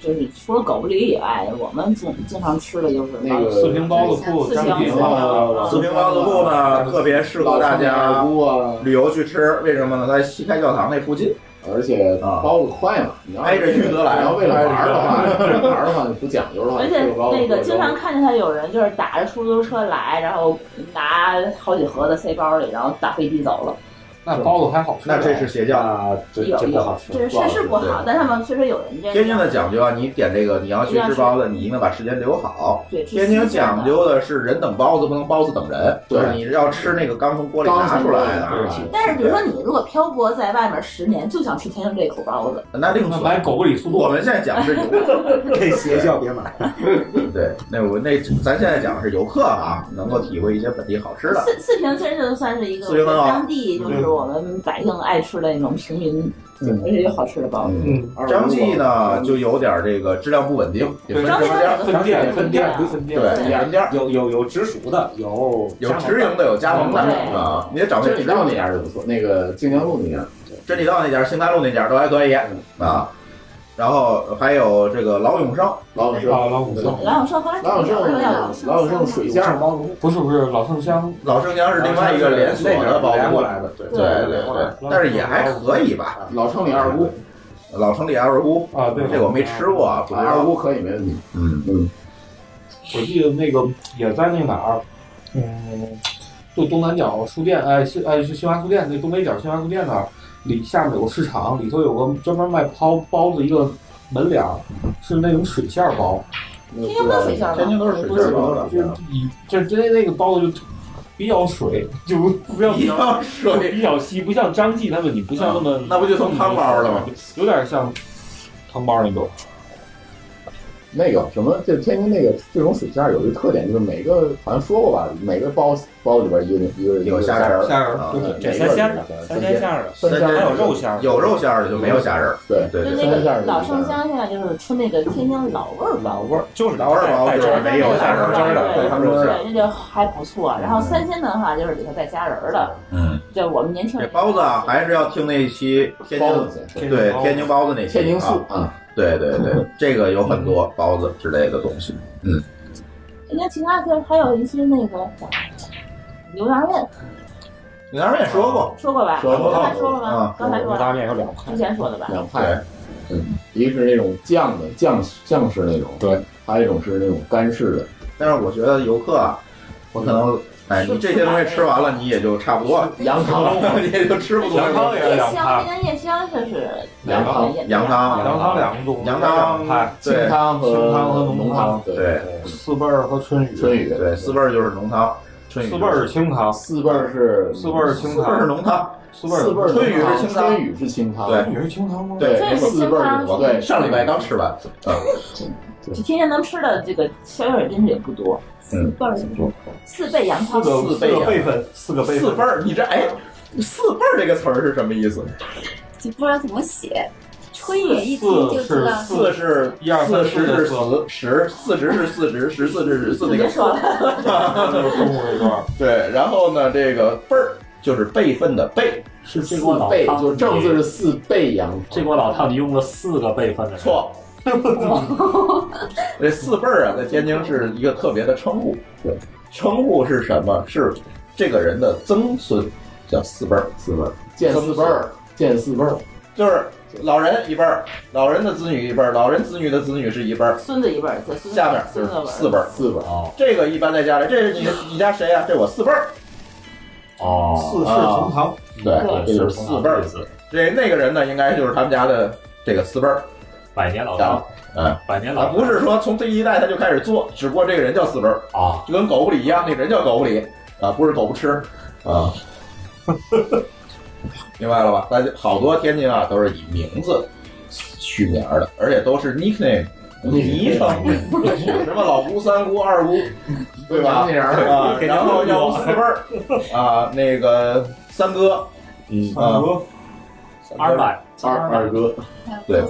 D: 就是除了狗不理以外，我们总经常吃的就是
A: 那个四平包子铺
D: 四平
A: 张记
F: 啊
D: 包
A: 四平包子铺呢，特别适合大哦家
G: 啊
A: 旅游去吃。为什么呢？在西开教堂那附近，
G: 而且包子快嘛，你要
A: 啊挨着玉德来
G: 你要为了玩儿的话，
A: 挨着
G: 为了 玩儿的话，你不讲究的话，
D: 而
G: 你
D: 且
G: 这包子
D: 那个经常
G: 包子
D: 看见他有人就是打着出租车来，然后拿好几盒子塞包里，然后打飞机走了。
F: 那包子还好吃，
A: 那这是邪教
F: 啊，
D: 有有，这是是不好，但他们确实有人这样。
A: 天津的讲究啊，你点这个，你要去吃包子，你一定把时间留好。
D: 对吃
A: 天津讲究的是人等包子，不能包子等人，
G: 对
A: 就是你要吃那个刚从锅里拿出来的。啊
D: 但是比如说你如果漂泊在外面十年，就想吃天津这口包子，
A: 那另算，买
F: 狗不理速
A: 度。我们现在讲的是游，
F: 这
A: 邪
F: 教
A: 别买。对，那我那咱现在讲的是游客啊，能够体会一些本地好吃的。
D: 四四平其实就算是一个
A: 四平啊很好
D: 当地就是我们百姓爱吃的那种平民，
A: 嗯
D: 而且有好吃的包子。
A: 嗯，张记呢就有点这个质量不稳定，也分
F: 张记
A: 店儿，啊
F: 分店分店归分店，
A: 对，分店儿
F: 有有有直属的，有
A: 有直营的，有加盟的啊。你得找那
F: 这你到
A: 那家就不错，那个静江路那家，真理道那家、兴达路那家都还可以啊。然后还有这个老永生，老
G: 永生
F: 啊老永生
D: 老永生后来
G: 老永生老永生水巷
F: 包子不是不是老盛香，
A: 老盛香是另外一个连锁的包
F: 连
A: 子
F: 过
A: 铺
F: 来的，
A: 对对对，但是也还可以吧。老城里二姑，老城里二姑啊，对，这个我没吃过啊，不知道
G: 二姑可以没问题，
A: 嗯嗯，
F: 我记得那个也在那哪儿，嗯，就东南角书店，哎新哎是新华书店，那东北角新华书店那儿，里下面有个市场，里头有个专门卖包包子一个门脸儿，是那种水馅儿包。
D: 天津不是水馅儿吗天津都是水馅儿包
A: 嗯
D: 的
F: 就是以这这那个包子就比较水，就不要比
A: 较嗯
F: 水，比较稀，不像张记他们，你不像那么嗯
A: 那不就成汤包了吗？
F: 有点像汤包那种。
G: 那个什么，这天津那个这种水馅儿有一个特点，就是每个好像说过吧，每个包包里边一个一个
A: 有虾
G: 虾仁
A: 仁儿虾仁儿
G: 啊
A: 对
G: 每
A: 对
G: 个
A: 三鲜
G: 人
A: 的
G: 有
A: 三
G: 三
A: 鲜
G: 鲜
A: 虾仁儿
G: 三鲜
A: 嗯三鲜
G: 儿
A: 还有肉馅儿有肉馅儿的就没有虾仁儿
G: 对
A: 对
D: 就
A: 对
D: 那个老盛香现在就是出那个天津老味儿包，
F: 味儿
A: 就是老味儿包就是没有虾仁儿的，
D: 对
A: 汤汁儿的。
D: 对，那就还不错。然后三鲜的话就是里头带虾仁儿的，
A: 嗯，
D: 就我们年轻
A: 这
D: 人
A: 包子啊，还是要听那一期天津对天津包子那期
G: 天津素
A: 啊，对对对，这个有很多包子之类的东西，嗯，
D: 人家其他地儿还有一些那个牛杂面，
A: 你当时也说过，
D: 说过吧？
G: 说过
D: 刚才说了
G: 啊
D: 吗？刚才说了，
F: 面有两块，
D: 之前说的吧？
G: 两派，嗯，一个是那种酱的酱酱式那种，对，还有一种是那种干式的。
A: 但是我觉得游客啊，我可能哎，你这些东西吃完了，你也就差不多了，
G: 羊
D: 汤
A: 你也就吃不多了，
F: 羊汤也
D: 夜宵，天津夜宵就是
A: 羊汤，羊汤，
F: 羊汤两种，
A: 羊汤
F: 派，
A: 对
F: 清汤和清汤和浓汤
A: 对，
F: 四辈儿和春雨，
A: 春雨，对，四辈儿就是浓汤，春雨
F: 四辈儿是清汤，
G: 四辈儿是
F: 四辈儿是清汤，
A: 四辈儿是浓汤，
F: 四辈儿
G: 四辈儿是
A: 春雨是清汤
G: 春雨是清汤，
A: 对
F: 春雨是清汤吗？
D: 春雨
G: 对，
D: 是
G: 四
D: 清
G: 辈
D: 汤
G: 儿是对，
A: 上礼拜刚吃完，嗯
D: 就天津能吃的这个宵夜真是也不多，
A: 嗯，
D: 四倍羊汤，
A: 四倍
F: 啊
D: 倍，
A: 分，四个辈四辈儿，你这哎，四辈儿这个词儿是什么意思？
E: 就不知道怎么写。春雨一听就知道，
A: 四是
F: 一二
A: 四
F: 三
A: 十是
F: 四的
A: 十十，四十是四十， 十四是十四那个
D: 别说了，
A: 对，然后呢，这个辈儿就是辈分的辈，
B: 是
A: 四
B: 这锅老
A: 辈，
B: 汤
A: 就是正字是四倍羊头。
B: 这锅老汤你用了四个辈分的
A: 错，这四辈儿啊，在天津是一个特别的称呼。对，称呼是什么？是这个人的曾孙，叫四辈儿。四辈儿，
G: 见四辈儿，
A: 见四辈儿，就是老人一辈儿，老人的子女一辈儿，老人子女的子女是一辈儿。
T: 孙子一辈儿，孙子
A: 下面就
T: 孙
A: 是
T: 子辈儿
A: 四辈儿，四辈儿。这个一般在家里，这是你你家谁呀、啊这我四辈儿。哦
U: 四世同堂
F: 啊
A: 嗯对，这就是四辈儿。这那个人呢，应该就是他们家的这个四辈儿，
B: 百年老汤，
A: 嗯，
B: 百年
A: 啊，
B: 老
A: 不是说从第一代他就开始做，只不过这个人叫四辈儿
B: 啊，
A: 就跟狗不理一样，那人叫狗不理啊，不是狗不吃啊。明白了吧？大家好多天津啊都是以名字取名儿的，而且都是 nickname 昵称，什么老姑、三姑、 二姑，对吧？
G: 那样儿
A: 啊，然后要四辈 儿啊，那个三哥，嗯
G: 三
F: 啊
G: 哥
A: 二百二二哥，对，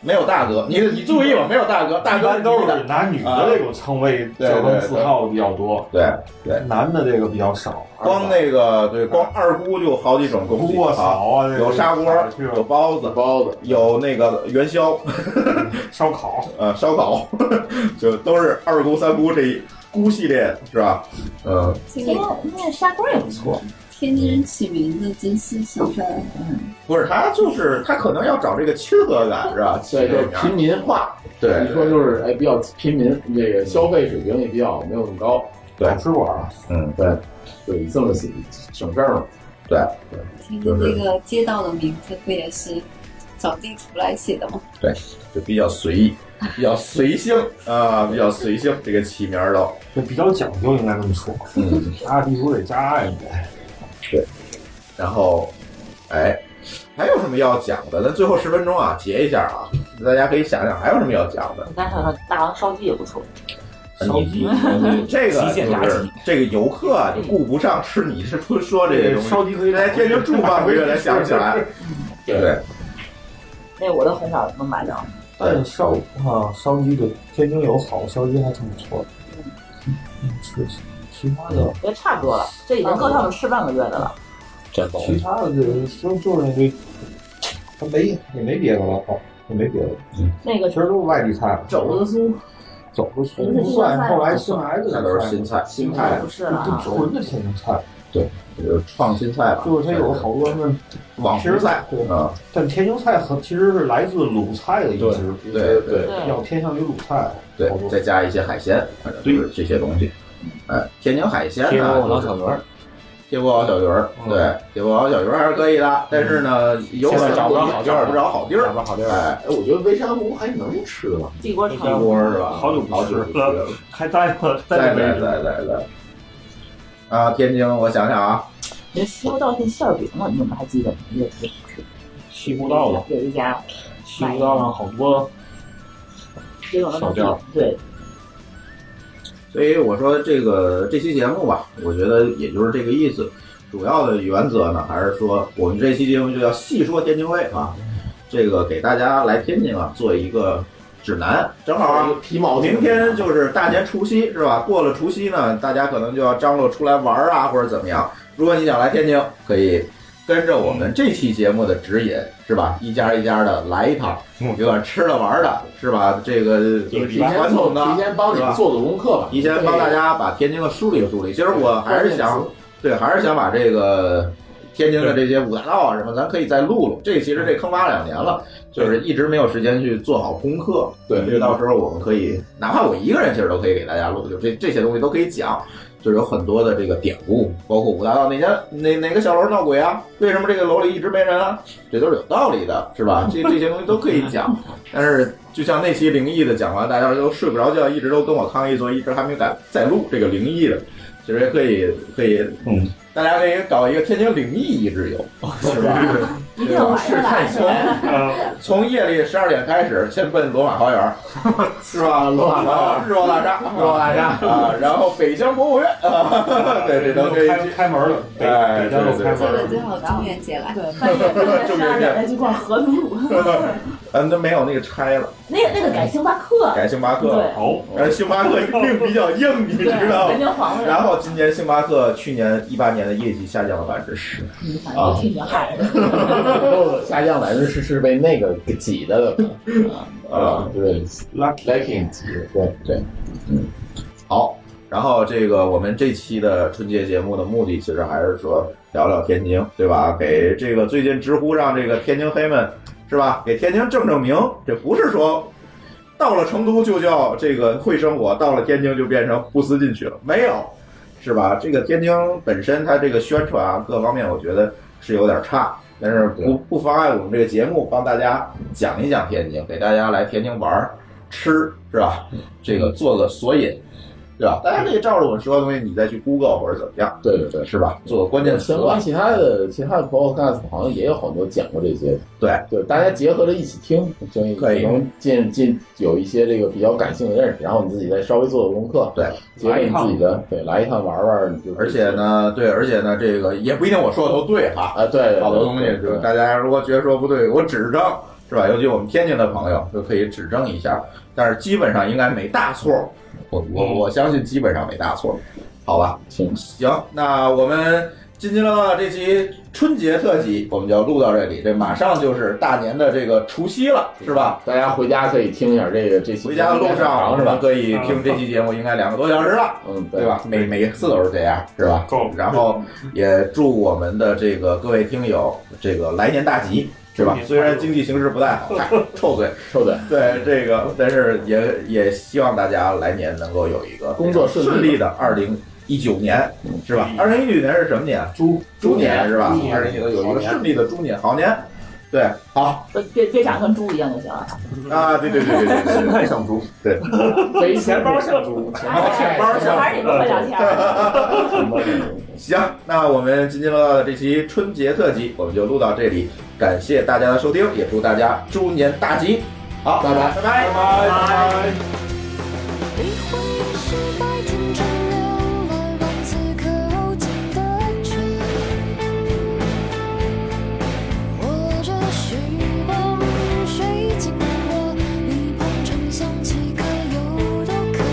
A: 没有大哥，你你注意吧，没有大哥，大哥
F: 都是拿女的这种称谓
A: 啊对
F: 叫
A: 对
F: 成
A: 对
F: 字号比较多，
A: 对对，
F: 男的这个比较少。
A: 光那个对，光二姑就好几种东西，
F: 姑啊嫂啊这个
A: 有砂锅，有包子，包子，有那个元宵，
F: 嗯烧烤，
A: 呃，烧烤， 就都是二姑三姑这一姑系列是吧？嗯，
E: 这个
D: 那砂锅也不错。
E: 天津人起名字真是小事儿，嗯，
A: 不是，他就是他可能要找这个亲和感是吧？
G: 对，就是平民化。
A: 对
G: 你说就是哎，比较平民，这个消费水平也比较没有那么高。
A: 对，
G: 吃
F: 馆，
A: 嗯，
G: 对，对，这么省事儿嘛。
A: 对
E: 天
A: 就
E: 津
A: 是
E: 这个街道的名字不也是找地图来写的吗？
A: 对，就比较随意，比较随性啊，比较随性这个起名儿都，
F: 就比较讲究，应该这么说。
A: 嗯，
F: 加地图得加一点。
A: 对，然后，哎，还有什么要讲的？咱最后十分钟啊，截一下啊，大家可以想想还有什么要讲的。
D: 刚才说大王烧鸡也不错，
A: 你你 你这个
D: 极限炸
A: 就
D: 鸡
A: 是这个游客啊，就顾不上吃你这说说这些东西，
F: 烧鸡可以
A: 来天 津住半个月才想起来。对，
D: 那我都很少能买着。
F: 但烧啊，烧鸡对天津有好烧鸡还挺不错的。嗯，吃其他的
D: 也差不多了，这已经够他们吃半个月的了。
A: 真
F: 其他的就是就就是那个，它没也没别的了，哦也没别的。
D: 那个
A: 嗯
F: 其实都是外地菜，
A: 肘
D: 子酥，
F: 肘子酥
D: 不是
F: 不
D: 新
F: 算
D: 菜，
F: 后来新来的
A: 那都是新菜新菜
D: 不是了
F: 不纯的天津菜。
A: 对，就是创新菜吧。
F: 就是它有好多那
A: 网
F: 其实
A: 红菜
F: 对
A: 啊，
F: 但天津菜很其实是来自鲁菜的一支，
A: 对对对
F: 要偏向于鲁 菜。
A: 对，再加一些海鲜，反正就是这些东西。哎，天津海鲜呢，
F: 铁锅老
A: 就是
F: 小鱼儿，
A: 铁锅老小鱼儿，对，铁锅老小鱼儿还是可以的，但是呢，有可能
G: 找不着好地儿
A: 找不着好地儿，找不着好地儿。哎，
G: 哎，我觉得微山湖还能吃吧？
D: 地锅
A: 地锅是吧？好久不吃了，
F: 还待过，
A: 在在在在在。啊，天津，我想想啊，
D: 人西湖道那馅儿饼，你们还记得吗？也挺好吃。
F: 西湖道
D: 有一家，
F: 西湖道上好多
D: 这种
A: 小店儿
D: 对，
A: 所以我说这个这期节目吧，我觉得也就是这个意思。主要的原则呢，还是说我们这期节目就叫细说天津卫啊，这个给大家来天津啊做一个指南。正好啊，
G: 皮毛
A: 明天就是大年除夕是吧？过了除夕呢，大家可能就要张罗出来玩儿啊，或者怎么样。如果你想来天津，可以跟着我们这期节目的指引是吧？一家一家的来一趟，有点吃的玩儿的是吧？这个
G: 提
A: 挺
G: 前
A: 嗯传统的，
G: 提前帮你
A: 是
G: 们
A: 吧
G: 做做功课吧，
A: 提前帮大家把天津的梳理梳理。其实我还是想，对，还是想把这个天津的这些五大道啊什么，咱可以再录录。这其实这坑挖两年了，就是一直没有时间去做好功课。对，这个到时候我们可以，哪怕我一个人，其实都可以给大家录，就这这些东西都可以讲。就是有很多的这个典故，包括五大道哪家哪哪个小楼闹鬼啊？为什么这个楼里一直没人啊？这都是有道理的，是吧？这这些东西都可以讲。但是就像那期灵异的讲完，大家都睡不着觉，一直都跟我抗议说，一直还没敢再录这个灵异的，其实可以可以，嗯，大家可以搞一个天津灵异一日游，是吧？
D: 一定要玩
A: 试
D: 下来
A: 探
D: 是吧？
F: 呃
A: 从从夜里十二点开始，先奔罗马花园，是 吧？啊罗马花园，日落大厦，日落大厦啊，然后北疆博物院，啊对，这都可以开开门了，哎，对对对，
E: 这个最好中元节来。对，
D: 半夜半夜
A: 中
D: 十
A: 元
D: 二点
A: 节
D: 再去逛河东路，
A: 嗯，那没有那个拆了，
D: 那个那个改星巴克，
A: 改星巴克
D: 对
A: 了。哦，而星巴克命比较硬，你知道
D: 对北京黄
A: 吗
D: 了？
A: 然后今年星巴克去年一八年的业绩下降了百分之十，
D: 嗯
G: 啊
D: 挺害的。
G: 下降百分之十是被那个给挤的的
A: 啊，
G: 对，lucky 挤的，对对，
A: 好，然后这个我们这期的春节节目的目的，其实还是说聊聊天津，对吧？给这个最近知乎上这个天津黑们，是吧？给天津正正名，这不是说到了成都就叫这个会生活，到了天津就变成不思进取了，没有，是吧？这个天津本身它这个宣传啊，各方面我觉得是有点差。但是不不妨碍我们这个节目帮大家讲一讲天津，给大家来天津玩儿、吃，是吧？这个做个索引，对吧？大家可以照着我说的东西，你再去 Google 或者怎么样，
G: 对对对，
A: 是吧？做个关键词
G: 相，关其他的其他的 podcast 好像也有很多讲过这些，
A: 对
G: 对，大家结合着一起听，就可
A: 以
G: 能进进有一些这个比较感性的认识，然后你自己再稍微做做功课，啊
A: 对，
G: 结合你自己的，对，来一趟玩玩，你就
A: 而且呢，对，而且呢，这个也不一定我说的都对哈。
G: 啊，对，
A: 好多东西，就是大家如果觉得说不对，我指正，是吧？尤其我们天津的朋友就可以指正一下，但是基本上应该没大错。我
G: 嗯
A: 我我相信基本上没大错，好吧？
G: 行
A: 行，那我们津津乐道这期春节特辑我们就录到这里，这马上就是大年的这个除夕了，是吧？
G: 大家回家可以听一下这个这期
A: 回家的路上
G: 是吧？
A: 可以听这期节目，应该两个多小时了，
G: 嗯，
A: 对吧？每每一次都是这样，是吧？然后也祝我们的这个各位听友这个来年大吉，是吧？虽然经济形势不太好，嗨臭嘴，
G: 臭嘴，
A: 对这个，但是也也希望大家来年能够有一个
G: 工作顺利
A: 顺利的二零。一九年是吧？二零一九年是什么年？猪猪年是吧
G: 猪？年
A: 二零一九有一个顺利的猪年，好年。对，好
D: 别别长得跟猪一样就行了。
A: 啊，对对对对对对，
D: 心态
A: 像猪，对，
G: 背
A: 钱包像
G: 猪，
A: 钱包钱包像
D: 哎小孩儿也不会聊天儿。
A: 行，那我们津津乐道的这期春节特辑我们就录到这里，感谢大家的收听，也祝大家猪年大吉。好，拜拜，拜拜，拜拜。
H: 离婚也是白天转亮了，让此刻无尽的痴。握着时光，水经过，你旁常响起可有的歌。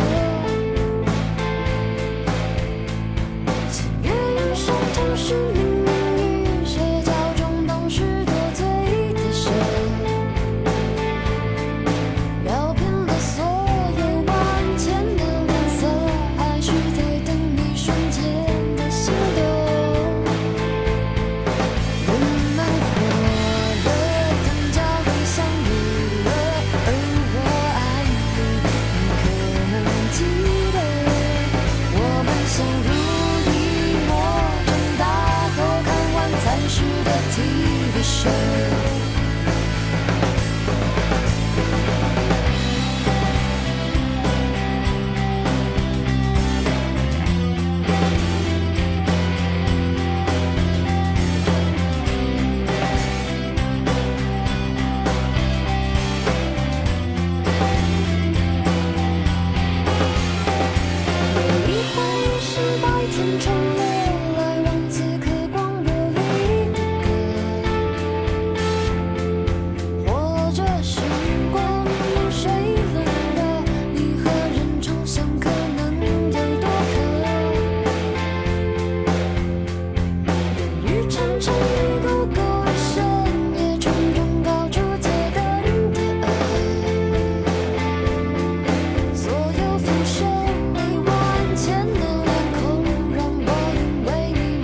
H: 七月遇上城市淋雨，社交中懂事多嘴的事。绕遍了所有万千的颜色，爱是在等一瞬间的心动。人们活了，增加会相遇了，而我爱你，你可能记得。我们相濡以沫，长大后看完残时的 TV show。离婚也是白天沉默了，让此刻光落里的歌。或者时光有谁冷了？你和人重相可能有多渴？人鱼沉沉与狗狗的深夜，重重高处街灯的恶。所有浮生里万千的脸孔，让我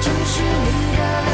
H: 城市里的。